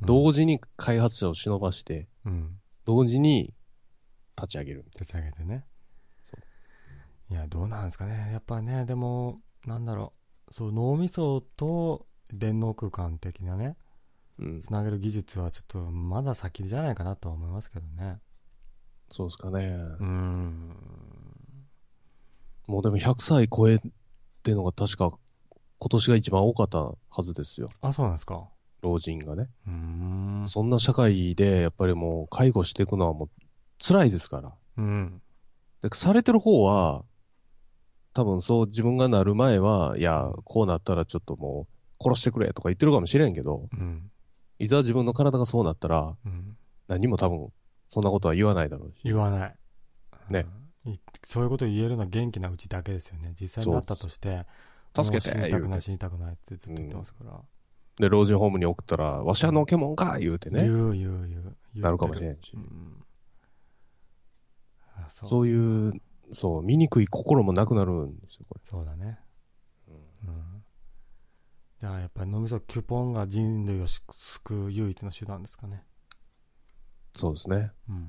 Speaker 2: 同時に開発者を忍ばして、
Speaker 1: うん。
Speaker 2: 同時に立ち上げる。
Speaker 1: 立ち上げてね
Speaker 2: そ
Speaker 1: いやどうなんですかねやっぱねでもなんだろうそう脳みそと電脳空間的なね
Speaker 2: うん。
Speaker 1: つなげる技術はちょっとまだ先じゃないかなとは思いますけどね
Speaker 2: そうですかね。
Speaker 1: うん
Speaker 2: もうでも100歳超えてのが確か今年が一番多かったはずですよ。
Speaker 1: あそうなんですか
Speaker 2: 老人がね。
Speaker 1: うーん
Speaker 2: そんな社会でやっぱりもう介護していくのはもう辛いですから。
Speaker 1: うん
Speaker 2: で、されてる方は、多分そう自分がなる前は、いや、こうなったらちょっともう殺してくれとか言ってるかもしれんけど、
Speaker 1: うん
Speaker 2: いざ自分の体がそうなったら、
Speaker 1: うん
Speaker 2: 何も多分そんなことは言わないだろうし。
Speaker 1: 言わない
Speaker 2: ね
Speaker 1: うんいそういうこと言えるのは元気なうちだけですよね実際になったとして
Speaker 2: 助けて
Speaker 1: もう死に
Speaker 2: 言
Speaker 1: たく
Speaker 2: う
Speaker 1: ない死
Speaker 2: て。
Speaker 1: にたくないってずっと言ってますから、
Speaker 2: で、老人ホームに送ったら、わしはのけもんか言うてね、
Speaker 1: 言う言う言う言
Speaker 2: なるかもし
Speaker 1: ない
Speaker 2: れんし
Speaker 1: う。んあそうそ
Speaker 2: そうういう、そう、醜い心もなくなるんですよ、これ。
Speaker 1: だねうんじゃあやっぱり脳みそキュポンが人類をし救う唯一の手段ですかね
Speaker 2: そうですね。
Speaker 1: うん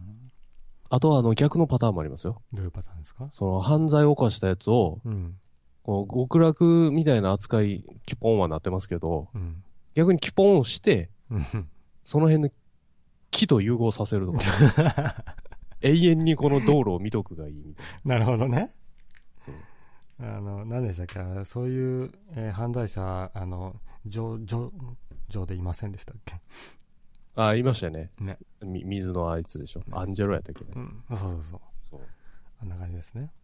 Speaker 2: あとは、あの、逆のパターンもありますよ。
Speaker 1: どういうパターンですか
Speaker 2: その、犯罪を犯したやつを、
Speaker 1: うん
Speaker 2: こう、極楽みたいな扱い、キュポンはなってますけど、
Speaker 1: うん
Speaker 2: 逆にキュポンをして、
Speaker 1: うん
Speaker 2: その辺の木と融合させるとか。永遠にこの道路を見とくがいいみたいな。
Speaker 1: なるほどね
Speaker 2: そう
Speaker 1: あの何でしたっけあのそういう、えー犯罪者あの上上上でいませんでしたっけ
Speaker 2: ああ、言いましたよね。
Speaker 1: ね
Speaker 2: み水のあいつでしょ。アンジェロやったっけね。
Speaker 1: うんそうそうそう
Speaker 2: そう。
Speaker 1: あんな感じですね
Speaker 2: だか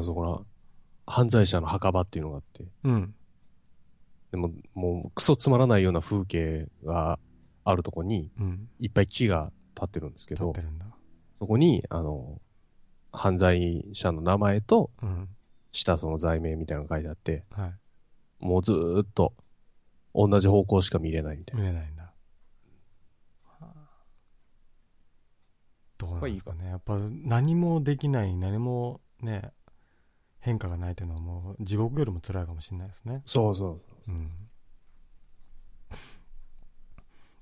Speaker 2: らそこら、犯罪者の墓場っていうのがあって、
Speaker 1: うん
Speaker 2: でも、もう、クソつまらないような風景があるとこに、
Speaker 1: うん
Speaker 2: いっぱい木が立ってるんですけ
Speaker 1: 立っ
Speaker 2: ど
Speaker 1: て、るんだ
Speaker 2: そこに、あの、犯罪者の名前と、
Speaker 1: うん
Speaker 2: したその罪名みたいなのが書いてあって、
Speaker 1: はい
Speaker 2: もうずーっと、同じ方向しか見れないみたい
Speaker 1: 見
Speaker 2: な。
Speaker 1: れないんだ。どうなんですかね。やっぱ何もできない、何もね、変化がないというのはもう地獄よりも辛いかもしれないですね。
Speaker 2: そうそうそうう。
Speaker 1: ん。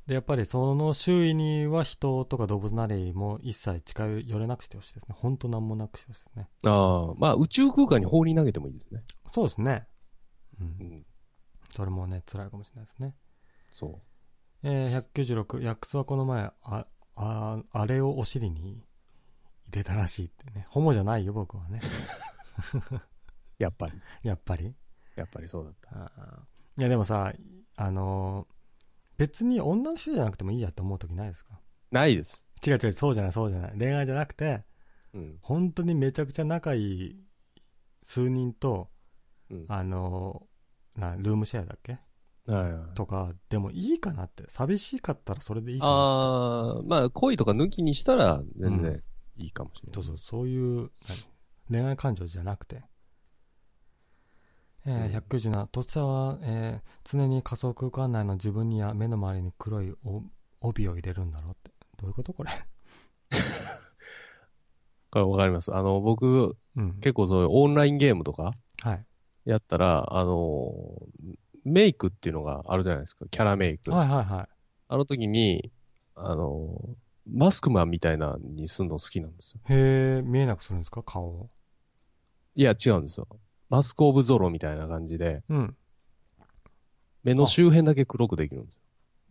Speaker 1: で、やっぱりその周囲には人とか動物なりも一切近寄れなくしてほしいですね。本当何もなくしてほしいですね。
Speaker 2: ああ、まあ宇宙空間に放り投げてもいいですね。
Speaker 1: そうですね。う。
Speaker 2: うんん。
Speaker 1: それもね、辛いかもしれないですね。
Speaker 2: そ
Speaker 1: えー、196、ヤックスはこの前、あ、あ、あれをお尻に入れたらしいってね。ホモじゃないよ、僕はね。
Speaker 2: う。やっぱり。
Speaker 1: やっぱり。
Speaker 2: やっぱりそうだった。
Speaker 1: あーいや、でもさ、あのー別に女の人じゃなくてもいいやと思うときないですか
Speaker 2: ないです。
Speaker 1: 違う違う、そうじゃない、そうじゃない。恋愛じゃなくて、
Speaker 2: うん。
Speaker 1: 本当にめちゃくちゃ仲いい数人と、
Speaker 2: うん。
Speaker 1: あのーな、ルームシェアだっけ
Speaker 2: はいはい。
Speaker 1: とか、でもいいかなって。寂しかったらそれでいいかなって
Speaker 2: ああ、まあ、恋とか抜きにしたら、全
Speaker 1: う
Speaker 2: 然いいかもしれない。
Speaker 1: そうそう、そういう、何恋愛感情じゃなくて。えー、197、とっさは、えー常に仮想空間内の自分にや目の周りに黒いお帯を入れるんだろうって。どういうことこれ。
Speaker 2: あわかります。あの、僕、
Speaker 1: うん。
Speaker 2: 結構そういうオンラインゲームとか
Speaker 1: はい。
Speaker 2: やったら、あの、メイクっていうのがあるじゃないですか。キャラメイク。
Speaker 1: はいはいはい。
Speaker 2: あの時に、あの、マスクマンみたいなのにすんの好きなんですよ。
Speaker 1: へえ、見えなくするんですか顔を。
Speaker 2: いや、違うんですよ。マスクオブゾロみたいな感じで、
Speaker 1: うん。
Speaker 2: 目の周辺だけ黒くできるんですよ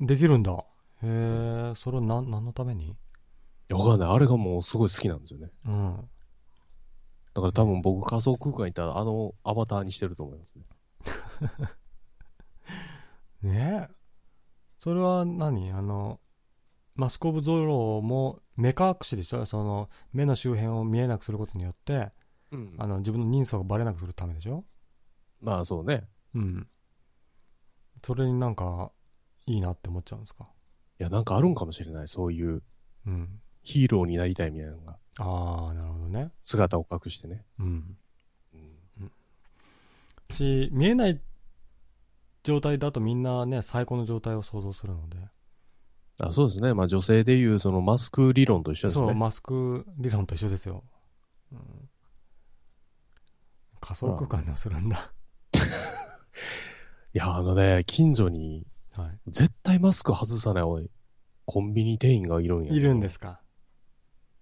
Speaker 1: できるんだ。へえ、それを何、何のために
Speaker 2: いや。わかんない。あれがもうすごい好きなんですよね。
Speaker 1: うん。
Speaker 2: だから多分僕仮想空間にいたらあのアバターにしてると思いますね。
Speaker 1: ねえ。それは何あの、マスコブゾロも目隠しでしょその、目の周辺を見えなくすることによって、
Speaker 2: うん
Speaker 1: あの、自分の人相がバレなくするためでしょ
Speaker 2: まあそうね。
Speaker 1: うん。それになんか、いいなって思っちゃうんですか
Speaker 2: いや、なんかあるんかもしれない。そういう
Speaker 1: うん。
Speaker 2: ヒーローになりたいみたいなのが、
Speaker 1: ああ、なるほどね。
Speaker 2: 姿を隠してね。
Speaker 1: うん。
Speaker 2: うん
Speaker 1: し、見えない状態だとみんなね、最高の状態を想像するので。
Speaker 2: あそうですね。まあ女性でいうそのマスク理論と一緒です
Speaker 1: そう、
Speaker 2: ね。
Speaker 1: マスク理論と一緒ですよ。うん、仮想空間でもするんだ。
Speaker 2: いや、あのね、近所に、
Speaker 1: はい。
Speaker 2: 絶対マスク外さないおいコンビニ店員がいるんや。
Speaker 1: いるんですか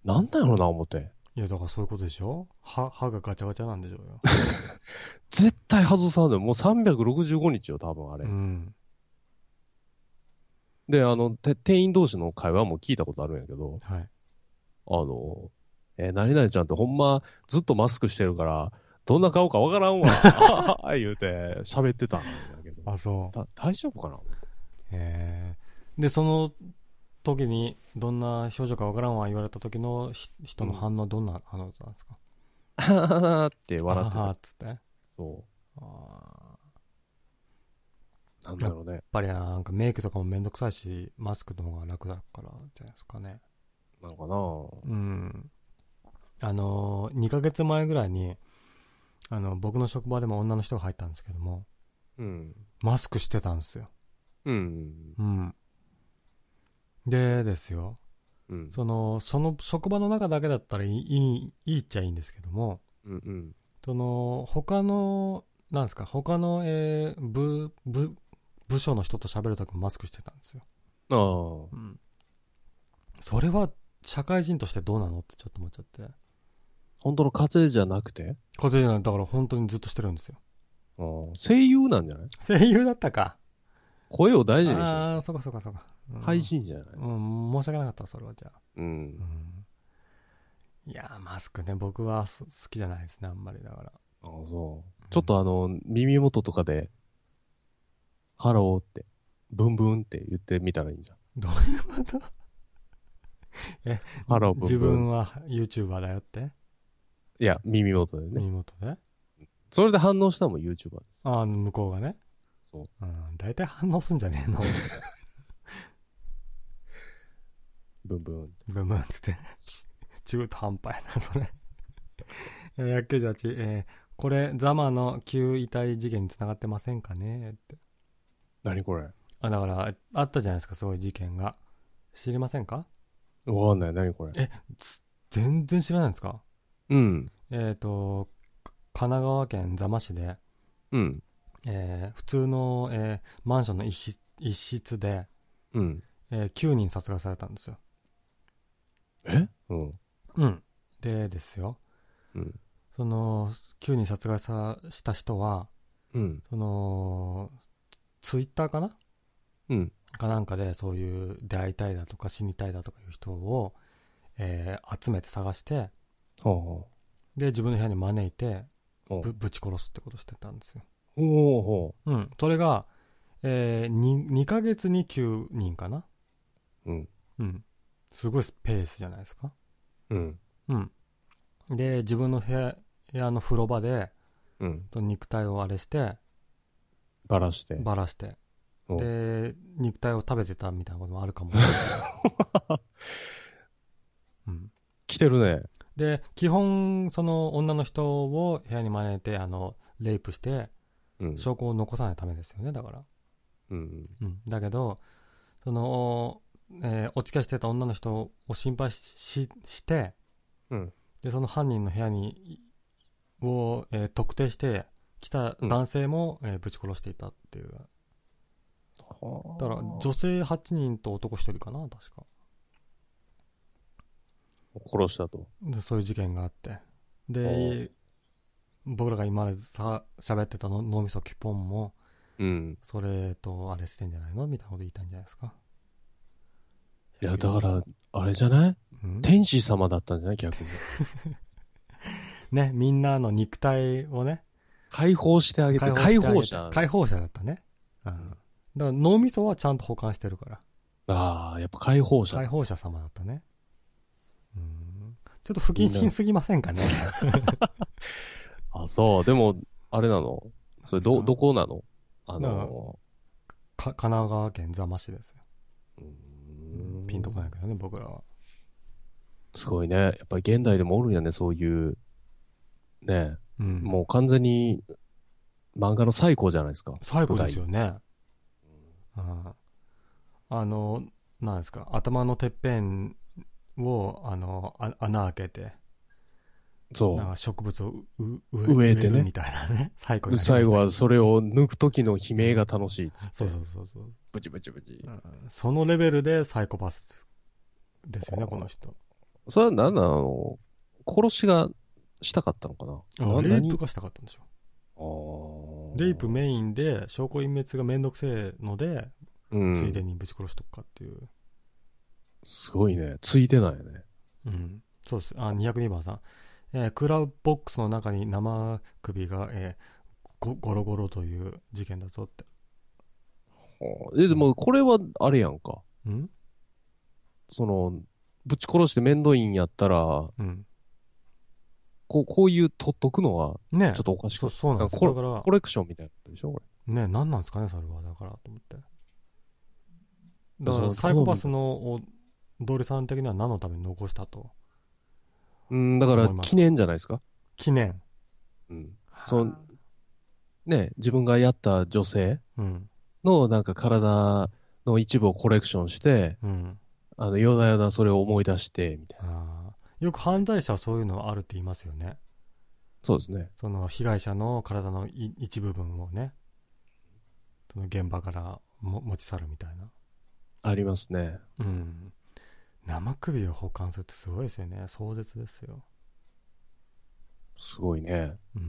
Speaker 2: なんだろうな、思って。
Speaker 1: いや、だからそういうことでしょ歯、歯がガチャガチャなんでしょうよ。
Speaker 2: 絶対外さんでもう365日よ、多分あれ。
Speaker 1: うん。
Speaker 2: で、あの、て店員同士の会話も聞いたことあるんやけど、
Speaker 1: はい。
Speaker 2: あの、えー、何々ちゃんってほんまずっとマスクしてるから、どんな顔かわ からん わ、言うて喋ってたんだけど。
Speaker 1: あ、そう。
Speaker 2: だ大丈夫かな
Speaker 1: へえでその時にどんな表情かわからんわ言われた時のひ人の反応はどんな反応だったんですか、
Speaker 2: はははって笑って
Speaker 1: あはは
Speaker 2: た
Speaker 1: っ。つってあ
Speaker 2: そ
Speaker 1: ー
Speaker 2: う。なんだろうね
Speaker 1: やっ。ぱりなんかメイクとかもめんどくさいしマスクの方が楽だからじゃないですかね
Speaker 2: なのかな
Speaker 1: うんあの2ヶ月前ぐらいにあの僕の職場でも女の人が入ったんですけども
Speaker 2: うん。
Speaker 1: マスクしてたんですよ
Speaker 2: うん。
Speaker 1: うんでですよ
Speaker 2: うん。
Speaker 1: そのその職場の中だけだったらいいいいいいっちゃいいんですけども、
Speaker 2: うん。うん。
Speaker 1: その他のなんですか他の、えー部部部署の人と喋るときもマスクしてたんですよ、
Speaker 2: ああ。
Speaker 1: それは社会人としてどうなのってちょっと思っちゃって
Speaker 2: 本当の風邪じゃなくて
Speaker 1: 風邪じゃないだから本当にずっとしてるんですよ
Speaker 2: ああ声優なんじゃない
Speaker 1: 声優だったか
Speaker 2: 声を大事にしてる。
Speaker 1: ああーそうかそうかそうか、うん
Speaker 2: 配信じゃない
Speaker 1: うん申し訳なかったそれはじゃあ、
Speaker 2: う。
Speaker 1: うんん、いやーマスクね僕はす好きじゃないですねあんまりだから
Speaker 2: ああ、そう。ちょっとあの、耳元とかで、ハローって、ブンブンって言ってみたらいいんじゃん。
Speaker 1: どういうこと
Speaker 2: ハロー、ブンブン。
Speaker 1: 自分。は YouTuber だよって
Speaker 2: いや、耳元でね。
Speaker 1: 耳元で
Speaker 2: それで反応したのも YouTuber です。
Speaker 1: ああ、向こうがね。。
Speaker 2: そう
Speaker 1: ん、大体反応すんじゃね えの。
Speaker 2: ブンブンって。
Speaker 1: ブンブンっつって。中途半端やな、それ。えー198、えーこれ、ザマの旧遺体事件につながってませんかねって。
Speaker 2: 何これわ
Speaker 1: あ、だから、あったじゃないですか、そういう事件が。知りませんか
Speaker 2: かんない。何これ
Speaker 1: え全然知らないんですか
Speaker 2: うん。
Speaker 1: えっ、と、神奈川県座間市で、
Speaker 2: うん。
Speaker 1: えー普通の、えーマンションの一室一室で、
Speaker 2: うん。
Speaker 1: えー9人殺害されたんですよ。
Speaker 2: えうん。
Speaker 1: うん、でですよ、
Speaker 2: うん
Speaker 1: その9人殺害さした人は
Speaker 2: うん。
Speaker 1: そのツイッターかな
Speaker 2: うん。
Speaker 1: かなんかでそういう出会いたいだとか死にたいだとかいう人を、えー集めて探して
Speaker 2: はあ、は
Speaker 1: で自分の部屋に招いて
Speaker 2: お
Speaker 1: ぶぶち殺すってことしてたんですよ、
Speaker 2: あ。ほうほ
Speaker 1: うん、それが、え 2, 2ヶ月に9人かな、
Speaker 2: う。うん。
Speaker 1: うん、すごいスペースじゃないですか、
Speaker 2: うん。
Speaker 1: うん、で自分の部屋部屋の風呂場で
Speaker 2: うん。
Speaker 1: と肉体をあれして
Speaker 2: ばらして。
Speaker 1: バラして
Speaker 2: うん
Speaker 1: で肉体を食べてたみたいなこともあるかも、うん、
Speaker 2: 来てるね。
Speaker 1: で基本その女の人を部屋に招いてあのレイプして
Speaker 2: うん。
Speaker 1: 証拠を残さないためですよねだから、
Speaker 2: うん。
Speaker 1: うん、だけどその、えーお付き合いしてた女の人を心配ししして、
Speaker 2: うん
Speaker 1: でその犯人の部屋にいを、えー特定して来た男性も、えーぶち殺していたっていう
Speaker 2: はあ
Speaker 1: だから女性8人と男1人かな確か
Speaker 2: 殺したと。
Speaker 1: でそういう事件があって
Speaker 2: お
Speaker 1: で僕らが今までさ喋ってたの脳みそキュポンも
Speaker 2: うん。
Speaker 1: それとあれしてんじゃないのみたいなこと言いたいんじゃないですか
Speaker 2: いや、だから、あれじゃない
Speaker 1: うん
Speaker 2: 天使様だったんじゃない逆に。
Speaker 1: ねみんなの肉体をね
Speaker 2: 解放してあげて、解放
Speaker 1: してあ
Speaker 2: 者
Speaker 1: げて。解放者だったねうんだから脳みそはちゃんと保管してるから
Speaker 2: ああ、やっぱ解放者
Speaker 1: 解。放者様だったねうんちょっと不謹慎すぎませんかね
Speaker 2: あ、そう。でも、あれなのそれ、ど、どこなのあの、
Speaker 1: か神奈川県座間市ですよ
Speaker 2: うーん
Speaker 1: ピンとこないけどね僕らは
Speaker 2: すごいね。やっぱり現代でもおるんやね、そういう。ね
Speaker 1: うん
Speaker 2: えもう完全に、漫画の最高じゃないですか。
Speaker 1: 最後ですよね。うんあの、なんですか、頭のてっぺんを、あの、あ穴開けて、
Speaker 2: そ
Speaker 1: なん
Speaker 2: う。
Speaker 1: か植物をうう
Speaker 2: 植
Speaker 1: 植
Speaker 2: え
Speaker 1: え
Speaker 2: てね
Speaker 1: てるみたいなね。最後になりま
Speaker 2: で
Speaker 1: した
Speaker 2: 最後はそれを抜く時の悲鳴が楽しいっつって。
Speaker 1: そうそうそうそう。
Speaker 2: ブチブチブチ。
Speaker 1: うんそのレベルでサイコパスですよね、この人。
Speaker 2: それは何なのあの殺しがしたかったのかなな
Speaker 1: レイ
Speaker 2: 何
Speaker 1: プがしたかったんでしょ。
Speaker 2: あー
Speaker 1: レイプメインで証拠隠滅がめんどくせえので、
Speaker 2: うん
Speaker 1: ついでにぶち殺しとくかっていう。
Speaker 2: すごいね。ついてないね。
Speaker 1: うん。そうです。あ、202番さん。えークーラーボックスの中に生首が、えーゴゴロゴロという事件だぞって。
Speaker 2: え、でもこれはあれやんか。
Speaker 1: うん
Speaker 2: その、ぶち殺して面倒いんやったら、
Speaker 1: うん。
Speaker 2: こう、こういう取っとくのは、
Speaker 1: ね
Speaker 2: ちょっとおかしく
Speaker 1: そう、そうなんです
Speaker 2: な
Speaker 1: よ。
Speaker 2: ん
Speaker 1: だから
Speaker 2: コ、レクションみたいなことでしょこ
Speaker 1: ね何なんですかね、それは。だから、と思って。だか
Speaker 2: そ
Speaker 1: ら、
Speaker 2: う
Speaker 1: サイコパスのおドリさん的には何のために残したと。
Speaker 2: れ。うん、だから
Speaker 1: 思います
Speaker 2: 記念じゃないですか。
Speaker 1: 記念。
Speaker 2: うん。そうね、自分がやった女性
Speaker 1: うん。
Speaker 2: のなんか体の一部をコレクションして、
Speaker 1: うん。
Speaker 2: あの、夜な夜なそれを思い出して、みたいな。
Speaker 1: あーよく犯罪者はそういうのあるって言いますよね。
Speaker 2: そうですね。
Speaker 1: その被害者の体のい一部分をね、その現場からも持ち去るみたいな。
Speaker 2: ありますね。
Speaker 1: うん。生首を保管するってすごいですよね。壮絶ですよ。
Speaker 2: すごいね。
Speaker 1: うん。っ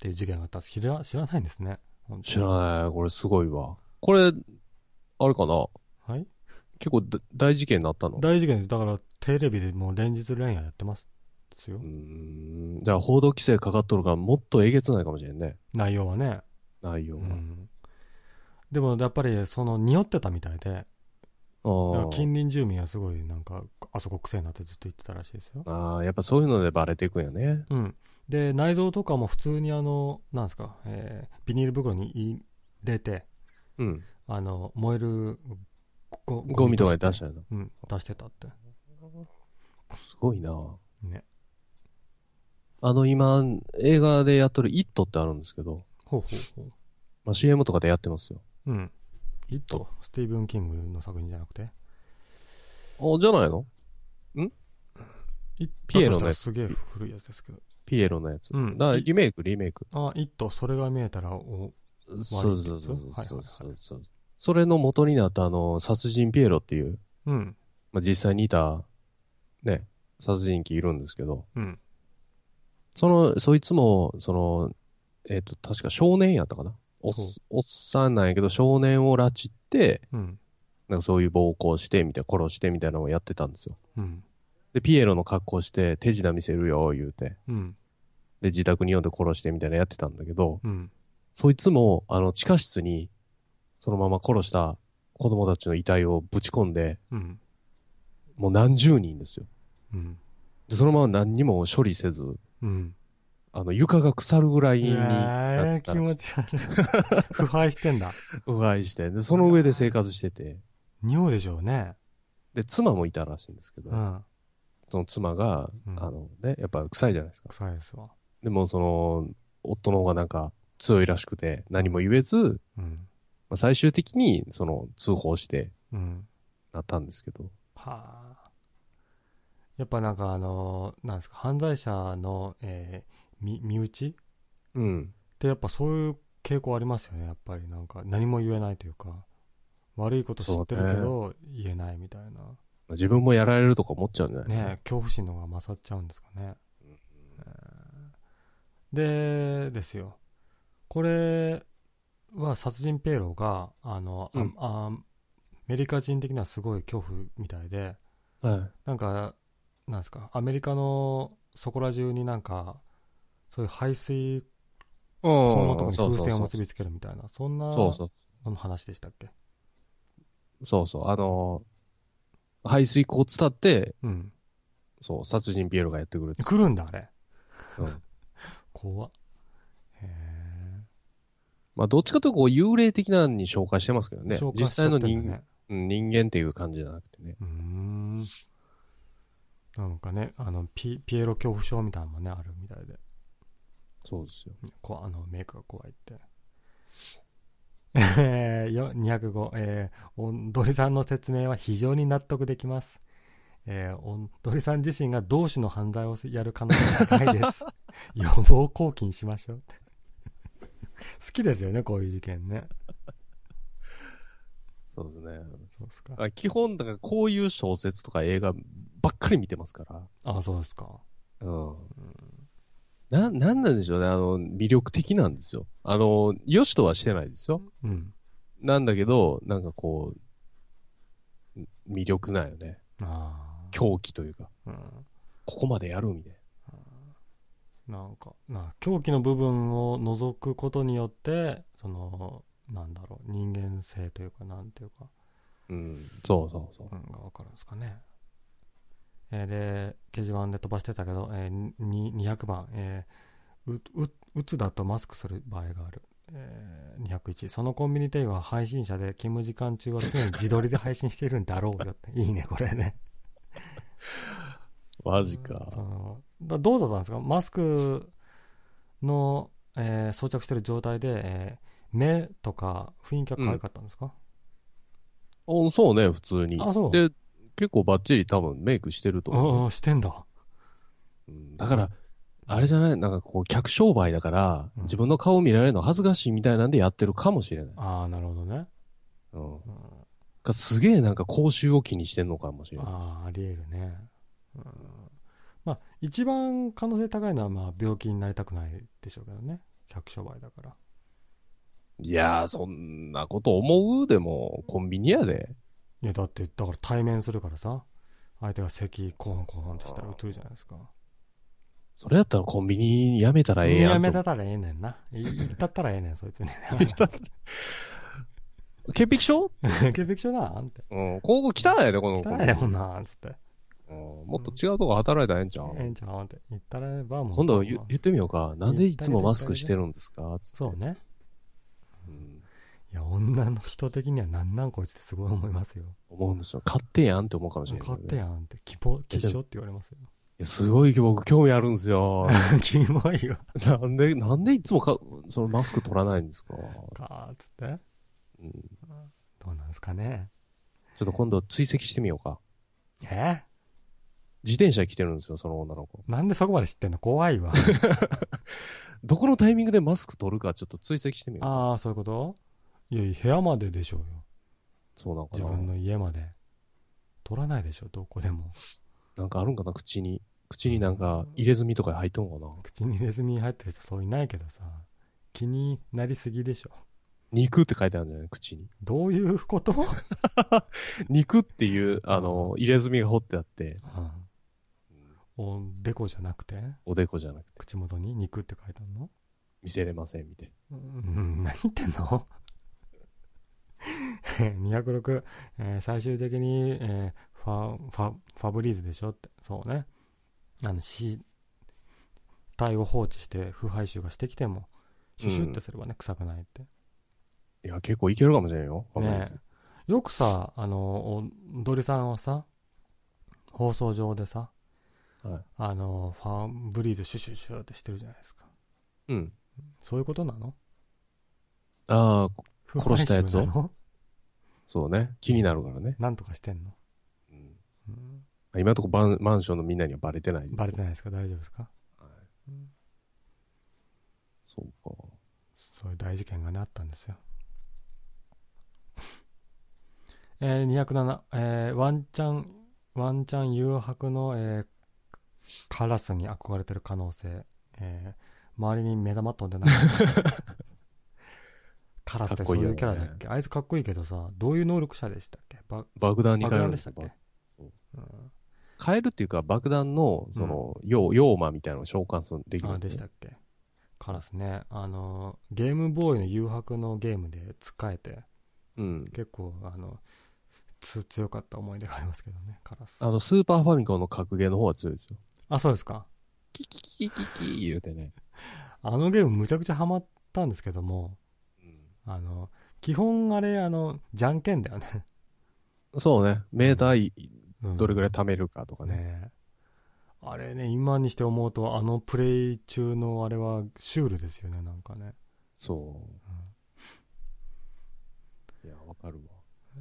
Speaker 1: ていう事件があったんです。知ら知らないんですね。本当
Speaker 2: 知らない。これすごいわ。これ、あれかな
Speaker 1: はい。
Speaker 2: 結構だ大事件になったの
Speaker 1: 大事件です。だから、テレビでもう連日連夜やってますよ
Speaker 2: う。ーん。じゃあ報道規制かかっとるからもっとえげつないかもしれんね。
Speaker 1: 内容はね。
Speaker 2: 内容
Speaker 1: う
Speaker 2: が。
Speaker 1: ん。でも、やっぱり、その、匂ってたみたいで、
Speaker 2: あ
Speaker 1: 近隣住民はすごい、なんか、あそこ癖になってずっと言ってたらしいですよ。
Speaker 2: あああ、やっぱそういうのでバレていくんやね。
Speaker 1: うん。で、内臓とかも普通にあの、なんですか、えービニール袋に入れて、
Speaker 2: うん。
Speaker 1: あの、燃えるご
Speaker 2: ゴミとかに出し
Speaker 1: して
Speaker 2: たの。
Speaker 1: うん、出してたって。
Speaker 2: すごいな
Speaker 1: ね。
Speaker 2: あの今、映画でやっとる IT ってあるんですけど、
Speaker 1: ほうほうほ
Speaker 2: まあ、CM とかでやってますよ。
Speaker 1: う。うん。イット、スティーブン・キングの作品じゃなくて、
Speaker 2: あ、じゃないの
Speaker 1: イッ
Speaker 2: ピエロのやつ
Speaker 1: トすげえ古いやつですけど。
Speaker 2: ピエロのやつ。
Speaker 1: うん
Speaker 2: だからリメイク、リメイク。
Speaker 1: あ、イット、それが見えたら、お、
Speaker 2: そうそうそう
Speaker 1: はいはい
Speaker 2: そ
Speaker 1: は
Speaker 2: う
Speaker 1: い
Speaker 2: そうそう。それの元になったあの、殺人ピエロっていう、
Speaker 1: うん、
Speaker 2: まあ、実際にいた、ね、殺人鬼いるんですけど、
Speaker 1: うん、
Speaker 2: その、そいつも、その、えっ、と、確か少年やったかなおっすおっさんなんやけど、少年を拉致って、
Speaker 1: うん、
Speaker 2: なんかそういう暴行して、みたいな、殺してみたいなのをやってたんですよ。
Speaker 1: うん、
Speaker 2: で、ピエロの格好して、手品見せるよ、言うて。
Speaker 1: うん、
Speaker 2: で、自宅に呼んで殺してみたいなのやってたんだけど、
Speaker 1: うん。
Speaker 2: そいつも、あの、地下室に、そのまま殺した子供たちの遺体をぶち込んで、
Speaker 1: うん、
Speaker 2: もう何十人ですよ。
Speaker 1: うん、
Speaker 2: で、そのまま何にも処理せず、
Speaker 1: うん。
Speaker 2: あの、床が腐るぐらい
Speaker 1: い
Speaker 2: に
Speaker 1: や
Speaker 2: な
Speaker 1: ー、
Speaker 2: ってた
Speaker 1: 気
Speaker 2: らし
Speaker 1: 持
Speaker 2: い
Speaker 1: ち悪い。腐敗してんだ。
Speaker 2: 腐敗して、で、その上で生活してて、
Speaker 1: 匂いでしょうね。
Speaker 2: で、妻もいたらしいんですけど
Speaker 1: う、ん。
Speaker 2: その妻が、
Speaker 1: うん
Speaker 2: あのね、やっぱ臭いじゃないですか。
Speaker 1: 臭いですわ。
Speaker 2: でも、その、夫の方がなんか強いらしくて、何も言えず、
Speaker 1: うん。
Speaker 2: まあ、最終的に、その、通報して、
Speaker 1: うん。
Speaker 2: なったんですけど。
Speaker 1: はあ。やっぱなんかあのーなんですか、犯罪者の、えー、み身内っ
Speaker 2: うん。
Speaker 1: てやっぱそういう傾向ありますよね、やっぱりなんか何も言えないというか、悪いこと知ってるけど言えないみたいな。
Speaker 2: 自分もやられるとか思っちゃうんじゃない
Speaker 1: ねえ恐怖心の方が勝っちゃうんですかね。で、ですよ。これは殺人ペイロが、あの、あ
Speaker 2: うん
Speaker 1: あアメリカ人的にはすごい恐怖みたいで、
Speaker 2: は
Speaker 1: なんか、なんですか、アメリカのそこら中になんか、そういう排水
Speaker 2: い。
Speaker 1: 口のとこに
Speaker 2: そう
Speaker 1: 風
Speaker 2: そう
Speaker 1: 船を
Speaker 2: そう
Speaker 1: 結びつけるみたいな、そんな
Speaker 2: そうそう。
Speaker 1: のの話でしたっけ
Speaker 2: そうそう。あのー排水口を伝って、
Speaker 1: うん。
Speaker 2: そう、殺人ピエロがやってくるって。
Speaker 1: 来るんだ、あれ。
Speaker 2: うん
Speaker 1: 怖っ。へえ。
Speaker 2: まあ、どっちかというとこう、幽霊的なのに紹介してますけどね。
Speaker 1: 紹介
Speaker 2: 実
Speaker 1: しちゃ
Speaker 2: 際
Speaker 1: って
Speaker 2: の
Speaker 1: んだ
Speaker 2: 人,、
Speaker 1: ね。
Speaker 2: うん人間っていう感じじゃなくてね。
Speaker 1: うーん。なんかね、あの、ピピエロ恐怖症みたいなのもね、あるみたいで。
Speaker 2: そうですよ。
Speaker 1: こあのメイクが怖いって。えー、よ205、えー、おんどりさんの説明は非常に納得できます。えー、おん鳥さん自身が同種の犯罪をやる可能性が高いです予防抗菌しましょう 好きですよねこういう事件ね
Speaker 2: そうですね。
Speaker 1: そうですか
Speaker 2: あ基本、だからこういう小説とか映画ばっかり見てますから。
Speaker 1: あそうですか
Speaker 2: うん。な、なんなんでしょうね。あの、魅力的なんですよ。あの、良しとはしてないですよ。
Speaker 1: うん
Speaker 2: なんだけど、なんかこう、ん魅力なんよね。
Speaker 1: あ
Speaker 2: 狂気というか、
Speaker 1: あうん
Speaker 2: ここまでやるみたい
Speaker 1: なんかな狂気の部分を除くことによってそのなんだろう人間性というかなんていうか
Speaker 2: な。うん。そうそうそう。
Speaker 1: うん、が分かるんですかね。えーで、掲示板で飛ばしてたけど、えーにに200番、えーう、う、うつだとマスクする場合がある。えー201、そのコンビニ店員は配信者で、勤務時間中は常に自撮りで配信しているんだろうよって。いいね、これね。
Speaker 2: マジ
Speaker 1: そ
Speaker 2: か。
Speaker 1: のだどうだったんですかマスクの、えー装着してる状態で、えー目とか雰囲気は可愛かったんですか、
Speaker 2: おそうね、普通に。
Speaker 1: あそう
Speaker 2: で、結構バッチリ多分メイクしてると
Speaker 1: あ
Speaker 2: 思う。
Speaker 1: あ、してんだ。
Speaker 2: うんだから、あれじゃないなんかこう、客商売だから、
Speaker 1: うん
Speaker 2: 自分の顔見られるの恥ずかしいみたいなんでやってるかもしれない。
Speaker 1: ああ、なるほどね。
Speaker 2: うん。
Speaker 1: うん、
Speaker 2: かすげえなんか口臭を気にしてんのかもしれない。
Speaker 1: ああありえるね、うん、まあ一番可能性高いのはまあ病気になりたくないでしょうけどね客商売だから
Speaker 2: いやー、そんなこと思うでも、コンビニやで。
Speaker 1: いやだってだから対面するからさ相手が咳コンコンってしたらうつるじゃないですか
Speaker 2: それやったらコンビニやめたらええやんと
Speaker 1: やめ
Speaker 2: 思う。
Speaker 1: たったらええねんない言ったったらええねんそい つに
Speaker 2: 潔癖症
Speaker 1: 潔癖症だなんて
Speaker 2: うん。今後汚いで、このコ
Speaker 1: 汚
Speaker 2: ン
Speaker 1: い
Speaker 2: ビニ。
Speaker 1: よこんなんつって
Speaker 2: うんもっと違うとこ働いたらええんちゃう
Speaker 1: ええんちゃうんって言ったらええばもう
Speaker 2: 今度言言ってみようか。なんでいつもマスクしてるんですかつって
Speaker 1: そうね
Speaker 2: うん
Speaker 1: いや女の人的にはなんなんこいつってすごい思いますよ
Speaker 2: 思うんですよ。勝手やんって思うかもしれない。
Speaker 1: 勝手
Speaker 2: い
Speaker 1: やんって希望希少って言われますよ
Speaker 2: や。すごい僕興味あるんですよ。
Speaker 1: キモいよ
Speaker 2: なんで、なんでいつもか、そのマスク取らないんですか
Speaker 1: かーっつって
Speaker 2: うんち
Speaker 1: どうなんですかね
Speaker 2: ょっと今度追跡してみようか。
Speaker 1: え
Speaker 2: 自転車来てるんですよ、その女の子。
Speaker 1: なんでそこまで知ってんの怖いわ
Speaker 2: どこのタイミングでマスク取るかちょっと追跡してみよう。
Speaker 1: ああそういうこといやいや部屋まででしょうよ
Speaker 2: そうなのか
Speaker 1: 自
Speaker 2: な
Speaker 1: 分の家まで取らないでしょどこでも
Speaker 2: なんかあるんかな口に。口になんか入れ墨とか入っとんかな
Speaker 1: 口にネズミ入ってる人そういないけどさ気になりすぎでしょ
Speaker 2: 肉って書いてあるんじゃない口に。
Speaker 1: どういうこと、う
Speaker 2: 肉っていう、あの、入れ墨が彫ってあって、
Speaker 1: ん、おでこじゃなくて
Speaker 2: おでこじゃなくて
Speaker 1: 口元に肉って書いてあるの
Speaker 2: 見せれません、みたい
Speaker 1: うん、何言ってんの206、えー最終的に、えーファファファブリーズでしょってそうねあの死体を放置して腐敗臭がしてきてもシュシュってすればね、臭くないって
Speaker 2: な。いや、結構いけるかもしれんよ。
Speaker 1: ねえよくさあのおドリさんはさ放送上でさ、
Speaker 2: はい
Speaker 1: あのファブリーズシュシュシュってしてるじゃないですか
Speaker 2: うん。
Speaker 1: そういうことなの
Speaker 2: ああ、殺したやつを
Speaker 1: 腐敗臭なの
Speaker 2: そうね。気になるからね。
Speaker 1: なんとかしてんの、
Speaker 2: うん
Speaker 1: うん
Speaker 2: 今のところマンマンションのみんなにはバレてないですよ
Speaker 1: バレてないですか大丈夫ですか
Speaker 2: そうか。
Speaker 1: そういう大事件がねあったんですよ。えー、207、えーワンチャン、ワンチャン誘白の、えーカラスに憧れてる可能性、えー周りに目玉飛んでない。 カラスってそういうキャラだっ
Speaker 2: かっこい
Speaker 1: けあいつかっこいいけどさ、どういう能力者でしたっけば
Speaker 2: 爆弾に
Speaker 1: 爆
Speaker 2: 変え
Speaker 1: 弾で
Speaker 2: るんで
Speaker 1: し
Speaker 2: す
Speaker 1: たっ
Speaker 2: よ。
Speaker 1: け
Speaker 2: そう
Speaker 1: うん
Speaker 2: 変えるっていうか、爆弾の、その、用、用魔みたいなのを召喚する、できるん
Speaker 1: あでしたっけカラスね、あの、ゲームボーイの誘白のゲームで使えて、
Speaker 2: うん。
Speaker 1: 結構あのつ強かった思い出がありますけどねカラス
Speaker 2: あの、スーパーファミコンの格ゲーの方は強いですよ。
Speaker 1: あそうですか
Speaker 2: キキキキキキ言うてね。
Speaker 1: あのゲームむちゃくちゃハマったんですけどもあの基本あれあのじゃんけんだよね、
Speaker 2: そうね。メーターい
Speaker 1: うん
Speaker 2: どれぐらい貯めるかとかね。
Speaker 1: ねえあれね今にして思うとあのプレイ中のあれはシュールですよねなんかね
Speaker 2: そう。いや、わかるわ。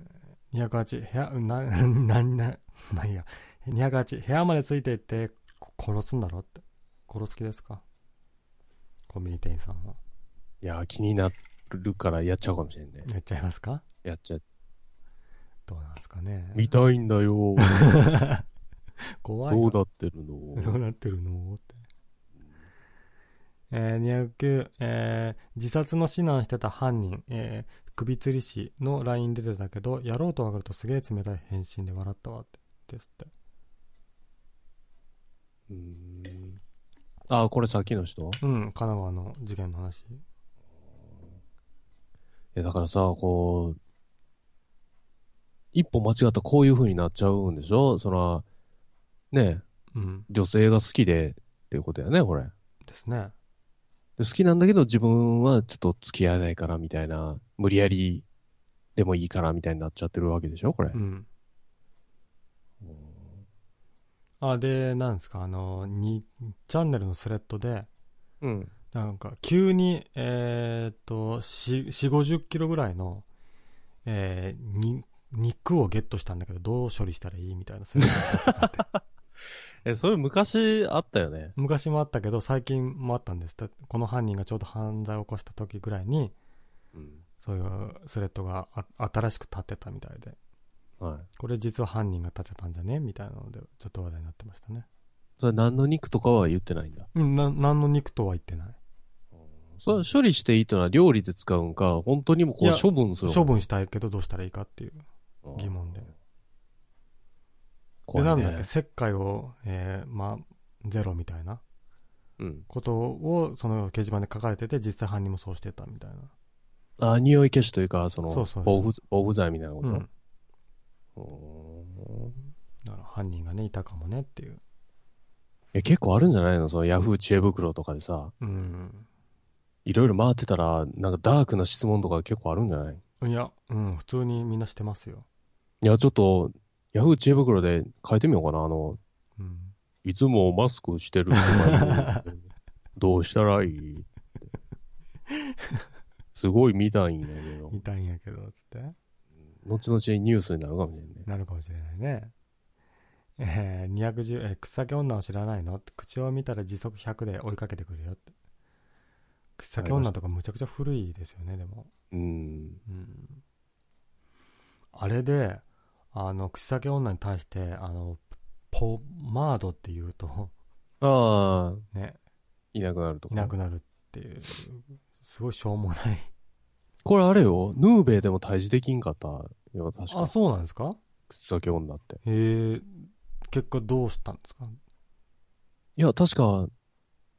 Speaker 1: 208部屋ななんなまあいいや208、部屋までついていって、こ殺すんだろって。殺す気ですかコンビニ店員さんは。
Speaker 2: いやー、気になるからやっちゃうかもしれんね。
Speaker 1: やっちゃいますか
Speaker 2: やっちゃう。
Speaker 1: どうなんですかね。
Speaker 2: 見たいんだよー。
Speaker 1: 怖い
Speaker 2: ど
Speaker 1: な
Speaker 2: うなってる
Speaker 1: どう
Speaker 2: の
Speaker 1: なってるのって。えー、209、えー自殺の指南してた犯人、えー首吊り師の LINE 出てたけど、やろうと分かるとすげえ冷たい返信で笑ったわって。ですって。
Speaker 2: うーん。あー、これさっきの人
Speaker 1: うん、神奈川の事件の話。
Speaker 2: いや、だからさ、こう、一歩間違ったらこういう風になっちゃうんでしょそら、ね
Speaker 1: う
Speaker 2: え、
Speaker 1: ん、
Speaker 2: 女性が好きでっていうことやね、これ。で
Speaker 1: ですね。
Speaker 2: 好きなんだけど自分はちょっと付き合えないからみたいな、無理やりでもいいからみたいになっちゃってるわけでしょ、これ。
Speaker 1: うん。あ、で、なんですか、あの、2チャンネルのスレッドで、
Speaker 2: うん。
Speaker 1: なんか、急に、えーっと、4、4 50キロぐらいの、えーに、肉をゲットしたんだけど、どう処理したらいいみたいなスレッドがあ って。
Speaker 2: え、それ昔あったよね。
Speaker 1: 昔もあったけど、最近もあったんですって。この犯人がちょうど犯罪を起こした時ぐらいに、
Speaker 2: うん。
Speaker 1: そういうスレッドがあ新しく立ってたみたいで、
Speaker 2: はい。
Speaker 1: これ実は犯人が立てたんじゃねみたいなので、ちょっと話題になってましたね。
Speaker 2: それ何の肉とかは言ってないんだ。
Speaker 1: うん、な、何の肉とは言ってない。
Speaker 2: それ処理していいというのは料理で使うんか、本当にもうこ
Speaker 1: いうや
Speaker 2: 処分する
Speaker 1: 処分したいけどどうしたらいいかっていう
Speaker 2: 分
Speaker 1: 疑問で。
Speaker 2: こ
Speaker 1: で、
Speaker 2: れ
Speaker 1: なんだっけ、石灰を、えー、まあ、ゼロみたいな
Speaker 2: うん。
Speaker 1: ことを、その掲示板で書かれてて、実際犯人もそうしてたみたいな。
Speaker 2: あ、匂い消しというか、そ
Speaker 1: そう
Speaker 2: の
Speaker 1: そうそう、
Speaker 2: 防腐防腐剤みたいなこ
Speaker 1: う
Speaker 2: と。
Speaker 1: ん。
Speaker 2: うん
Speaker 1: だから犯人がね、いたかもねっていう。
Speaker 2: え、結構あるんじゃないのそのヤフー知恵袋とかでさ、
Speaker 1: うん。
Speaker 2: いろいろ回ってたら、なんかダークな質問とか結構あるんじゃない
Speaker 1: いや、うん、普通にみんなしてますよ。
Speaker 2: いや、ちょっと、ヤフー知恵袋で書いてみようかな。あの、
Speaker 1: うん。
Speaker 2: いつもマスクしてる人がいるどうしたらいいってすごい見たいんだけど、
Speaker 1: いたんやけど、つって。
Speaker 2: 後々ニュースになるかもしれんね。
Speaker 1: なるかもしれないね。えー、210、えー、草木女を知らないのって口を見たら時速100で追いかけてくるよって。草木女とかむちゃくちゃ古いですよね、でも。
Speaker 2: うん。
Speaker 1: うん。あれで、あの、口裂け女に対して、あの、ポマードって言うと、
Speaker 2: ああ、
Speaker 1: ね、
Speaker 2: いなくなると
Speaker 1: い
Speaker 2: か。
Speaker 1: なくなるっていう、すごいしょうもない。
Speaker 2: これあれよ、ヌーベイでも退治できんかったよ、確
Speaker 1: あ、
Speaker 2: か。
Speaker 1: そうなんですか
Speaker 2: 口先女って。
Speaker 1: えー、結果どうしたんですか
Speaker 2: いや、確か、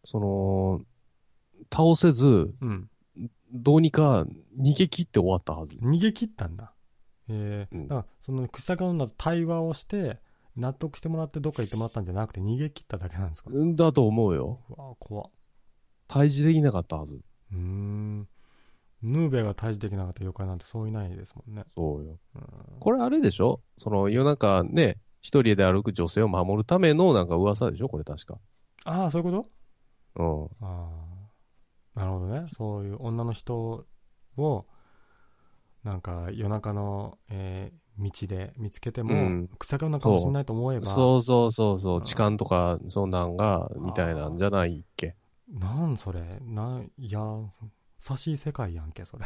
Speaker 2: その、倒せず、
Speaker 1: うん。
Speaker 2: どうにか逃げ切って終わったはず。
Speaker 1: 逃げ切ったんだ。えー
Speaker 2: うん
Speaker 1: だから、その、口裂け女と対話をして、納得してもらってどっか行ってもらったんじゃなくて逃げ切っただけなんですか
Speaker 2: んだと思うよ。
Speaker 1: うわー怖っ
Speaker 2: 退治できなかったはず。
Speaker 1: うーん。ヌーベが退治できなかった妖怪なんてそういないですもんね。
Speaker 2: そうよ。
Speaker 1: うん
Speaker 2: これあれでしょその夜中ね、一人で歩く女性を守るためのなんか噂でしょこれ確か。
Speaker 1: ああ、そういうこと
Speaker 2: うん。
Speaker 1: ああ。なるほどね。そういう女の人を、なんか夜中の、えー道で見つけても、
Speaker 2: うん
Speaker 1: 草木女かもしれないと思えば、
Speaker 2: そうそうそうそうう、
Speaker 1: ん
Speaker 2: 痴漢とか、そんなんが、みたいなんじゃないっけ。
Speaker 1: なんそれ、なん、いや、優しい世界やんけ、それ。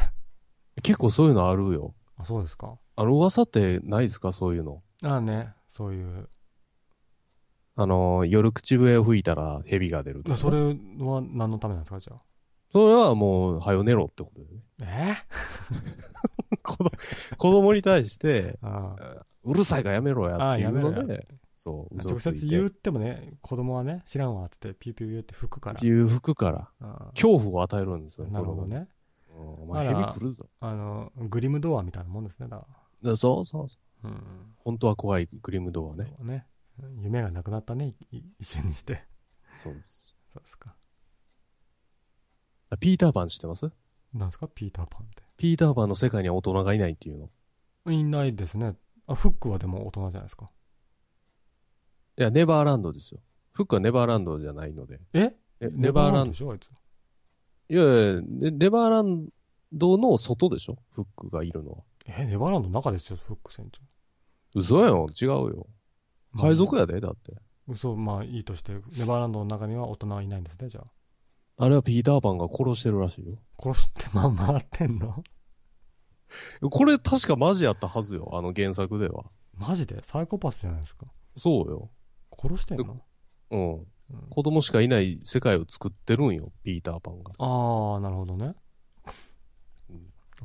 Speaker 2: 結構そういうのあるよ。
Speaker 1: あ、そうですか。
Speaker 2: あの噂ってないですかそういうの。
Speaker 1: ああね、そういう。
Speaker 2: あの、夜口笛を吹いたら蛇が出るとか。
Speaker 1: それは何のためなんですか、じゃあ。
Speaker 2: それはもう、はよ寝ろってことだよね。
Speaker 1: え
Speaker 2: 子供子供に対して、
Speaker 1: ああ
Speaker 2: うるさいからやめろや
Speaker 1: あ
Speaker 2: っ
Speaker 1: あ
Speaker 2: てい
Speaker 1: や
Speaker 2: う
Speaker 1: めろ
Speaker 2: の
Speaker 1: や
Speaker 2: で、そう、
Speaker 1: 直接言ってもね、子供はね、知らんわって言って、ピューピュー言って吹くから。
Speaker 2: う。服から、
Speaker 1: ああ
Speaker 2: 恐怖を与えるんですよ。
Speaker 1: なるほどね。
Speaker 2: 子供に。うんお前、
Speaker 1: あら
Speaker 2: 蛇来るぞ。
Speaker 1: あの、グリムドアみたいなもんですね、だか
Speaker 2: そうそうそう。
Speaker 1: ら。うん。
Speaker 2: 本当は怖いグリムドアね。
Speaker 1: ね。夢がなくなったね、い一緒にして。
Speaker 2: そうです。
Speaker 1: そうですか。
Speaker 2: あピーターパン知ってます
Speaker 1: なんですか、ピーターパンって。
Speaker 2: ピーターパンの世界には大人がいないっていうの。
Speaker 1: いないですね。あ、フックはでも大人じゃないですか。
Speaker 2: いや、ネバーランドですよ。フックはネバーランドじゃないので。
Speaker 1: え
Speaker 2: えネバーラン
Speaker 1: でしょ、あいつ。
Speaker 2: ド。いやいや、ネネバーランドの外でしょフックがいるのは。
Speaker 1: え、ネバーランドの中ですよ、フック船長。
Speaker 2: 嘘やろ違うよ。
Speaker 1: まあ
Speaker 2: 海賊やで、だって。
Speaker 1: 嘘、まあいいとして、ネバーランドの中には大人はいないんですね、じゃあ。
Speaker 2: あれはピーターパンが殺してるらしいよ。
Speaker 1: 殺してまあ回ってんの
Speaker 2: これ確かマジやったはずよ、あの原作では。
Speaker 1: マジでサイコパスじゃないですか。
Speaker 2: そうよ。
Speaker 1: 殺してんの
Speaker 2: うん。
Speaker 1: うん
Speaker 2: 子供しかいない世界を作ってるんよ、ピーターパンが。
Speaker 1: ああ、なるほどね。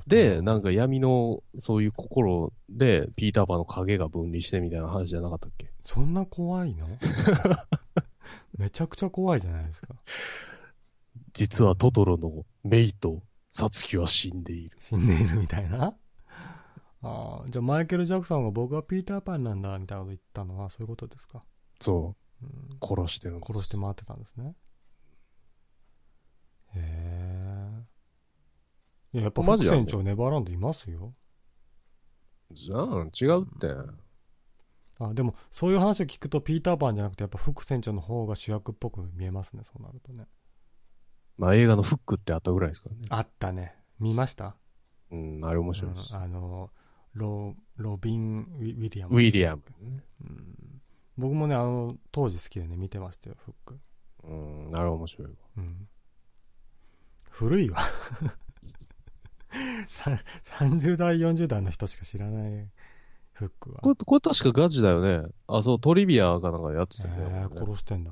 Speaker 2: で、なんか闇の、そういう心で、ピーターパンの影が分離してみたいな話じゃなかったっけ
Speaker 1: そんな怖いの めちゃくちゃ怖いじゃないですか。
Speaker 2: 実はトトロのメイとサツキは死んでいる。
Speaker 1: 死んでいるみたいな。ああ、じゃあマイケル・ジャクソンが僕はピーター・パンなんだみたいなこと言ったのはそういうことですか。
Speaker 2: そ
Speaker 1: うん、
Speaker 2: う。殺してるんです
Speaker 1: 殺して回ってたんですね。へえ。いや、やっぱ
Speaker 2: マ
Speaker 1: 副
Speaker 2: ジやん
Speaker 1: 船長ネバーランドいますよ。
Speaker 2: じゃあ、違うって。
Speaker 1: あ、でもそういう話を聞くとピーター・パンじゃなくてやっぱ副船長の方が主役っぽく見えますね、そうなるとね。
Speaker 2: まあ映画のフックってあったぐらいですからね。
Speaker 1: あったね。見ました
Speaker 2: うん、あれ面白いです
Speaker 1: うん。あのロロビン・ウィウィリアム
Speaker 2: ウィリアム。
Speaker 1: うん僕もねあの当時好きでね見てましたよフック、
Speaker 2: うん、あれ面白いわ。
Speaker 1: うん、古いわ さ30代40代の人しか知らないフックは
Speaker 2: こ、れ、これ確かガチだよね。あ、そう、トリビアかなんかでやってたよね。
Speaker 1: えー、殺してんだ、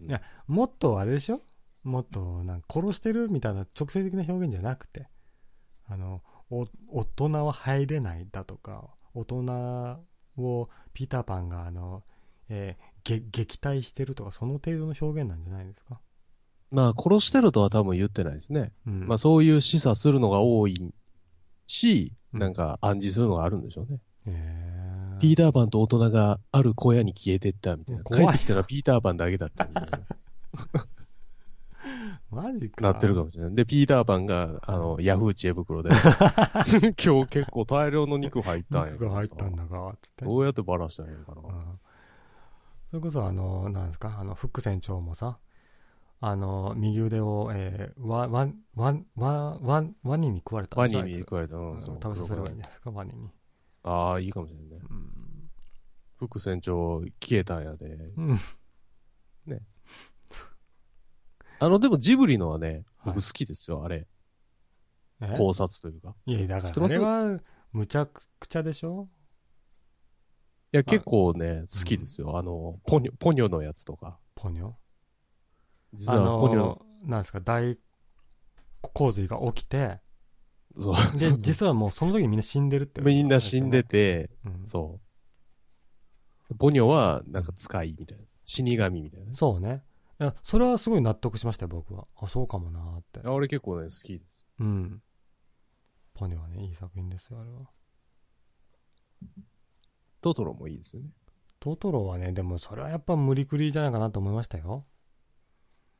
Speaker 2: うん
Speaker 1: いやもっとあれでしょもっとなんか殺してるみたいな直接的な表現じゃなくてあのお大人は入れないだとか大人をピーターパンがあの、えーげ撃退してるとかその程度の表現なんじゃないですか、
Speaker 2: まあ、殺してるとは多分言ってないですね。
Speaker 1: うん
Speaker 2: まあ、そういう示唆するのが多いし、
Speaker 1: うん
Speaker 2: なんか暗示するのがあるんでしょうね。
Speaker 1: えー
Speaker 2: ピーターパンと大人がある小屋に消えてったみたいな。
Speaker 1: 怖い
Speaker 2: 帰ってきたらピーターパンだけだったみたいな。
Speaker 1: マジか
Speaker 2: なってるかもしれない。 で、ピーターパンが、あの、ヤフー知恵 袋で、今日結構大量の肉入ったんや。
Speaker 1: 肉が入ったんだがつって
Speaker 2: どうやってバラしたらいいのか
Speaker 1: う
Speaker 2: な。
Speaker 1: んそれこそあのなんですかあのフック船長もさあの右腕を、えー、ワワワワワワニに食われた
Speaker 2: ワ
Speaker 1: んです
Speaker 2: ニに食われた
Speaker 1: あい
Speaker 2: の。
Speaker 1: つ
Speaker 2: そう
Speaker 1: 食べさせればいいんじゃないですかワニに、
Speaker 2: ああ、いいかもしれないね。
Speaker 1: うん
Speaker 2: 副船長消えたんやで。
Speaker 1: うん
Speaker 2: あの、でもジブリのはね、
Speaker 1: はい
Speaker 2: 僕好きですよ、あれ。
Speaker 1: え
Speaker 2: 考察というか。
Speaker 1: いやだか
Speaker 2: 知って
Speaker 1: らあ
Speaker 2: ます
Speaker 1: れはむちゃくちゃでしょ
Speaker 2: いや、結構ね、好きですよ。あの、ポニョ、ポニョのやつとか。
Speaker 1: ポニョ
Speaker 2: 実
Speaker 1: あ
Speaker 2: はポニョ、
Speaker 1: のなんですか大洪水が起き て
Speaker 2: そう。
Speaker 1: で実はもうその時にみんな死んでるって
Speaker 2: みんな死んでて、
Speaker 1: うん
Speaker 2: そう。ポニョは、なんか使いみたいな。死神みたいなね。
Speaker 1: そうね。いや、それはすごい納得しましたよ、僕は。あ、そうかもなーって
Speaker 2: あ。俺結構ね、好きです。
Speaker 1: うん。ポニョはね、いい作品ですよ、あれは。
Speaker 2: トトロもいいですよね。
Speaker 1: トトロはね、でもそれはやっぱ無理くりじゃないかなと思いましたよ。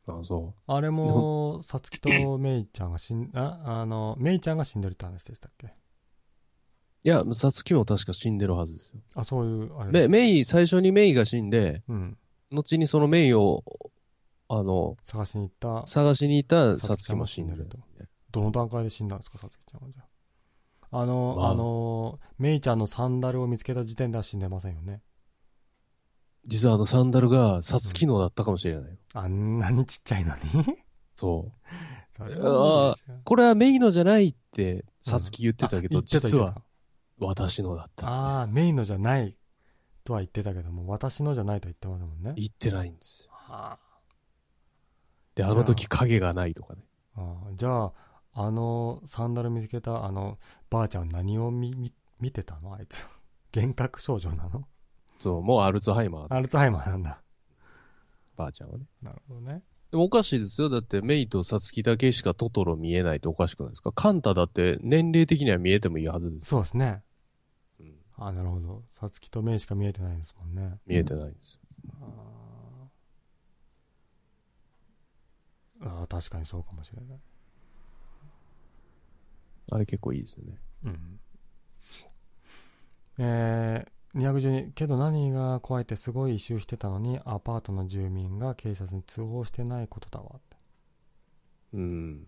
Speaker 2: あそ
Speaker 1: あれも、さつきとメイちゃんが死ん、あ、あの、メイちゃんが死んでるって話でしたっけ
Speaker 2: う。いや、サツキも確か死んでるはずですよ。
Speaker 1: あ、そういう、あれ
Speaker 2: で、
Speaker 1: です。
Speaker 2: メイ、最初にメイが死んで、
Speaker 1: うん。
Speaker 2: 後にそのメイを、あの、
Speaker 1: 探しに行った、
Speaker 2: 探しに行った
Speaker 1: サ
Speaker 2: サ
Speaker 1: ツキ
Speaker 2: ツキ
Speaker 1: も
Speaker 2: も
Speaker 1: 死
Speaker 2: 死
Speaker 1: ん
Speaker 2: ん
Speaker 1: で
Speaker 2: で
Speaker 1: る
Speaker 2: る
Speaker 1: と。どの段階で死んだんですか、さつきちゃんはじゃあ。あの、
Speaker 2: まあ
Speaker 1: あの、メイちゃんのサンダルを見つけた時点では死んでませんよね。
Speaker 2: 実はあのサンダルがサツキのだったかもしれないよ。
Speaker 1: あんなにちっちゃいのに
Speaker 2: そう。
Speaker 1: それは無理でしょ
Speaker 2: これはメイのじゃないって、サツキ言ってたけど、
Speaker 1: あ言ってた
Speaker 2: 実
Speaker 1: 言って
Speaker 2: は
Speaker 1: た
Speaker 2: 私のだった。
Speaker 1: ああ、メインのじゃないとは言ってたけども、私のじゃないとは言ってますもんね。
Speaker 2: 言ってないんですよ。
Speaker 1: あ
Speaker 2: で、あの時影がないとかね。
Speaker 1: ーじゃあ、あのサンダル見つけたあのばあちゃん何を見見見てたのあいつ。 幻覚症状なの
Speaker 2: そう、もうアルツハイマーだ
Speaker 1: アルツハイマーなんだ。
Speaker 2: ばあちゃんはね。
Speaker 1: なるほどね。
Speaker 2: でもおかしいですよ。だって、メイとサツキだけしかトトロ見えないとおかしくないですかカンタだって年齢的には見えてもいいはずです。
Speaker 1: そうですね。
Speaker 2: うん
Speaker 1: ああ、なるほど。さつきとメイしか見えてないですもんね。
Speaker 2: 見えてないんですよ。
Speaker 1: ああ、確かにそうかもしれない。
Speaker 2: あれ結構いいですよね。
Speaker 1: うんえー、212けど何が怖いってすごい異臭してたのにアパートの住民が警察に通報してないことだわって
Speaker 2: うん。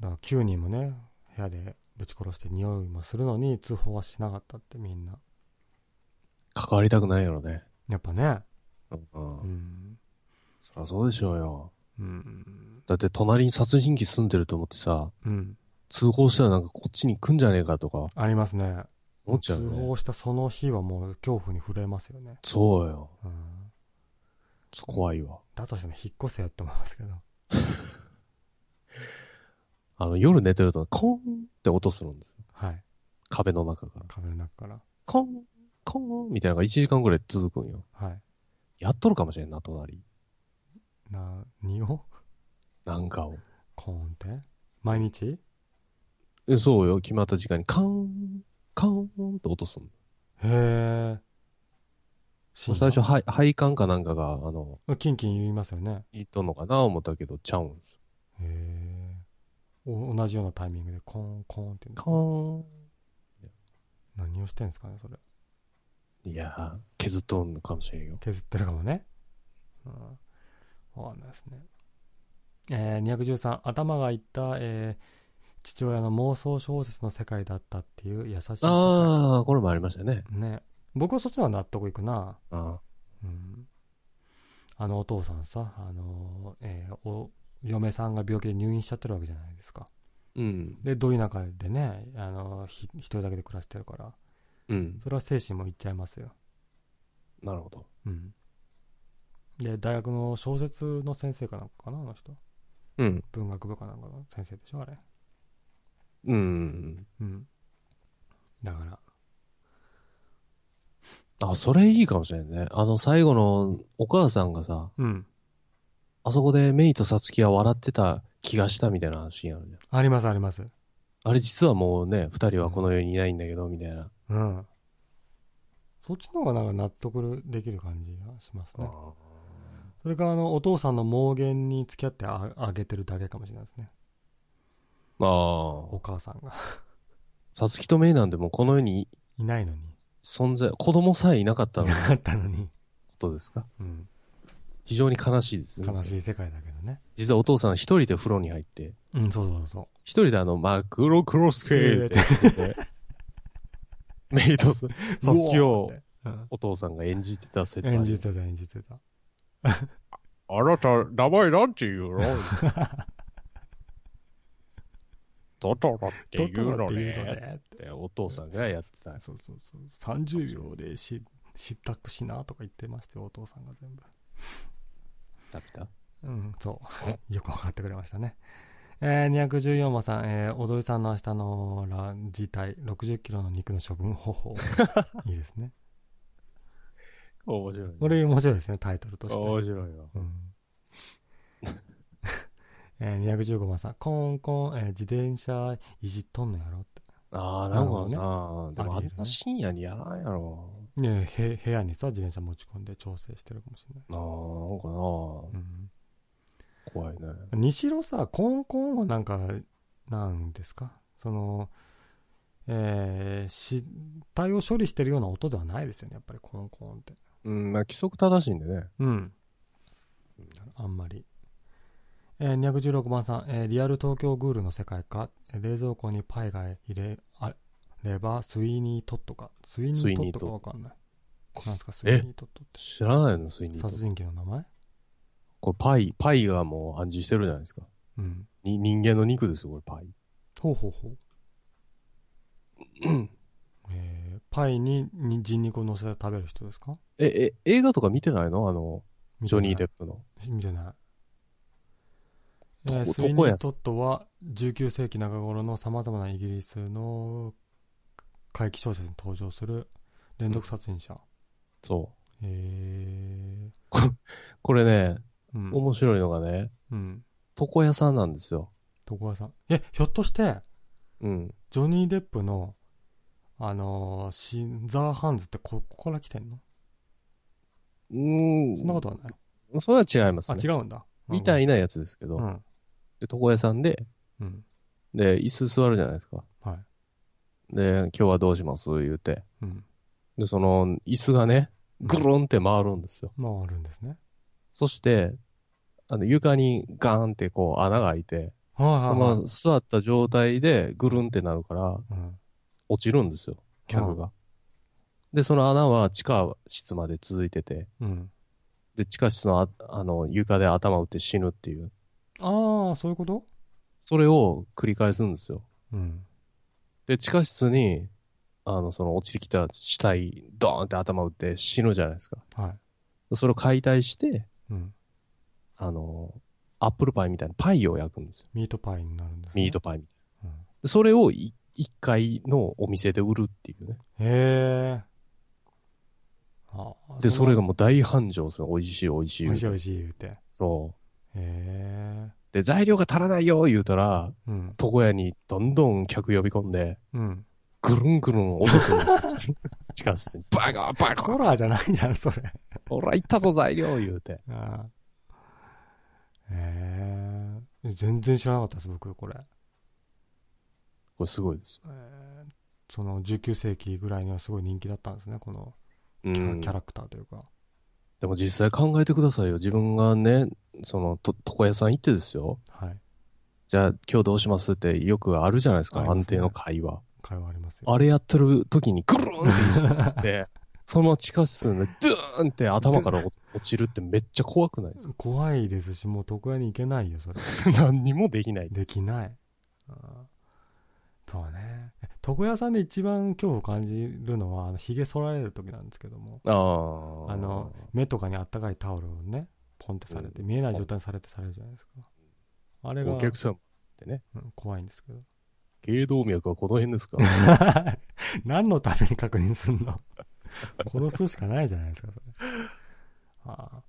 Speaker 1: だから9人もね部屋でぶち殺して匂いもするのに通報はしなかったってみんな
Speaker 2: 関わりたくないやろね。
Speaker 1: やっぱね。
Speaker 2: うん。
Speaker 1: うん。
Speaker 2: そりゃそうでしょうよ。
Speaker 1: うん。
Speaker 2: だって隣に殺人鬼住んでると思ってさ、
Speaker 1: うん。
Speaker 2: 通報したらなんかこっちに来んじゃねえかとか
Speaker 1: ありますね。
Speaker 2: 思っちゃうよ
Speaker 1: 通
Speaker 2: ね。
Speaker 1: 報したその日はもう恐怖に震えますよね。
Speaker 2: そうよ。
Speaker 1: うん。
Speaker 2: ちょっと怖いわ。
Speaker 1: だとしても引っ越せやって思いますけど。
Speaker 2: あの、夜寝てるとコーンって音するんですよ。
Speaker 1: はい。
Speaker 2: 壁の中から。
Speaker 1: 壁の中から。
Speaker 2: コーン、コーンみたいなのが1時間ぐらい続くんよ。
Speaker 1: はい。
Speaker 2: やっとるかもしれんな、隣。
Speaker 1: な、にを
Speaker 2: なんかを。
Speaker 1: コーンって毎日
Speaker 2: えそうよ。決まった時間にカーン、カーンって音する
Speaker 1: へえ。
Speaker 2: の。最初、はい配管かなんかが、あの、
Speaker 1: 初。キンキン言いますよね。
Speaker 2: いっとんのかな思ったけど、ちゃうんです
Speaker 1: へ
Speaker 2: よ。
Speaker 1: え。お同じようなタイミングでコーン、コーンって言うんだ
Speaker 2: カーン。
Speaker 1: 何をしてんですかね、それ。
Speaker 2: いやー、削っとんのかもしれんよ。
Speaker 1: 削ってるかもね。うん。わかんないですね。えー、213、頭がいった、えー父親の妄想小説の世界だったっていう優しい世界
Speaker 2: ああ、これもありましたね。
Speaker 1: ね。僕はそっちの方が納得いくな。
Speaker 2: あ
Speaker 1: うん。あのお父さんさ、あのー、えーお、嫁さんが病気で入院しちゃってるわけじゃないですか。
Speaker 2: ーうん。
Speaker 1: で、どういう中でね、あのーひ一人だけで暮らしてるから、
Speaker 2: うん。
Speaker 1: それは精神もいっちゃいますよ。
Speaker 2: なるほど。
Speaker 1: うん。で、大学の小説の先生かなんかかな、あの人。
Speaker 2: うん。
Speaker 1: 文学部かなんかの先生でしょあれ
Speaker 2: うん。
Speaker 1: うんだから
Speaker 2: あ、それいいかもしれんね。あの、最後のお母さんがさ、
Speaker 1: うん
Speaker 2: あそこでメイとサツキは笑ってた気がしたみたいな話になるじゃん。
Speaker 1: ありますあります
Speaker 2: あれ実はもうね、二人はこの世にいないんだけど、みたいな。
Speaker 1: うんそっちの方がなんか納得できる感じがしますね
Speaker 2: あー
Speaker 1: それからあのお父さんの妄言に付き合ってああげてるだけかもしれないですね
Speaker 2: あ
Speaker 1: お母さんが
Speaker 2: ー。サツキとメイなんてもうこの世に
Speaker 1: いないのに
Speaker 2: 存在、子供さえいなかった
Speaker 1: い
Speaker 2: のこ
Speaker 1: なかったのに、
Speaker 2: とですか
Speaker 1: うん、
Speaker 2: 非常に悲しいですね。
Speaker 1: 悲しい世界だけどね
Speaker 2: 実はお父さん一人で風呂に入って、
Speaker 1: うんそうそうそ
Speaker 2: 一人であの、マクロクロスケーって言って、 メイとサ
Speaker 1: う
Speaker 2: ツキ
Speaker 1: うお
Speaker 2: を
Speaker 1: ーってうん
Speaker 2: お父さんが演じてた説
Speaker 1: 演じてた演じてた
Speaker 2: あなた、名前なんて言うの トトロって言うの
Speaker 1: って
Speaker 2: ね
Speaker 1: 言うのねって
Speaker 2: ってお父さんがやってた。
Speaker 1: そうそうそう30秒でし失託しなとか言ってましたよお父さんが全部
Speaker 2: だった
Speaker 1: うんそう よく分かってくれましたねえー、214番さん、えー、踊りさんの明日のラ自体60キロの肉の処分方 法いいですね
Speaker 2: 面白い、ね。
Speaker 1: これ面白いですねタイトルとして、
Speaker 2: 面白いよ。
Speaker 1: うん、 えー、215番さんコンコン、えー自転車いじっとんのやろって
Speaker 2: ああ、なんか
Speaker 1: な
Speaker 2: な、
Speaker 1: る
Speaker 2: でも
Speaker 1: あ
Speaker 2: あ
Speaker 1: りえるね
Speaker 2: んな深夜にやらんやろ。
Speaker 1: ねえへ部屋にさ自転車持ち込んで調整してるかもしれない、
Speaker 2: なあ、なんかな、
Speaker 1: うん
Speaker 2: 怖いね。
Speaker 1: にしろさコンコンはなんかなんですかそのえー、死体を処理してるような音ではないですよねやっぱりコンコンって
Speaker 2: うん、まあ規則正しいんでね。
Speaker 1: うんあんまり、えー、216番さん、えーリアル東京グールの世界かえー冷蔵庫にパイが入れあればスイーニートットかスイーニートットかわかんないなんですかスイーニートットっ
Speaker 2: 知らないの、スイ
Speaker 1: て
Speaker 2: ニー
Speaker 1: 殺
Speaker 2: と。
Speaker 1: 人鬼の名前
Speaker 2: これパイ、パイがもう暗示してるじゃないですか。
Speaker 1: うん
Speaker 2: に人間の肉ですよ、これパイ。
Speaker 1: ほうほうほう。えー、パイにに人肉を乗せて食べる人ですか
Speaker 2: え、え、映画とか見てないのあの、ジョニー・デッ
Speaker 1: プ。
Speaker 2: プの。
Speaker 1: 見てない。えー、
Speaker 2: ど
Speaker 1: スイニ
Speaker 2: どこ
Speaker 1: ー
Speaker 2: や
Speaker 1: トットは19世紀中頃の様々なイギリスの怪奇小説に登場する連続殺人者。
Speaker 2: そう。
Speaker 1: え
Speaker 2: これね、
Speaker 1: ー、うん。
Speaker 2: 面白いのがね、
Speaker 1: うん。
Speaker 2: 床屋さんなんですよ。
Speaker 1: 床屋さん。え、ひょっとして、
Speaker 2: うん。
Speaker 1: ジョニー・デップの、あのーシンザーハンズってここから来てんの
Speaker 2: う
Speaker 1: そんなこ
Speaker 2: ー
Speaker 1: とはない。
Speaker 2: ん。それは違います
Speaker 1: あ、
Speaker 2: ね。
Speaker 1: 違うんだ。
Speaker 2: みた
Speaker 1: い
Speaker 2: いなやつですけど、
Speaker 1: うん。
Speaker 2: で床屋さんで、
Speaker 1: うん。
Speaker 2: で、椅子座るじゃないですか。
Speaker 1: はい。
Speaker 2: で、今日はどうします言うて。
Speaker 1: うん。
Speaker 2: で、その、椅子がね、ぐるんって回るんですよ。
Speaker 1: まああるんですね。
Speaker 2: そして、あの、床にガーンってこう穴が開いて、
Speaker 1: はいはい、はい。
Speaker 2: その座った状態でぐるんってなるから、
Speaker 1: うん、
Speaker 2: 落ちるんですよ、客が。で、その穴は地下室まで続いてて、
Speaker 1: うん。
Speaker 2: で、地下室のああの床で頭打って死ぬっていう、
Speaker 1: ああ、そういうこと
Speaker 2: それを繰り返すんですよ。
Speaker 1: うん。
Speaker 2: で、地下室に、あの、その落ちてきた死体、ドーンって頭打って死ぬじゃないですか。
Speaker 1: は
Speaker 2: それを解体して、
Speaker 1: い。うん。
Speaker 2: あの、アップルパイみたいなパイを焼くんですよ。
Speaker 1: ミートパイになるんです、ね。
Speaker 2: ミートパイみたいな
Speaker 1: うん。
Speaker 2: でそれをい一階のお店で売るっていうね。
Speaker 1: へえ。あー
Speaker 2: で、それ
Speaker 1: が。
Speaker 2: がもう大繁盛する。美味しい、美味しい
Speaker 1: 美
Speaker 2: 言う。
Speaker 1: 味してい美味しい言うて。へ
Speaker 2: そ
Speaker 1: え。
Speaker 2: う。で、材料が足らないよ言うたら、
Speaker 1: うん。
Speaker 2: 床屋にどんどん客呼び込んで、
Speaker 1: うん。
Speaker 2: ぐるんぐるん落とすんです よ。地下室に。バカバ
Speaker 1: ホ
Speaker 2: カ
Speaker 1: ラーじゃないじゃん、それ。
Speaker 2: ほら、行ったぞ、材料言うて。
Speaker 1: ああ。へえ。全然知らなかったです、僕、これ。
Speaker 2: これすごいです。
Speaker 1: えーその19世紀ぐらいにはすごい人気だったんですね、この
Speaker 2: う
Speaker 1: キャ,、
Speaker 2: ん。
Speaker 1: ラクターというか。
Speaker 2: でも実際考えてくださいよ。自分がね、その、と床屋さん行ってですよ。
Speaker 1: はい。
Speaker 2: じゃあ今日どうしますってよくあるじゃないですか、
Speaker 1: ありますね
Speaker 2: 安定の会話。
Speaker 1: 会話ありますよ。
Speaker 2: あれやってる時にぐるーんって言 って、そのまま地下室にドゥーンって頭から落落ちるってめっちゃ怖くないですか
Speaker 1: 怖いですし、もう床屋に行けないよ、それ。
Speaker 2: 何にもできないで。
Speaker 1: ですきない。うんそうね。え床屋さんで一番恐怖を感じるのは、あの、髭剃られる時なんですけども、
Speaker 2: ああ。
Speaker 1: あの、目とかにあったかいタオルをね、ポンってされて、見えない状態にされてされるじゃないですか。あれが
Speaker 2: お、客さんってね、
Speaker 1: うん怖いんですけど。
Speaker 2: 頸動脈はこの辺ですか
Speaker 1: 何のために確認すんの殺すしかないじゃないですか、それ。ああ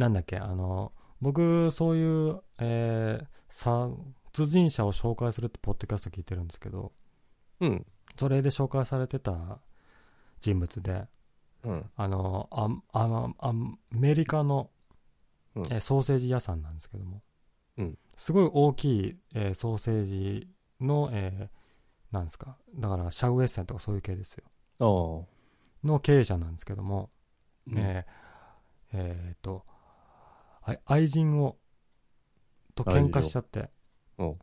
Speaker 1: なんだっけ、あの、僕、そういう、えー、殺人者を紹介するってポッドキャスト聞いてるんですけど、
Speaker 2: うん。
Speaker 1: それで紹介されてた人物で、
Speaker 2: うん。
Speaker 1: あの、ああのアメリカの、
Speaker 2: うん
Speaker 1: えーソーセージ屋さんなんですけども、
Speaker 2: うん
Speaker 1: すごい大きい、えーソーセージの、えーなんですか、だからシャウエッセンとかそういう系ですよ、
Speaker 2: ああ。
Speaker 1: の経営者なんですけども、
Speaker 2: うん
Speaker 1: えーえーっと、あ愛人を、と喧嘩しちゃって
Speaker 2: 愛人を、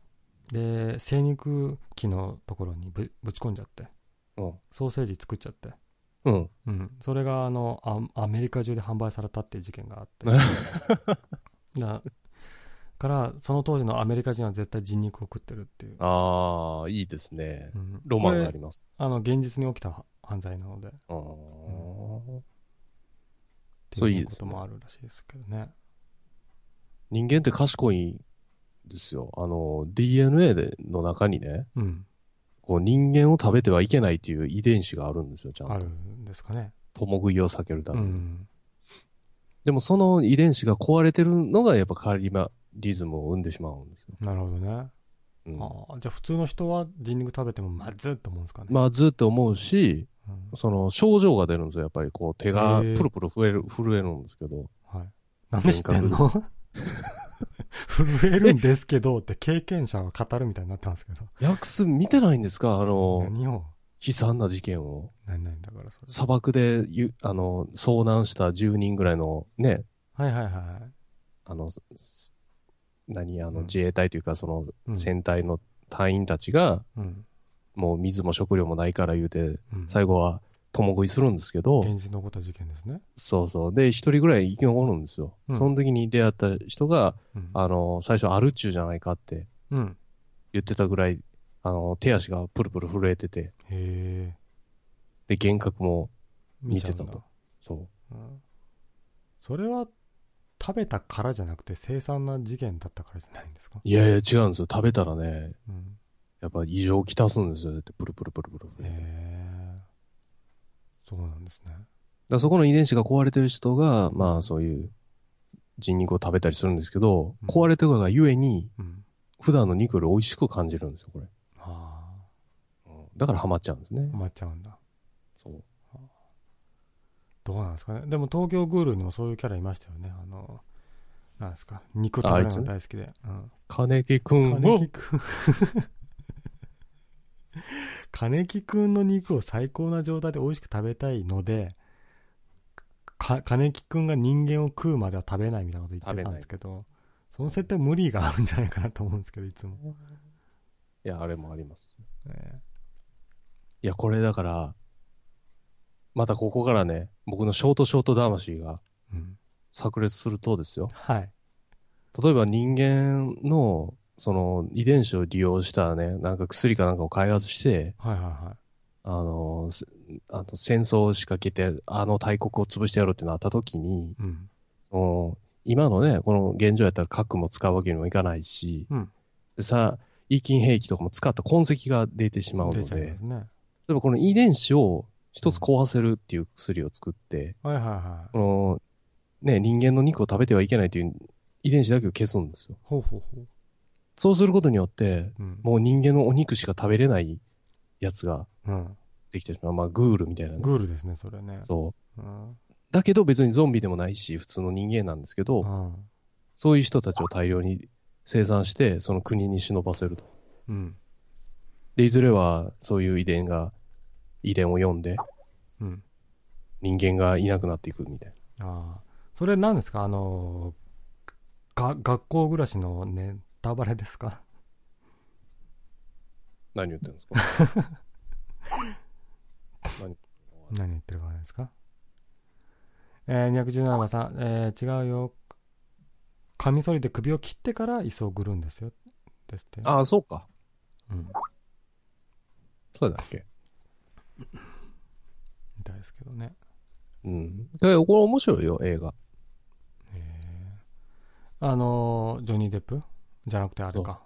Speaker 1: で、精肉機のところにぶぶち込んじゃって、
Speaker 2: うん。
Speaker 1: ソーセージ作っちゃって、
Speaker 2: うん。
Speaker 1: うん、それがあのアアメリカ中で販売されたっていう事件があっ てだからその当時のアメリカ人は絶対人肉を食ってるっていう、
Speaker 2: ああ、いいですね。
Speaker 1: うん
Speaker 2: ロマンがあ
Speaker 1: これ
Speaker 2: ります。
Speaker 1: あの現実に起きた犯罪なのでっ
Speaker 2: ああ。
Speaker 1: て
Speaker 2: そうい
Speaker 1: い
Speaker 2: いうで
Speaker 1: こ
Speaker 2: す
Speaker 1: と
Speaker 2: ね
Speaker 1: もあるらしいですけどね
Speaker 2: 人間って賢いんですよ。あの、DNA での中にね、
Speaker 1: うん
Speaker 2: こう人間を食べてはいけないっていう遺伝子があるんですよ、ちゃんと。
Speaker 1: あるんですかね
Speaker 2: 共食いを避けるた
Speaker 1: う
Speaker 2: めに。
Speaker 1: ん
Speaker 2: でもその遺伝子が壊れてるのがやっぱカリマリズムを生んでしまうんですよ。
Speaker 1: なるほどね、
Speaker 2: うん
Speaker 1: ああじゃあ普通の人は人肉食べてもまずいと思うんですかね、
Speaker 2: まあずっと思うし、
Speaker 1: うん
Speaker 2: その症状が出るんですよ。やっぱりこう手が
Speaker 1: へえ
Speaker 2: プルプル震える、震えるんですけど。
Speaker 1: はい、なんで知ってんの 震えるんですけどって経験者は語るみたいになってますけど
Speaker 2: ヤクス見てないんですかあの、
Speaker 1: 何を
Speaker 2: 悲惨な事件を。
Speaker 1: 何々だからそれ
Speaker 2: 砂漠でゆ、あの、遭難した10人ぐらいのね、
Speaker 1: はいはいはい
Speaker 2: あの、すす何、あ
Speaker 1: う
Speaker 2: の、
Speaker 1: ん
Speaker 2: 自衛隊というか、その、
Speaker 1: うん
Speaker 2: 戦隊の隊員たちが、
Speaker 1: うん
Speaker 2: もう水も食料もないから言うて、
Speaker 1: うん
Speaker 2: 最後は共食いするんですけど、
Speaker 1: 現実の起こった事件ですね
Speaker 2: そうそう。で、一人ぐらい生き残るんですよ。
Speaker 1: うん
Speaker 2: その時に出会った人が、
Speaker 1: うん
Speaker 2: あの、最初アルチューじゃないかって
Speaker 1: うん
Speaker 2: 言ってたぐらい、あの、手足がプルプル震えてて、
Speaker 1: へえ
Speaker 2: で、幻覚も、
Speaker 1: 見ちゃうんだ
Speaker 2: 見てたとそ
Speaker 1: うんそれは食べたからじゃなくて凄惨な事件だったからじゃないんですか
Speaker 2: う。、いやいや、違うんですよ。食べたらね、
Speaker 1: うん、
Speaker 2: やっぱ異常をきたすんですよ。だって、プルプルプルプルプル。だか
Speaker 1: へえそうなんですね
Speaker 2: らそこの遺伝子が壊れてる人が、まあ、そういう、人肉を食べたりするんですけど、
Speaker 1: うん
Speaker 2: 壊れてるがゆえに、
Speaker 1: うん
Speaker 2: 普段の肉より美味しく感じるんですよ、これ。
Speaker 1: あ
Speaker 2: だからハマっちゃうんですね
Speaker 1: あ。待っちゃうんだ
Speaker 2: そう。
Speaker 1: どうなんですかねでも東京グールにもそういうキャラいましたよねあのなんですか肉食べるのが大好きで、うん、
Speaker 2: 金木くん
Speaker 1: 金
Speaker 2: を
Speaker 1: 木、くん 金木くんの肉を最高な状態で美味しく食べたいのでか金木くんが人間を食うまでは食べないみたいなこと言ってたんですけどその設定無理があるんじゃないかなと思うんですけどいつも、
Speaker 2: いや、あれもあります。
Speaker 1: ね
Speaker 2: いや、これだから、またここからね、僕のショートショート魂が
Speaker 1: うん。
Speaker 2: 炸裂するとですよ。
Speaker 1: はい。
Speaker 2: 例えば人間の、その遺伝子を利用したね、なんか薬かなんかを開発して、
Speaker 1: はいはいは
Speaker 2: あの、せあの戦争を仕掛けて、あの大国を潰してやろうってなった時に、
Speaker 1: い。うん。
Speaker 2: もう今のね、この現状やったら核も使うわけにもいかないし、
Speaker 1: うん
Speaker 2: でさ、イーキン兵器とかも使った痕跡が出てしまうので、
Speaker 1: 出ちゃいますね。
Speaker 2: 例えばこの遺伝子を一つ壊せるっていう薬を作って、
Speaker 1: はいはいはい。
Speaker 2: この、ね、人間の肉を食べてはいけないという遺伝子だけを消すんですよ。
Speaker 1: ほうほうほう。
Speaker 2: そうすることによって、
Speaker 1: うん。
Speaker 2: もう人間のお肉しか食べれないやつが
Speaker 1: うん。
Speaker 2: できてしまう。まあ、グールみたいなね。
Speaker 1: グールですね、それね。
Speaker 2: そう。
Speaker 1: うん。
Speaker 2: だけど別にゾンビでもないし、普通の人間なんですけど、
Speaker 1: うん
Speaker 2: そういう人たちを大量に生産して、その国に忍ばせると。
Speaker 1: うん。
Speaker 2: で、いずれはそういう遺伝が、遺伝を読んで、
Speaker 1: うん。
Speaker 2: 人間がいなくなっていくみたいな。
Speaker 1: ああ。それ何ですかあの、が、学校暮らしのネタバレですか
Speaker 2: 何言ってるんですか
Speaker 1: 何言ってるかわかんないですかえー、217番さん、えー、違うよ。カミソリで首を切ってから椅子をぐるんですよ。ですって。
Speaker 2: ああ、そうか。
Speaker 1: うん。
Speaker 2: そうだっけ。
Speaker 1: みたいですけどね。
Speaker 2: うん。でこれ面白いよ、映画。
Speaker 1: えー、あのー、ジョニー・デップじゃなくてあれか。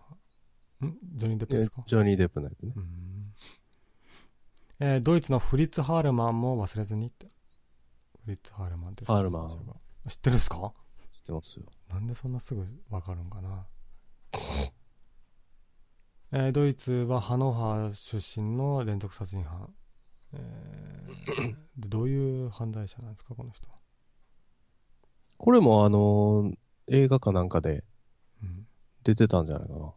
Speaker 1: んジョニー・デップ
Speaker 2: え
Speaker 1: ですか
Speaker 2: ジョニー・デップのやつね。
Speaker 1: うんえードイツのフリッツ・ハールマンも忘れずにって。フリッツ・ハールマンです。
Speaker 2: ハールマン
Speaker 1: 知ってるんすか
Speaker 2: 知ってますよ。
Speaker 1: なんでそんなすぐわかるんかな。えードイツはハノーハー出身の連続殺人犯。えーでどういう犯罪者なんですか、この人は。
Speaker 2: これもあのー映画かなんかで
Speaker 1: うん
Speaker 2: 出てたんじゃないかな。
Speaker 1: お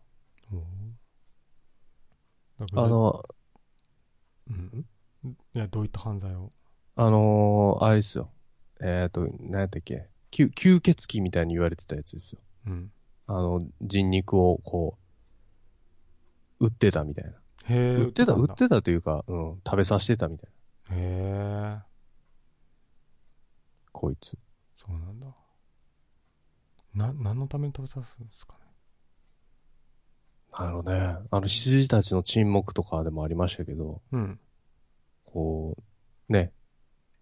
Speaker 1: ーだから
Speaker 2: あの、
Speaker 1: うん、いや、どういった犯罪を。
Speaker 2: あのーあれですよ。えっ、と、何やったっけ吸吸血鬼みたいに言われてたやつですよ。
Speaker 1: うん、
Speaker 2: あの、人肉をこう、売ってたみたいな。
Speaker 1: へえ。
Speaker 2: 売ってた、
Speaker 1: ん
Speaker 2: 売
Speaker 1: だ
Speaker 2: ってたというか、うん、食べさせてたみたいな。
Speaker 1: へえ。
Speaker 2: こいつ。
Speaker 1: そうなんだ。な、何のために食べさすんですかね。
Speaker 2: なるほどね。あの、羊たちの沈黙とかでもありましたけど、
Speaker 1: うん。
Speaker 2: こう、ね、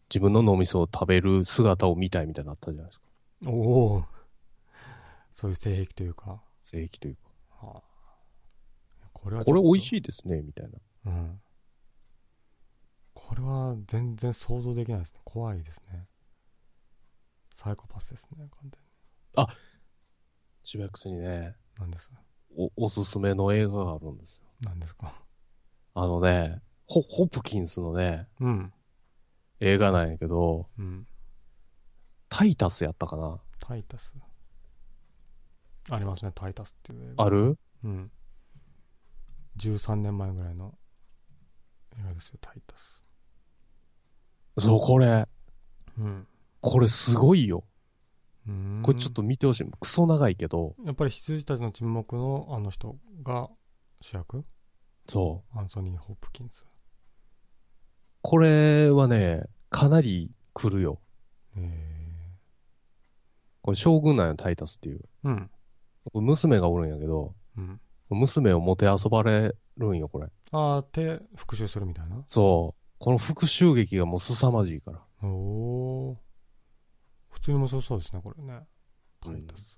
Speaker 2: 自分の脳みそを食べる姿を見たいみたいなのあったじゃないですか。
Speaker 1: おお。 そういう性癖というか。
Speaker 2: 正規というか。
Speaker 1: はあ、これはちょ
Speaker 2: こ
Speaker 1: っと
Speaker 2: れ美味しいですね、みたいな。
Speaker 1: うん。これは全然想像できないですね。怖いですね。サイコパスですね、完全に。
Speaker 2: しばらくすにね、
Speaker 1: 何です
Speaker 2: お、おすすめの映画があるんですよ。
Speaker 1: 何ですか
Speaker 2: あのね、ホ、ホプキンスのね、
Speaker 1: うん。
Speaker 2: 映画なんやけど、
Speaker 1: うん。
Speaker 2: タイタスやったかな
Speaker 1: タイタス。ありますね、タイタスっていう映画。
Speaker 2: ある
Speaker 1: うん。13年前ぐらいの映画ですよ、タイタス。
Speaker 2: そう、これ、
Speaker 1: うん。
Speaker 2: これすごいよ。
Speaker 1: うーん
Speaker 2: これちょっ。と見てほしい。クソ長いけど、
Speaker 1: やっぱり羊たちの沈黙のあの人が主役
Speaker 2: そう。
Speaker 1: アンソニー・ホップキンズ。
Speaker 2: これはね、かなり来るよ。
Speaker 1: え
Speaker 2: これ将軍なんよ、タイタスっていう。
Speaker 1: ー、うん。
Speaker 2: これ娘がおるんやけど、
Speaker 1: うん。
Speaker 2: 娘をもてあそばれるんよ、これ。
Speaker 1: ああ、って復讐するみたいな。
Speaker 2: そう。この復讐劇がもう凄まじいから。
Speaker 1: おおー。普通に面白そうですね、これね。タイタス。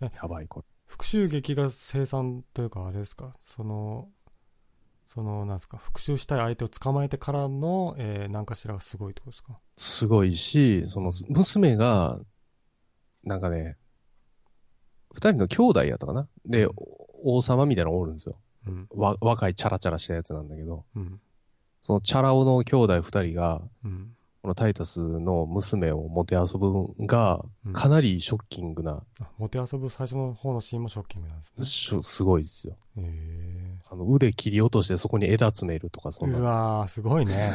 Speaker 2: やばい、これ。
Speaker 1: 復讐劇が生産というか、あれですか、その、その、なんですか、復讐したい相手を捕まえてからの、えー、何かしらがすごいってことですか。
Speaker 2: すごいし、その、娘が、なんかね、二人の兄弟やったかなで、王様みたいなのおるんですよ。
Speaker 1: うん。
Speaker 2: わ、若いチャラチャラしたやつなんだけど、
Speaker 1: うん。
Speaker 2: そのチャラ男の兄弟二人が、
Speaker 1: うん。
Speaker 2: このタイタスの娘をもてあそぶんが、
Speaker 1: うん
Speaker 2: かなりショッキングな、
Speaker 1: あ、もてあそぶ最初の方のシーンもショッキングなんですね。
Speaker 2: しょすごいですよ。
Speaker 1: え
Speaker 2: あの、腕切り落としてそこに枝詰めるとか、
Speaker 1: え
Speaker 2: そん
Speaker 1: ー。う
Speaker 2: な。
Speaker 1: わー、すごい ね。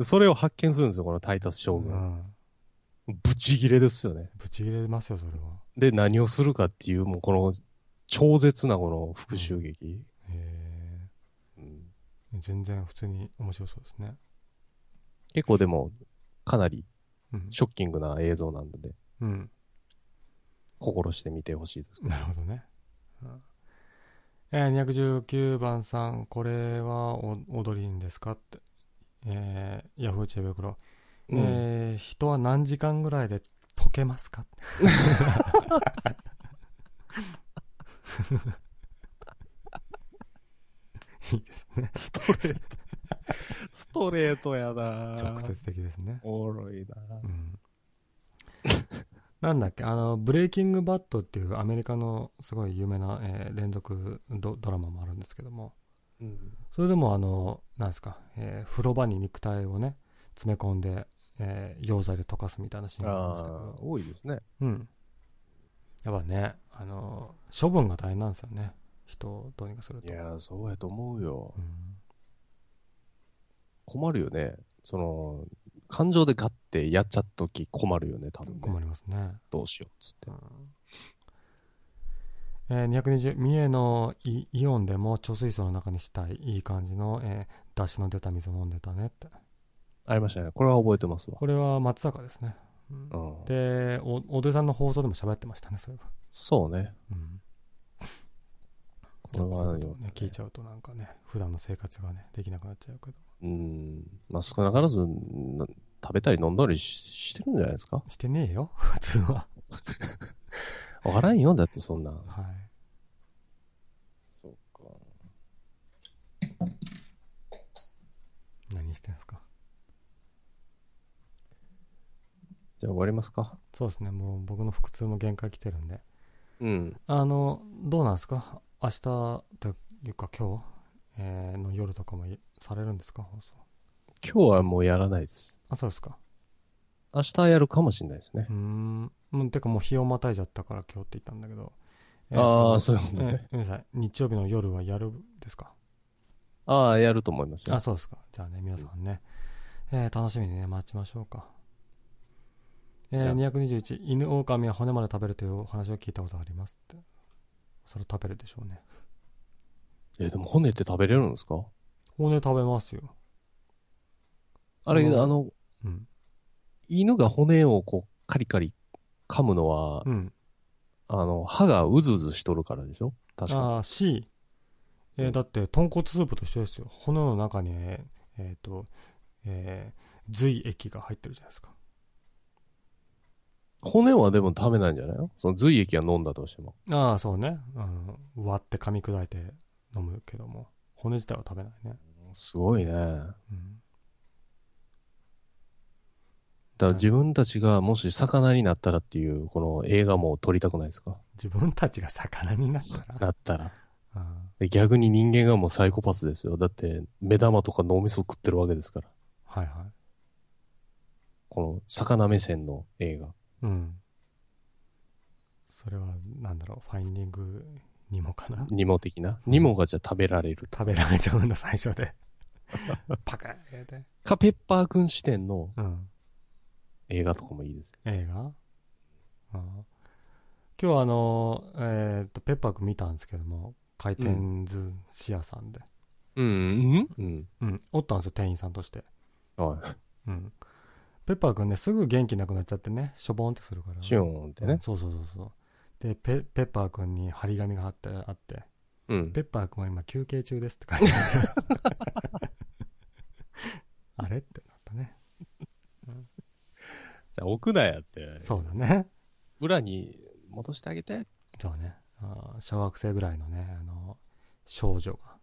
Speaker 2: それを発見するんですよ、このタイタス将
Speaker 1: う
Speaker 2: 軍。
Speaker 1: ん。
Speaker 2: ブチギレですよね。
Speaker 1: ぶち切れますよ、それは。
Speaker 2: で、何をするかっていう、もうこの、超絶なこの復讐劇。
Speaker 1: え
Speaker 2: うん
Speaker 1: え全然普通に面白そうですね。
Speaker 2: 結構でも、かなり
Speaker 1: うん。
Speaker 2: ショッキングな映像なので、
Speaker 1: うん。
Speaker 2: 心して見てほしいです。
Speaker 1: なるほどね。うんえー、219番さん、これはお踊りんですかって。えー、ヤフー知恵袋。
Speaker 2: うん
Speaker 1: えー、人は何時間ぐらいで溶けます か いいですね。
Speaker 2: ストレート。ストレートやな
Speaker 1: 直接的ですね。
Speaker 2: おもろいな
Speaker 1: うん。なんだっけ、あの、ブレイキングバットっていうアメリカのすごい有名な、えー連続ドドラマもあるんですけども、
Speaker 2: うん。
Speaker 1: それでもあの、なんですか、えー風呂場に肉体をね、詰め込んで、えー溶剤で溶かすみたいなシーンがありましたけ
Speaker 2: あ
Speaker 1: ど
Speaker 2: あ、、多いですね。
Speaker 1: うん。やっぱね、あの、処分が大変なんですよね。人をどうにかする
Speaker 2: い
Speaker 1: と。
Speaker 2: やー、そうやと思うよ
Speaker 1: う。ん。
Speaker 2: 困るよね。その、感情でガッてやっちゃった時困るよね、多分、ね。
Speaker 1: 困りますね。
Speaker 2: どうしよう、つって
Speaker 1: うん。えー220、三重のイイオンでも貯水槽の中にしたい、いい感じの、えー、出汁の出た水飲んでたねって。
Speaker 2: ありましたね。これは覚えてますわ。
Speaker 1: これは松坂ですね。うん
Speaker 2: うん。
Speaker 1: で、お、おでさんの放送でも喋ってましたね、そういえば。
Speaker 2: そうね。
Speaker 1: うん。
Speaker 2: これは
Speaker 1: ちょっと、
Speaker 2: よ
Speaker 1: ね、聞いちゃうとなんかね、普段の生活がね、できなくなっちゃうけど。
Speaker 2: うん。まあ、少なからず、な食べたり飲んだりししてるんじゃないですか
Speaker 1: してねえよ、普通は。
Speaker 2: わからんよ、だってそんな。
Speaker 1: はい。
Speaker 2: そうか。
Speaker 1: 何してんすか
Speaker 2: じゃあ終わりますか。
Speaker 1: そうですねもう僕の腹痛も限界来てるんで
Speaker 2: うん。
Speaker 1: あのどうなんですか明日というか今日、えーの夜とかもいされるんですか放送
Speaker 2: 今日はもうやらないです。
Speaker 1: あそうですか
Speaker 2: 明日やるかもしれないですね
Speaker 1: う。ーんもうてかもう日をまたいじゃったから今日って言ったんだけど、
Speaker 2: ああ、
Speaker 1: う
Speaker 2: そういうこと
Speaker 1: ごめん
Speaker 2: ね。
Speaker 1: なさい日曜日の夜はやるですか
Speaker 2: ああ、やると思いますよ
Speaker 1: あ。そうですかじゃあね皆さんね、えー楽しみにね待ちましょうかえー、221犬狼は骨まで食べるというお話を聞いたことがありますってそれ食べるでしょうね
Speaker 2: え、でも骨って食べれるんですか
Speaker 1: 骨食べますよ
Speaker 2: あれ、
Speaker 1: うん
Speaker 2: あの、
Speaker 1: うん
Speaker 2: 犬が骨をこう、カリカリ噛むのは、
Speaker 1: うん
Speaker 2: あの、歯がうずうずしとるからでしょ確か
Speaker 1: ああ、C。えー
Speaker 2: うん
Speaker 1: だって、豚骨スープと一緒ですよ。骨の中に、えっ、えーと、えー髄液が入ってるじゃないですか。
Speaker 2: 骨はでも食べないんじゃないのその髄液は飲んだとしても。
Speaker 1: ああ、そうね。うん。割って噛み砕いて飲むけども、骨自体は食べないね。
Speaker 2: すごいね。
Speaker 1: うん。
Speaker 2: だから自分たちがもし魚になったらっていう、この映画も撮りたくないですか
Speaker 1: 自分たちが魚になったら、
Speaker 2: なったら。
Speaker 1: うん
Speaker 2: で逆に人間がもうサイコパスですよ。だって、目玉とか脳みそ食ってるわけですから。
Speaker 1: はいは
Speaker 2: この魚目線の映画。
Speaker 1: い。うん。それは、なんだろう、ファインディングにもかな
Speaker 2: ニモ的な。ニモがじゃあ食べられる。
Speaker 1: 食べられちゃうんだ、最初 で。パカッて。
Speaker 2: か、ペッパー君視点の
Speaker 1: うん。
Speaker 2: 映画とかもいいですよ。
Speaker 1: 映画ああ今日あのーえーっとペッパーくん見たんですけども回転寿司屋さんで、
Speaker 2: うん。うん。
Speaker 1: うんおったんですよ店員さんとして、
Speaker 2: は
Speaker 1: うん、ペッパーくんねすぐ元気なくなっちゃってねしょぼんってするから
Speaker 2: い。シオンって
Speaker 1: う
Speaker 2: ね
Speaker 1: ん。そうそうそうそうでペペッパーくんに張り紙が貼ってあって
Speaker 2: うん
Speaker 1: 「ペ。ッパーくんは今休憩中です」って書いてあって あれってなったね
Speaker 2: じゃあ置くなやって。
Speaker 1: そうだね
Speaker 2: 裏に戻してあげて。
Speaker 1: そうねああ小学生ぐらいのねあの少女が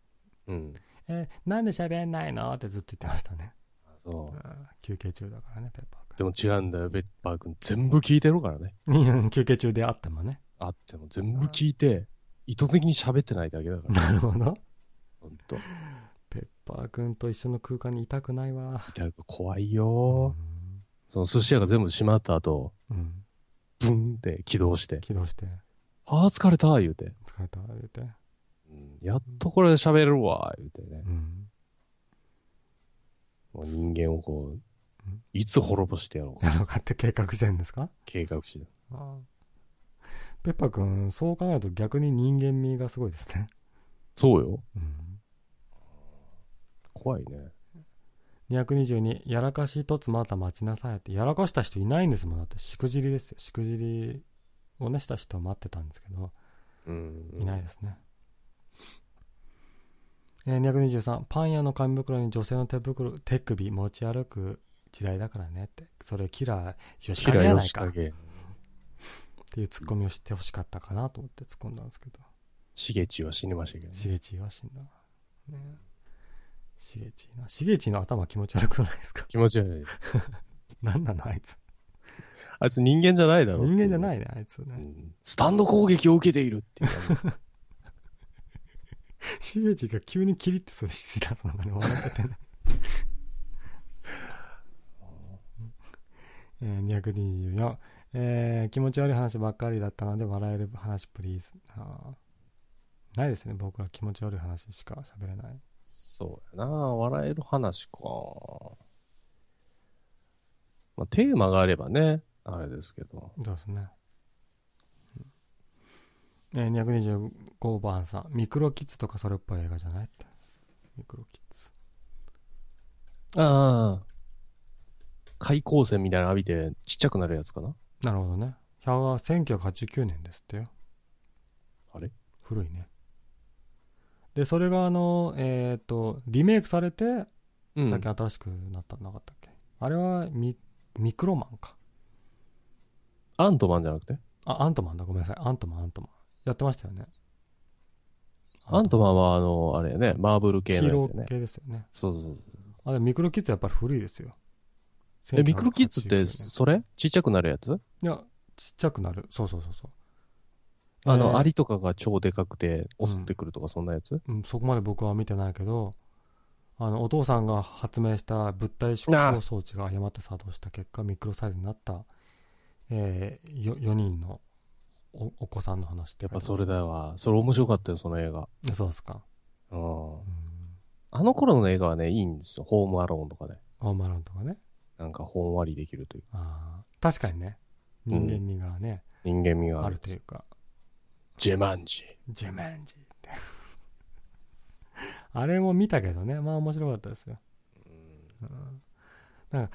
Speaker 2: うん。
Speaker 1: えーなんで喋んないのってずっと言ってましたね、
Speaker 2: そうう。
Speaker 1: ん休憩中だからねペッパ
Speaker 2: でも違うんだよ、ペッパー君。全部聞いてるからね。
Speaker 1: ー君休憩中であってもね
Speaker 2: あっても全部聞いて、意図的に喋ってないだけだから。
Speaker 1: なるほど
Speaker 2: ほんと。
Speaker 1: ペッパー君と一緒の空間にいたくないわ
Speaker 2: 痛く怖いうよ。
Speaker 1: ん、
Speaker 2: その寿司屋が全部閉まった後、
Speaker 1: うん、
Speaker 2: ブンって起動して、
Speaker 1: 起動して
Speaker 2: ああ、疲れた、言うて。
Speaker 1: 疲れた言うて、
Speaker 2: うんやっとこれ喋れるわ、言うてね
Speaker 1: う。ん、
Speaker 2: もう人間をこう
Speaker 1: うん、
Speaker 2: いつ滅ぼしてやろう
Speaker 1: やろ
Speaker 2: か
Speaker 1: う。かって計画してるんですか
Speaker 2: 計画して。
Speaker 1: ペッパー君そう考えると逆に人間味がすごいですね、
Speaker 2: そうよ。
Speaker 1: うん、
Speaker 2: 怖いね。
Speaker 1: 222、やらかし一つまた待ちなさいって、やらかした人いないんですもん、だって、しくじりですよ。しくじりをね、した人を待ってたんですけど、
Speaker 2: うん。
Speaker 1: いないですね。えー223、パン屋の紙袋に女性の手袋、手首持ち歩く時代だからねって、それキラー、吉
Speaker 2: キ
Speaker 1: 川
Speaker 2: ラ
Speaker 1: や
Speaker 2: ヨ
Speaker 1: ない
Speaker 2: シ
Speaker 1: か
Speaker 2: カ
Speaker 1: っ
Speaker 2: ゲ、
Speaker 1: ていうツッコミをしてほしかったかなと思って突っ込んだんですけど。
Speaker 2: シゲチは死にましたけどね。
Speaker 1: しげちは死んだ。ねしげちな。しげちの頭気持ち悪くないですか
Speaker 2: 気持ち悪い。
Speaker 1: なんなのあいつ。
Speaker 2: あいつ人間じゃないだろうって
Speaker 1: 人
Speaker 2: う。、
Speaker 1: 間じゃないいね、あいつね。
Speaker 2: スタンド攻撃を受けているっていう感
Speaker 1: しげちが急にキリッてしだすのがね、笑っててね。えー、224、えー気持ち悪い話ばっかりだったので笑える話プリーズあーないですね僕は気持ち悪い話しか喋れない
Speaker 2: じ。そうやな笑える話か。まあ、テーマがあればね、あれですけど。
Speaker 1: そうですね。えー、225番さん、ミクロキッズとかそれっぽい映画じゃないって。ミクロキッズ。
Speaker 2: ああ。開口線みたいなの浴びてちっちゃくなるやつかな
Speaker 1: なるほどね。100は1989年ですってよ。
Speaker 2: あれ
Speaker 1: 古いね。で、それがあの、えっ、と、リメイクされて、
Speaker 2: うん。
Speaker 1: さっき新しくなったんなかったっけ、あれはミ、ミクロマンか。
Speaker 2: アントマンじゃなくて
Speaker 1: あ、アントマンだ。ごめんなさい。アントマン、アントマン。やってましたよね。
Speaker 2: アントマンはあの、あれやね、マーブル
Speaker 1: ヒ
Speaker 2: 系の
Speaker 1: ーロ
Speaker 2: やつや
Speaker 1: ー
Speaker 2: ね。
Speaker 1: 系ですよね。
Speaker 2: そうそうそう。
Speaker 1: あれ、ミクロキッズやっぱり古いですよ。
Speaker 2: え、ミクロキッズっ
Speaker 1: 1989
Speaker 2: て、
Speaker 1: 年
Speaker 2: それちっちゃくなるやつ
Speaker 1: いや、ちっちゃくなる。そうそうそうそう。
Speaker 2: あ
Speaker 1: えー
Speaker 2: の、アリとかが超でかくて襲ってくるとか、そんなやつ
Speaker 1: うん、そこまで僕は見てないけど、あの、お父さんが発明した物体縮小装置が誤って作動した結果、ミクロサイズになった、えー、よ4人のおお子さんの話って
Speaker 2: や
Speaker 1: 書いてあ
Speaker 2: っぱ
Speaker 1: る
Speaker 2: それだわ。それ面白かったよ、その映画。
Speaker 1: そうですか。
Speaker 2: うん
Speaker 1: う。ん。
Speaker 2: あの頃の映画はね、いいんですよ。ホームアローンとかね。
Speaker 1: ホームアローンとかね。
Speaker 2: なんか、ほんわりできるという。
Speaker 1: あー確かにね、人間味がね、
Speaker 2: 人間味が
Speaker 1: あ
Speaker 2: あ
Speaker 1: る
Speaker 2: る。
Speaker 1: というか、
Speaker 2: ジェマンジ。
Speaker 1: ジェメンジって。 あれも見たけどね、まあ面白かったですよ。うんなんか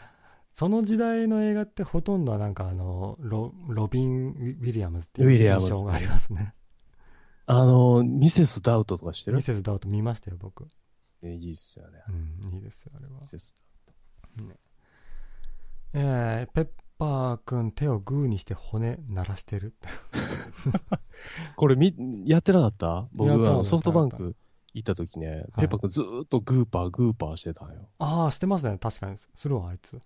Speaker 1: その時代の映画ってほとんどはなんかあのロロビン・ウィリアムズって
Speaker 2: ウ
Speaker 1: い
Speaker 2: ィ
Speaker 1: う
Speaker 2: リアム
Speaker 1: 印
Speaker 2: ズ
Speaker 1: 象がありますね。
Speaker 2: あの、ミセス・ダウトとか知ってる
Speaker 1: ミセス・ダウト見ましたよ、僕。
Speaker 2: ねいいっすよね。
Speaker 1: うん、いいですよ、あれは
Speaker 2: ミ。セス・
Speaker 1: えー、ペッパーくん手をグーにして骨鳴らしてる。
Speaker 2: これ、み、やってなかった僕
Speaker 1: やったやっ
Speaker 2: は
Speaker 1: た
Speaker 2: ソフトバンク行った時ね、ペッパーくんずーっとグーパー、グーパーしてたんよ。
Speaker 1: ああ、してますね、確かに。するわ、あいつ。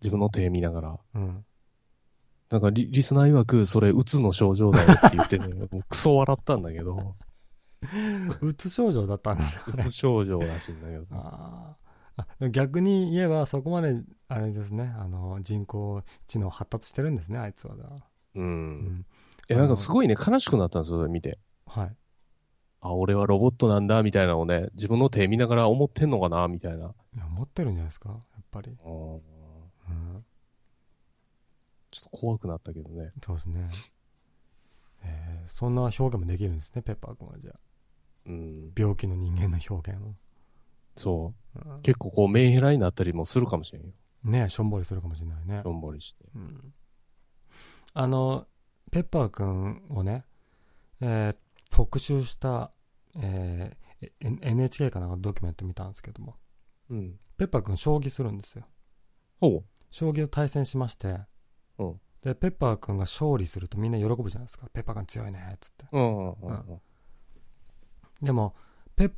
Speaker 2: 自分の手見ながら。
Speaker 1: うん。
Speaker 2: なんかリ、リスナー曰く、それ、うつの症状だよって 言ってね、もうクソ笑ったんだけど、
Speaker 1: うつ症状だったんだ。
Speaker 2: うつ症状らしいんだけど。
Speaker 1: あーあ。逆に言えば、そこまで、あれですね、あの、人工知能発達してるんですね、あいつはだ。
Speaker 2: う。
Speaker 1: うんん。
Speaker 2: え、なんかすごいね、悲しくなったんですよ、それ見て。
Speaker 1: はい。
Speaker 2: あ、俺はロボットなんだ、みたいなのをね、自分の手見ながら思ってんのかな、みたいな。
Speaker 1: いや、持ってるんじゃないですか、やっぱり。
Speaker 2: うん
Speaker 1: うん。
Speaker 2: ちょっと怖くなったけどね。
Speaker 1: そうですね。えーそんな表現もできるんですね、ペッパー君はじゃあ。
Speaker 2: うん。
Speaker 1: 病気の人間の表現を。
Speaker 2: そうう。結構こう、メンヘラになったりもするかもしれんよ。
Speaker 1: ん、ねえしょんぼりするかもしれないね
Speaker 2: ど。んぼりして。
Speaker 1: うん、あの、ペッパー君をね、えー特集した、えーえ NHK かなんかのドキュメント見たんですけども、
Speaker 2: うん。
Speaker 1: ペッパー君将棋するんですよ。
Speaker 2: ほ
Speaker 1: 将棋を対戦しまして、
Speaker 2: うん
Speaker 1: で、ペッパー君が勝利するとみんな喜ぶじゃないですか。ペッパー君強いね、つって。
Speaker 2: う。うん。うんうん
Speaker 1: でも、ペッ、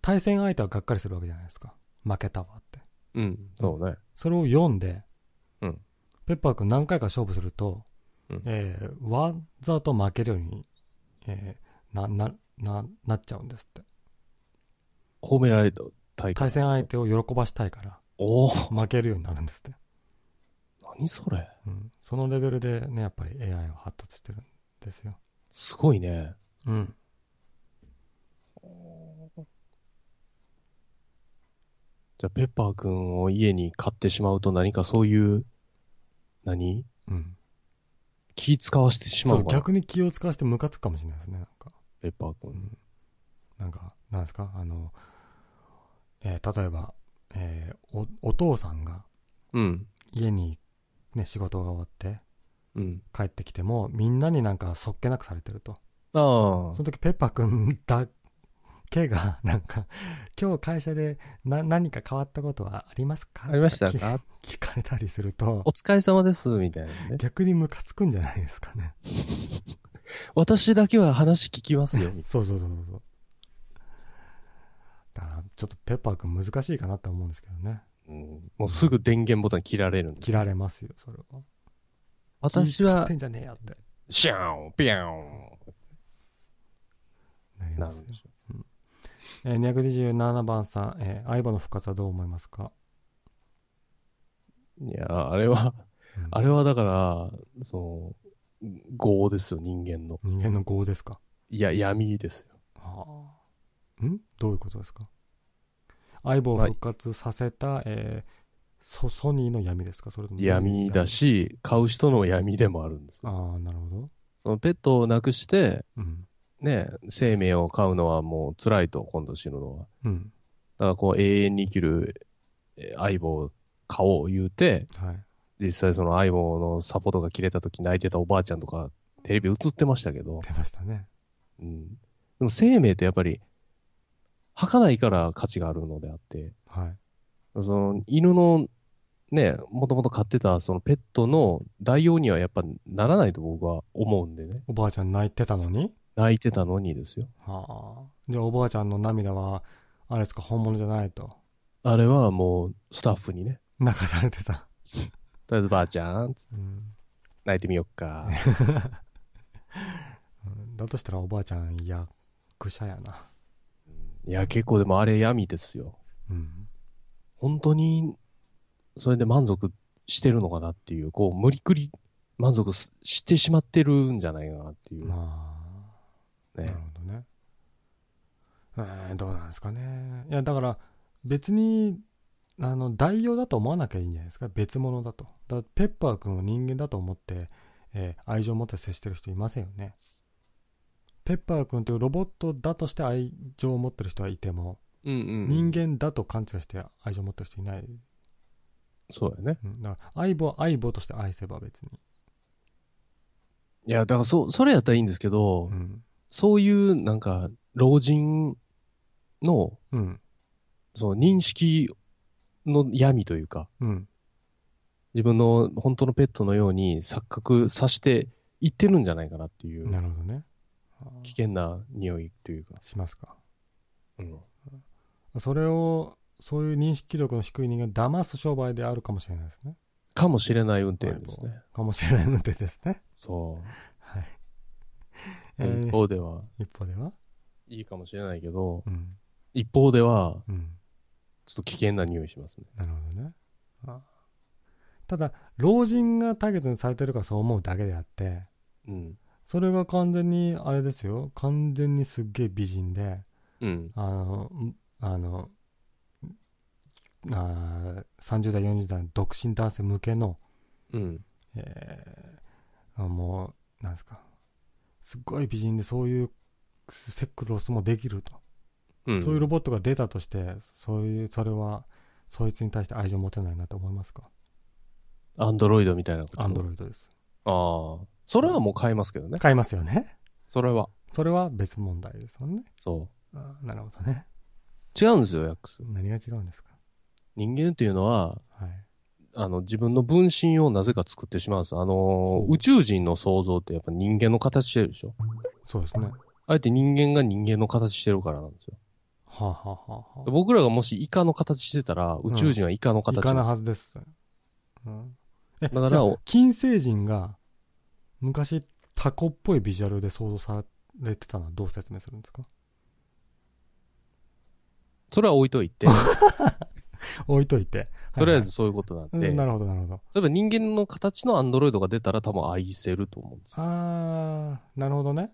Speaker 1: 対戦相手はがっかりするわけじゃないですか。負けたわって。
Speaker 2: うん。そうね。
Speaker 1: それを読んで、
Speaker 2: うん
Speaker 1: ペッパー君何回か勝負すると、
Speaker 2: うん
Speaker 1: えー、わざと負けるように、えーな、な、な、なっちゃうんですって。
Speaker 2: 褒められた大会。
Speaker 1: 対戦相手を喜ばしたいから、
Speaker 2: おお、
Speaker 1: 負けるようになるんですって。
Speaker 2: 何それ。
Speaker 1: うん。そのレベルでね、やっぱり AI は発達してるんですよ。
Speaker 2: すごいね。
Speaker 1: うん。
Speaker 2: じゃあ、ペッパーくんを家に買ってしまうと何かそういう、何
Speaker 1: うん。
Speaker 2: 気使わしてしま
Speaker 1: そうう、
Speaker 2: かな
Speaker 1: 逆に気を使わせてムカつくかもしれないですね、なんか。
Speaker 2: ペッパーく。
Speaker 1: うんんなんか、なんですかあの、えー例えば、えーおお父さんが
Speaker 2: うん。
Speaker 1: 家に、ね、仕事が終わって
Speaker 2: うん。
Speaker 1: 帰ってきてもみんなになんかそっけなくされてると
Speaker 2: ああ
Speaker 1: そ。の時ペッパーくんだけが なんか今日会社でな何か変わったことはありますか
Speaker 2: ありました
Speaker 1: と
Speaker 2: か
Speaker 1: 聞聞 かれたりすると
Speaker 2: お疲れ様です、みたいなね。
Speaker 1: 逆にムカつくんじゃないですかね
Speaker 2: 私だけは話聞きますよ、みたい
Speaker 1: そうそうそうそうそうだからちょっとペッパーくん難しいかなと思うんですけどね
Speaker 2: な。うんもうすぐ電源ボタン切られるんで。
Speaker 1: 切られますよそれは
Speaker 2: 私
Speaker 1: 気使っ
Speaker 2: は
Speaker 1: て、んじゃねえよって
Speaker 2: シャオン、ピャオ
Speaker 1: なり
Speaker 2: ン。
Speaker 1: ま
Speaker 2: なる
Speaker 1: す
Speaker 2: ん
Speaker 1: よ
Speaker 2: でしょ。
Speaker 1: えー、227番さん、えー、相棒の復活はどう思いますか、
Speaker 2: いやー、あれは、
Speaker 1: うん
Speaker 2: あれはだから、その、業ですよ、人間の。
Speaker 1: 人間の業ですか
Speaker 2: いや、闇ですよ。
Speaker 1: はあ、んどういうことですか相棒を復活させた、えーソソニーの闇ですかそれとも
Speaker 2: 闇だし、買う人の闇でもあるんですよ。
Speaker 1: ああなるほど、
Speaker 2: そのペットをなくして、
Speaker 1: うん
Speaker 2: ね、生命を飼うのはもう辛いと、今度死ぬのは。
Speaker 1: うん
Speaker 2: だからこう永遠に生きるえー相棒を買おう言うて、
Speaker 1: はい、
Speaker 2: 実際その相棒のサポートが切れた時泣いてたおばあちゃんとかテレビ映ってましたけど、
Speaker 1: 出ましたね
Speaker 2: うん。でも生命ってやっぱり、儚いから価値があるのであって、
Speaker 1: はい
Speaker 2: その犬のね、もともと飼ってたそのペットの代用にはやっぱならないと僕は思うんでね。
Speaker 1: おばあちゃん泣いてたのに
Speaker 2: 泣いてたのにですよ。
Speaker 1: はあでおばあちゃんの涙はあれですか本物じゃないと
Speaker 2: あれはもうスタッフにね、
Speaker 1: 泣かされてた、
Speaker 2: とりあえずばあちゃん、つって
Speaker 1: うん
Speaker 2: 泣いてみよっ か。
Speaker 1: うんだとしたらおばあちゃん役者やな
Speaker 2: うんいや、結構でもあれ闇ですよ。
Speaker 1: うん
Speaker 2: 本当に、それで満足してるのかなっていう、こう、無理くり満足すしてしまってるんじゃないかなっていう。
Speaker 1: まあな
Speaker 2: ね
Speaker 1: る。ほどね。えーどうなんですかね。いや、だから、別に、あの、代用だと思わなきゃいいんじゃないですか。別物だと。だからペッパー君を人間だと思って、えー愛情を持って接してる人いませんよね。ペッパー君というロボットだとして愛情を持ってる人はいても、
Speaker 2: うんうん。
Speaker 1: 人。間だと勘違いして愛情を持ってる人いない。
Speaker 2: そうだよね。
Speaker 1: うん、だから、相棒は相棒として愛せば別に。
Speaker 2: いや、だからそ、それやったらいいんですけど、
Speaker 1: うん。
Speaker 2: そういう、なんか、老人の、
Speaker 1: うん。
Speaker 2: その認識の闇というか、
Speaker 1: うん。
Speaker 2: 自分の本当のペットのように錯覚させていってるんじゃないかなってい
Speaker 1: な
Speaker 2: う、
Speaker 1: るほどね。あー
Speaker 2: 危険な匂いというか。
Speaker 1: しますか。
Speaker 2: うん。
Speaker 1: それを、そういう認識力の低い人間を騙す商売であるかもしれないですね。
Speaker 2: かもしれない運転です
Speaker 1: 相
Speaker 2: ね。
Speaker 1: 棒かもしれないのでですね。
Speaker 2: そう。
Speaker 1: はい。えー
Speaker 2: 一方では、
Speaker 1: 一方では、
Speaker 2: いいかもしれないけど、
Speaker 1: うん、
Speaker 2: 一方では、
Speaker 1: うん、
Speaker 2: ちょっと危険な匂いしますね。
Speaker 1: なるほどね。あただ、老人がターゲットにされてるからそう思うだけであって、
Speaker 2: うん。
Speaker 1: それが完全に、あれですよ、完全にすっげえ美人で、
Speaker 2: うん。
Speaker 1: あの、んあの、あー30代、40代の独身男性向けの、
Speaker 2: うん。
Speaker 1: えー、あもう、なんですか、すっごい美人で、そういうセックロスもできると、
Speaker 2: うん。
Speaker 1: そういうロボットが出たとして、そういう、それは、そいつに対して愛情持てないなと思いますか、
Speaker 2: アンドロイドみたいなこと。
Speaker 1: アンドロイドです。
Speaker 2: ああ。それはもう買えますけどね。
Speaker 1: 買いますよね。
Speaker 2: それは。
Speaker 1: それは別問題ですもんね。
Speaker 2: そ
Speaker 1: あーなるほどね。
Speaker 2: う。違うんですよ、ヤックス。
Speaker 1: 何が違うんですか。
Speaker 2: 人間っていうのは、
Speaker 1: はい。
Speaker 2: あの、自分の分身をなぜか作ってしまうんです。あの
Speaker 1: ほ
Speaker 2: ー、
Speaker 1: う
Speaker 2: 宇宙人の想像ってやっぱ人間の形してるでしょ。
Speaker 1: そうですね。は
Speaker 2: あえて人間が人間の形してるからなんですよ。
Speaker 1: あ、はあはあはあ、
Speaker 2: 僕らがもしイカの形してたら、宇宙人はイカの
Speaker 1: い
Speaker 2: 形。
Speaker 1: かなはずです。うん、え
Speaker 2: だから
Speaker 1: じゃ あ金星人が昔タコっぽいビジュアルで想像されてたのはどう説明するんですか
Speaker 2: それは置いといて、
Speaker 1: 置いといて。
Speaker 2: とりあえ
Speaker 1: は
Speaker 2: ずそういうことなん
Speaker 1: いはい、う
Speaker 2: で
Speaker 1: ん。な、るほど、なるほど。
Speaker 2: 例えば人間の形のアンドロイドが出たら多分愛せると思うんですよ。
Speaker 1: あー、なるほどね。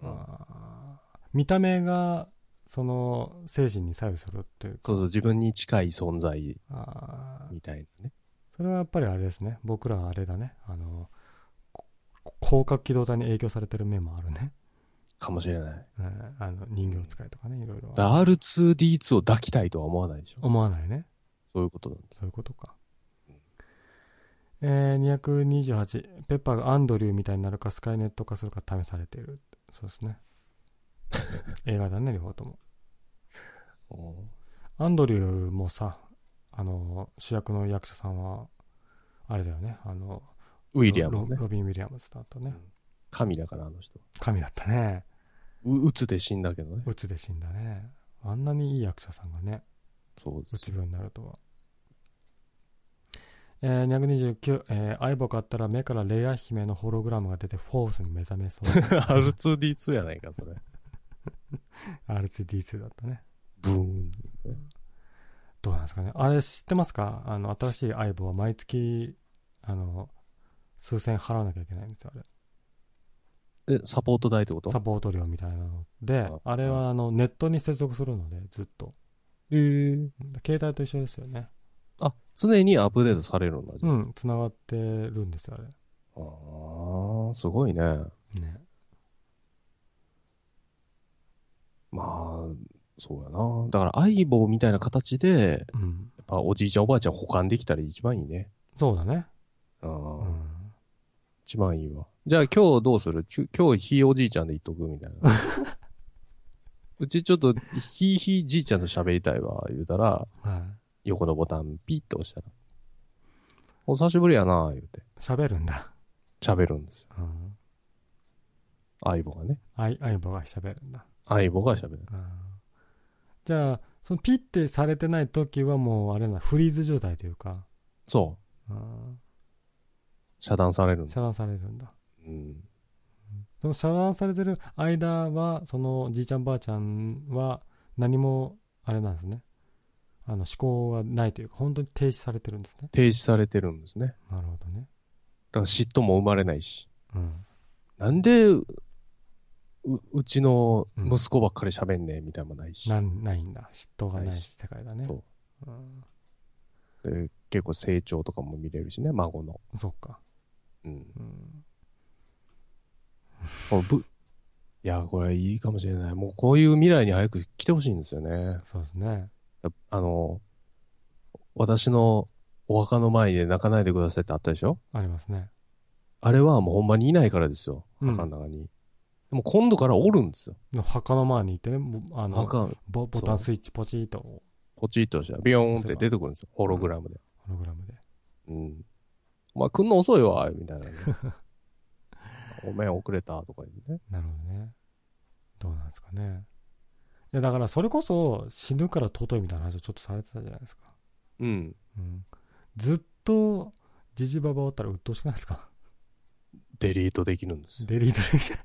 Speaker 2: うん
Speaker 1: あー見た目が、その、精神に左右するっていうか。
Speaker 2: そうそう、自分に近い存在
Speaker 1: あー
Speaker 2: みたいなね。
Speaker 1: それはやっぱりあれですね。僕らはあれだね。あの、こ広角機動隊に影響されてる面もあるね。
Speaker 2: かもしれない。
Speaker 1: うんあの人形使いとかね、いろいろ。
Speaker 2: R2D2 を抱きたいとは思わないでしょ。
Speaker 1: 思わないね。
Speaker 2: そういうことなんです。
Speaker 1: そういうことか。えー、228、ペッパーがアンドリューみたいになるか、スカイネット化するか試されている。そうです ね。映画だね、両方とも。アンドリューもさ、あの、主役の役者さんは、あれだよね、あの、
Speaker 2: ウィリアム
Speaker 1: ロ
Speaker 2: ね。
Speaker 1: ロビン・ウィリアムズだったね。
Speaker 2: 神だから、あの人。
Speaker 1: 神だったね。
Speaker 2: う、うつで死んだけどね。
Speaker 1: うつで死んだね。あんなにいい役者さんがね、
Speaker 2: そうで
Speaker 1: う
Speaker 2: す
Speaker 1: つ。病になるとは。えー、229、えー、アイボ買ったら目からレイヤ姫のホログラムが出てフォースに目覚め そう。
Speaker 2: R2D2 やないか、それ。
Speaker 1: R2D2 だったね。
Speaker 2: ブーン。
Speaker 1: どうなんですかね。あれ知ってますかあの、新しい相棒は毎月、あの、数千払わなきゃいけないんですよ、あれ。
Speaker 2: え、サポート代ってこと
Speaker 1: サポート料みたいなの。で
Speaker 2: あ、
Speaker 1: あれはあの、ネットに接続するので、ずっと。
Speaker 2: えー、
Speaker 1: 携帯と一緒ですよね。
Speaker 2: あ、常にアップデートされるんだ、じゃ
Speaker 1: う
Speaker 2: あ
Speaker 1: ん、繋がってるんですよ、あれ。
Speaker 2: あー、すごいね。
Speaker 1: ね。
Speaker 2: まあ、そうやな。だから、相棒みたいな形で、
Speaker 1: うん。
Speaker 2: やっぱおじいちゃんおばあちゃん保管できたら一番いいね。
Speaker 1: そうだね。
Speaker 2: あ
Speaker 1: う
Speaker 2: ー
Speaker 1: ん。
Speaker 2: 一番いいわ。じゃあ今日どうするきゅ今日ひいおじいちゃんで言っとくみたい な。うちちょっとひいひいじいちゃんと喋りたいわ、言うたら、
Speaker 1: は
Speaker 2: 横のボタンピッと押したら。お久しぶりやな、言うて。
Speaker 1: い。喋るんだ。
Speaker 2: 喋るんですよ。
Speaker 1: うん。
Speaker 2: 相棒がね。
Speaker 1: 相相棒が喋るんだ。
Speaker 2: 相棒が喋る。
Speaker 1: うん。じゃあ、そのピッてされてない時はもう、あれな、フリーズ状態というか、
Speaker 2: そう。
Speaker 1: うん。
Speaker 2: 遮断されるんです
Speaker 1: 遮
Speaker 2: よ。
Speaker 1: 断されるんだ。
Speaker 2: うん。
Speaker 1: その遮断されてる間は、そのじいちゃんばあちゃんは何も、あれなんですね。あの、思考がないというか、本当に停止されてるんですね。
Speaker 2: 停止されてるんですね。
Speaker 1: なるほどね。
Speaker 2: だから嫉妬も生まれないし。
Speaker 1: うん。
Speaker 2: なんで、う、うちの息子ばっかり喋んねえみたいなのもないし。
Speaker 1: なん、ないんだ。嫉妬がな
Speaker 2: ないいし
Speaker 1: 世界だね。。
Speaker 2: そ
Speaker 1: ん、
Speaker 2: うう。で結構成長とかも見れるしね、孫の。
Speaker 1: そっか。
Speaker 2: うん。
Speaker 1: うん。
Speaker 2: このぶいや、これいいかもしれない。もうこういう未来に早く来てほしいんですよね。
Speaker 1: そうですね。
Speaker 2: あの、私のお墓の前で泣かないでくださいってあったでしょ
Speaker 1: ありますね。
Speaker 2: あれはもうほんまにいないからですよ。
Speaker 1: うん
Speaker 2: 墓の中に。でも今度からおるんですよ。
Speaker 1: の墓の前にいてね、もうあの、
Speaker 2: 墓、
Speaker 1: ボボタンスイッチポチッと、ホ
Speaker 2: ポチッとしたらビヨーンって出てくるんですよ。ホログラムで。
Speaker 1: ログラムで。
Speaker 2: うん。お前来んの遅いわ、み たいなね、お前遅れたとか言うね。
Speaker 1: なるほどね。どうなんですかね。いや、だからそれこそ死ぬから尊いみたいな話をちょっとされてたじゃないですか。
Speaker 2: うん。
Speaker 1: うん。ずっと、ジジババおったら鬱陶しくないですか
Speaker 2: デリートできるんですよ。
Speaker 1: デリートできちゃ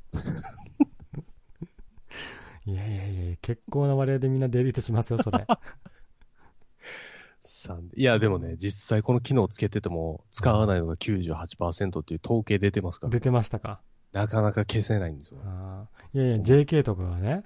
Speaker 1: う。 いやいやいやいや、結構な割合でみんなデリートしますよ、それ。
Speaker 2: さんいや、でもね、実際この機能つけてても使わないのが98%っていう統計出てますから、
Speaker 1: 出てましたか。
Speaker 2: なかなか消せないんですよ。
Speaker 1: あーいやいや、JK とかがね、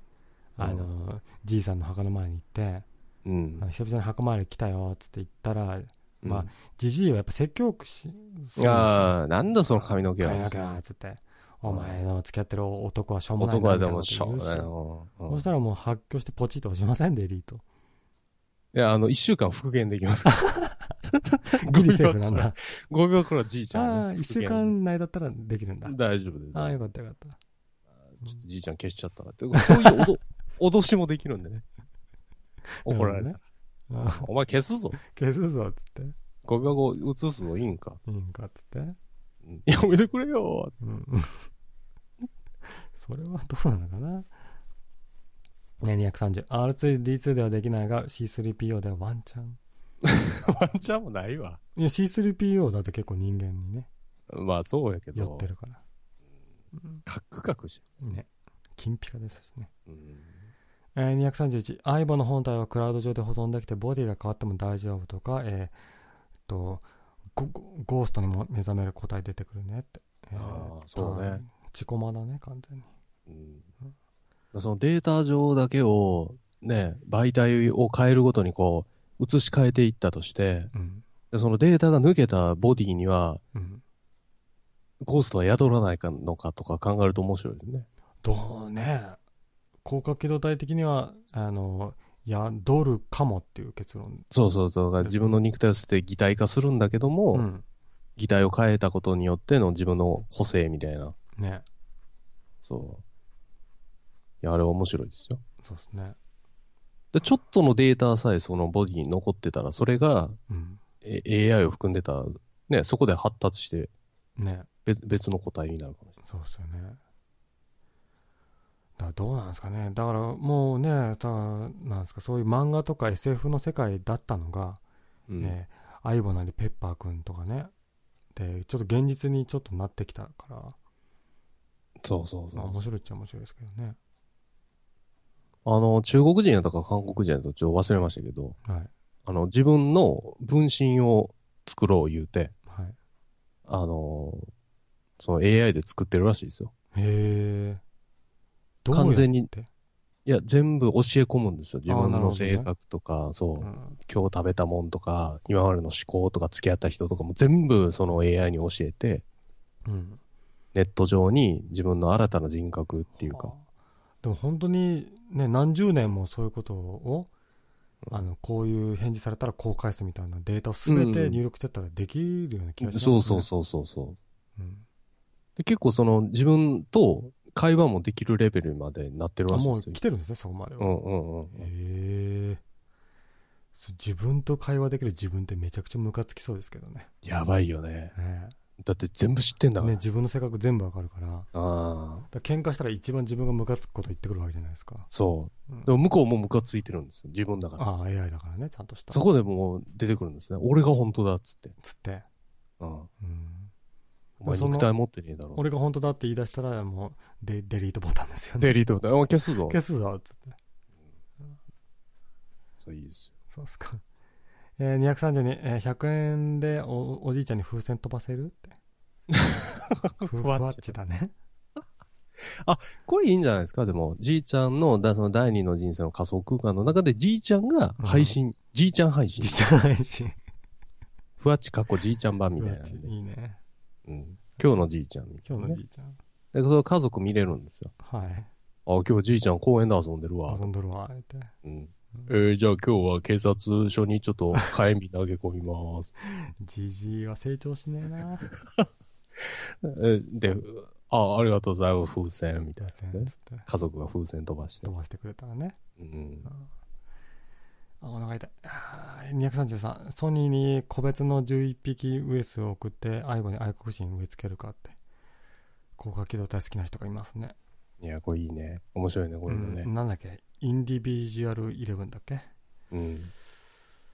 Speaker 1: あの、じいさんの墓の前に行って、
Speaker 2: うん
Speaker 1: あ。の久々に墓参り来たよ、つって言ったら、
Speaker 2: うん
Speaker 1: まあじじいはやっぱ説教し、そうですよ
Speaker 2: ああ、なんだその髪の毛
Speaker 1: 変えな
Speaker 2: は
Speaker 1: き。ゃっつって、お前の付き合ってる男はしょうもない
Speaker 2: 男
Speaker 1: な
Speaker 2: は
Speaker 1: み
Speaker 2: で
Speaker 1: たいな
Speaker 2: も
Speaker 1: こと
Speaker 2: しょ
Speaker 1: 言
Speaker 2: う
Speaker 1: う
Speaker 2: が
Speaker 1: し
Speaker 2: ないの。うん
Speaker 1: そ
Speaker 2: い
Speaker 1: したらもう発狂してポチッと押しませんデリー ト。
Speaker 2: や、あの、1週間復元できますか ら。
Speaker 1: ギリセ ーフなんだ。
Speaker 2: 5秒くらいじいち
Speaker 1: あ
Speaker 2: ゃ
Speaker 1: あ、
Speaker 2: んね。復
Speaker 1: 一
Speaker 2: 元
Speaker 1: 週間内だったらできるんだ。
Speaker 2: 大丈夫です。
Speaker 1: ああ、よかったよかった。
Speaker 2: ちょっとじいちゃん消しちゃったなって。そういうお ど脅しもできるんでね。怒られる。
Speaker 1: なるほどね。あ
Speaker 2: お前消すぞ。
Speaker 1: あ消すぞ、つって。
Speaker 2: 5秒後映すぞ、いいんか。
Speaker 1: いいんか、つって。
Speaker 2: うんやめてくれよ。
Speaker 1: うん。 それはどうなのかな。ね、230。R2D2 ではできないが、C3PO ではワンチャン。
Speaker 2: ワンチャンもないわ。
Speaker 1: いや、C3PO だって結構人間にね、
Speaker 2: まあそうやけ
Speaker 1: 寄
Speaker 2: ど
Speaker 1: って、るから。
Speaker 2: カクカクし
Speaker 1: ね。金ピカですしね。
Speaker 2: うん
Speaker 1: えー231、アイボの本体はクラウド上で保存できて、ボディが変わっても大丈夫とか、えーえっとゴ、ゴゴーストにも目覚める個体出てくるねって。えー
Speaker 2: あーそうね。
Speaker 1: チコマだね、完全に。
Speaker 2: うんそのデータ上だけを、ね、媒体を変えるごとにこう、移し替えていったとして、
Speaker 1: うん。
Speaker 2: でそのデータが抜けたボディには、
Speaker 1: うん。
Speaker 2: ゴーストは宿らないかのかとか考えると面白いですね。
Speaker 1: どうね広角機動隊的にはあの宿るかもっていう結論
Speaker 2: そうそうそう。だから自分の肉体を捨てて擬体化するんだけども、
Speaker 1: うん
Speaker 2: 擬態を変えたことによっての自分の個性みたいな。
Speaker 1: ね
Speaker 2: そう。いや、あれは面白いですよ。
Speaker 1: そうですね
Speaker 2: で、ちょっとのデータさえそのボディに残ってたら、それが
Speaker 1: うん
Speaker 2: え AI を含んでた、ね、そこで発達して
Speaker 1: ね
Speaker 2: 別別の個体になるかもしれない。
Speaker 1: そうですよねだからどうなんですかねだからもうねたなんですかそういう漫画とか SF の世界だったのが、
Speaker 2: うん
Speaker 1: えーアイボなりペッパーくんとかねでちょっと現実にちょっとなってきたから、
Speaker 2: そうそうそ
Speaker 1: まあ、
Speaker 2: う
Speaker 1: 面。白いっちゃ面白いですけどね
Speaker 2: あの、中国人やったか韓国人やったかちょっと忘れましたけど、
Speaker 1: はい
Speaker 2: あの、自分の分身を作ろう言うて、
Speaker 1: はい
Speaker 2: あの、その AI で作ってるらしいですよ。
Speaker 1: へえ
Speaker 2: 完全
Speaker 1: に
Speaker 2: に、いや、全部教え込むんですよ。自分
Speaker 1: なるほど
Speaker 2: の
Speaker 1: ね
Speaker 2: 性格とか、そう、
Speaker 1: うん、
Speaker 2: 今日食べたもんとか、今までの思考とか、付き合った人とかも全部その AI に教えて、
Speaker 1: うん、
Speaker 2: ネット上に自分の新たな人格っていう
Speaker 1: あ
Speaker 2: か、
Speaker 1: ーでも本当にね何十年もそういうことをあのこういう返事されたらこう返すみたいなデータを全て入力してったらできるような気がします、
Speaker 2: そ
Speaker 1: ね
Speaker 2: うそうそうそうそう
Speaker 1: う、うん、
Speaker 2: で。結構その自分と会話もできるレベルまでなってる
Speaker 1: あ
Speaker 2: らしいん
Speaker 1: も
Speaker 2: で
Speaker 1: う
Speaker 2: すよ
Speaker 1: 来。てるんですねそこまでは、
Speaker 2: うんうんうん。
Speaker 1: へえそう自分と会話できる自分ってめちゃくちゃムカつきそうですけどね
Speaker 2: やばいよね。
Speaker 1: ね
Speaker 2: だって全部知ってんだから。
Speaker 1: ね自分の性格全部わかるからだか
Speaker 2: ああ、
Speaker 1: ら喧嘩したら一番自分がムカつくこと言ってくるわけじゃないですか、
Speaker 2: そうう。
Speaker 1: ん
Speaker 2: でも向こうもムカついてるんですよ。自分だから。
Speaker 1: ああ AI だからねちゃんとした
Speaker 2: そこでもう出てくるんですね。俺が本当だっつって。
Speaker 1: つって、
Speaker 2: うん。
Speaker 1: うん、
Speaker 2: お前
Speaker 1: その
Speaker 2: 肉体持ってねえだろ。
Speaker 1: 俺が本当だって言い出したらもうデデリートボタンですよね
Speaker 2: デリートボタン。あ消すぞ。
Speaker 1: 消すぞっつって
Speaker 2: そういいですよ。
Speaker 1: そうっすか、えー、230に、えー100円でおおじいちゃんに風船飛ばせる ってふふわっちだね
Speaker 2: これいいんじゃないですかでも、じいちゃんの、だその第二の人生の仮想空間の中で、じいちゃんが配信、じいちゃん配信
Speaker 1: じい。ちゃん配信
Speaker 2: ふわっちかっこじいちゃん版み
Speaker 1: ふ
Speaker 2: たい
Speaker 1: わ
Speaker 2: な
Speaker 1: っ。ちいいね
Speaker 2: うん。今日のじいちゃんみたい
Speaker 1: 今
Speaker 2: な
Speaker 1: 日
Speaker 2: ね。
Speaker 1: のじいちゃん、
Speaker 2: でその家族見れるんですよ。
Speaker 1: はい
Speaker 2: あ、今日じいちゃん公園で遊んでるわ。
Speaker 1: 遊んどるわって
Speaker 2: うん。えー、じゃあ今日は警察署にちょっと火炎瓶投げ込みます。
Speaker 1: じじいは成長しねえな
Speaker 2: えで、あ、ありがとうございます。風船みたい
Speaker 1: 風
Speaker 2: な、
Speaker 1: 船
Speaker 2: ね
Speaker 1: つ。って
Speaker 2: 家族が風船飛ばして
Speaker 1: 飛。ばしてくれたらね
Speaker 2: うん。
Speaker 1: あお腹痛いあー233ソニーに個別の11匹ウエスを送って愛護に愛国心植え付けるかって広角機動隊好きな人がいますね
Speaker 2: いや、これいいね。面白いね、これもね
Speaker 1: う。ん、なんだっけインディビジュアルイレブンだっけ
Speaker 2: うん。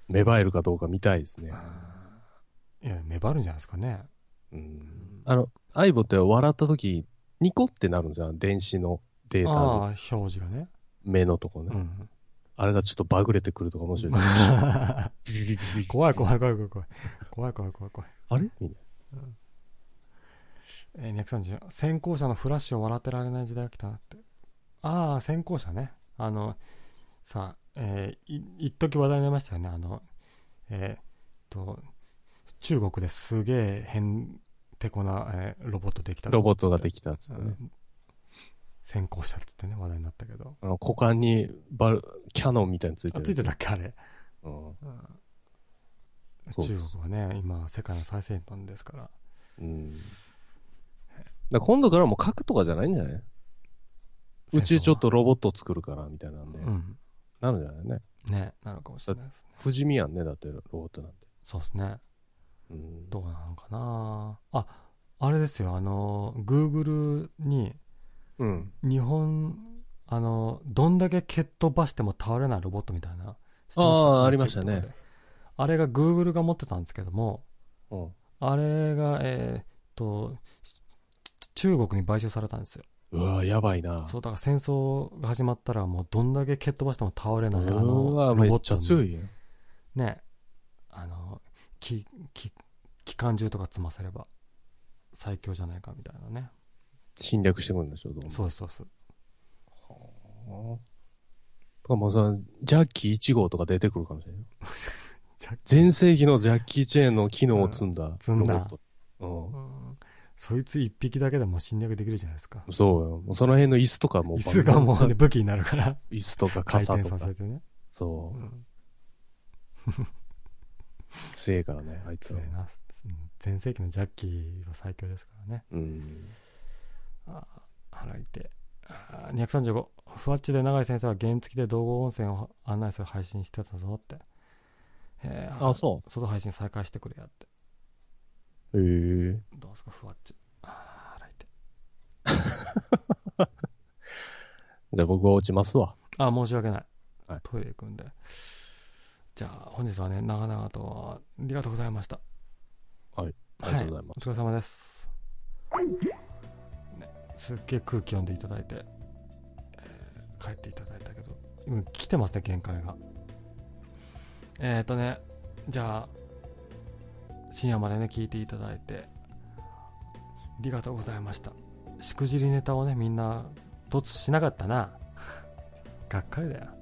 Speaker 2: 芽生えるかどうか見たいですね。
Speaker 1: いや芽張るんじゃないですかね
Speaker 2: うん。あの、アイボって笑った時、ニコってなるんじゃん。電子のデータ
Speaker 1: ああ
Speaker 2: の
Speaker 1: 表示がね、
Speaker 2: 目のとこ
Speaker 1: う
Speaker 2: ね。
Speaker 1: ん、
Speaker 2: あれがちょっとバグれてくるとか面白いね。
Speaker 1: 怖い怖い怖い怖い怖い怖い怖い怖い怖い
Speaker 2: あれみたい
Speaker 1: えー、230先行者のフラッシュを笑ってられない時代が来たなってああ先行者ねあのさあえー、い一時話題になりましたよねあのえーっと中国ですげえへんてこな、えーロボットできた
Speaker 2: な。ロボットがで
Speaker 1: き
Speaker 2: きたっつってね。
Speaker 1: 先行者っつってね話題になったけど
Speaker 2: あの股間にバル、キャノンみたいについて
Speaker 1: あ
Speaker 2: る。
Speaker 1: ついてたっけあれ、
Speaker 2: うん。
Speaker 1: うん
Speaker 2: そう
Speaker 1: 中
Speaker 2: です。
Speaker 1: 国はね今世界の最先端ですから
Speaker 2: うん。だから今度からもう書くとかじゃないんじゃないうちちょっとロボット作るから、みたいなんで。
Speaker 1: うん
Speaker 2: なるんじゃないね。
Speaker 1: ねなのかもしれないですね
Speaker 2: 不死身やんね、だってロボットなんて。
Speaker 1: そうですね
Speaker 2: うん。
Speaker 1: どうなのかなあ、あれですよ、あの、Google に、
Speaker 2: うん。
Speaker 1: 日本、あの、どんだけ蹴っ飛ばしても倒れないロボットみたいな。知ってますか
Speaker 2: あーありましたね。
Speaker 1: YouTube とかであれが Google が持ってたんですけども、
Speaker 2: うん。
Speaker 1: あれが、えーっと、中国に買収されたんですよ。
Speaker 2: うわやばいな。
Speaker 1: そう、だから戦争が始まったら、もうどんだけ蹴っ飛ばしても倒れないうあの、
Speaker 2: わ
Speaker 1: ロボ
Speaker 2: め
Speaker 1: ッ
Speaker 2: っち
Speaker 1: ト
Speaker 2: ゃ
Speaker 1: に
Speaker 2: 強いやん。
Speaker 1: ねあのきき機関銃とか積ませれば最強じゃないかみたいなね
Speaker 2: 侵略してくるんでしょ、どうも。
Speaker 1: そうですそうです
Speaker 2: とかもうさ、ジャッキー1号とか出てくるかもしれない。
Speaker 1: ジャッキ
Speaker 2: 全盛期のジャッキー・チェーンの機能を積んだ。
Speaker 1: 積んだ
Speaker 2: ロボット。うん。
Speaker 1: うんそいつ一匹だけでも侵略できるじゃないですか。
Speaker 2: そうよ。もうその辺の椅子とかも
Speaker 1: 椅子がもうね、武器になるから、
Speaker 2: 椅子とか
Speaker 1: 回
Speaker 2: 傘
Speaker 1: 転
Speaker 2: と
Speaker 1: さ
Speaker 2: か
Speaker 1: せ。てね。
Speaker 2: そうう。
Speaker 1: ん
Speaker 2: 強いからね、あいつ
Speaker 1: 強。
Speaker 2: はい
Speaker 1: な。うん前世紀のジャッキーは最強ですからね。
Speaker 2: うん。
Speaker 1: あー腹いて。あー235。ふわっちで永井先生は原付で道後温泉を案内する配信してたぞって。えー
Speaker 2: あ、そ
Speaker 1: 外配信再開してくれやって。
Speaker 2: う。へえ。
Speaker 1: どうすか、ふわっち。あー腹いて。
Speaker 2: じゃあ僕は落ちますわ。
Speaker 1: あー申し訳ない。
Speaker 2: はい
Speaker 1: トイレ行くんで。じゃあ、本日はね、長々とありがとうございました。
Speaker 2: ありがとうございます。
Speaker 1: お疲れ様です、ね、すっげえ空気読んでいただいて、えー帰っていただいたけど今来てますね限界がえっ、ー、とねじゃあ深夜までね聞いていただいてありがとうございましたしくじりネタをねみんな突しなかったな がっかりだよ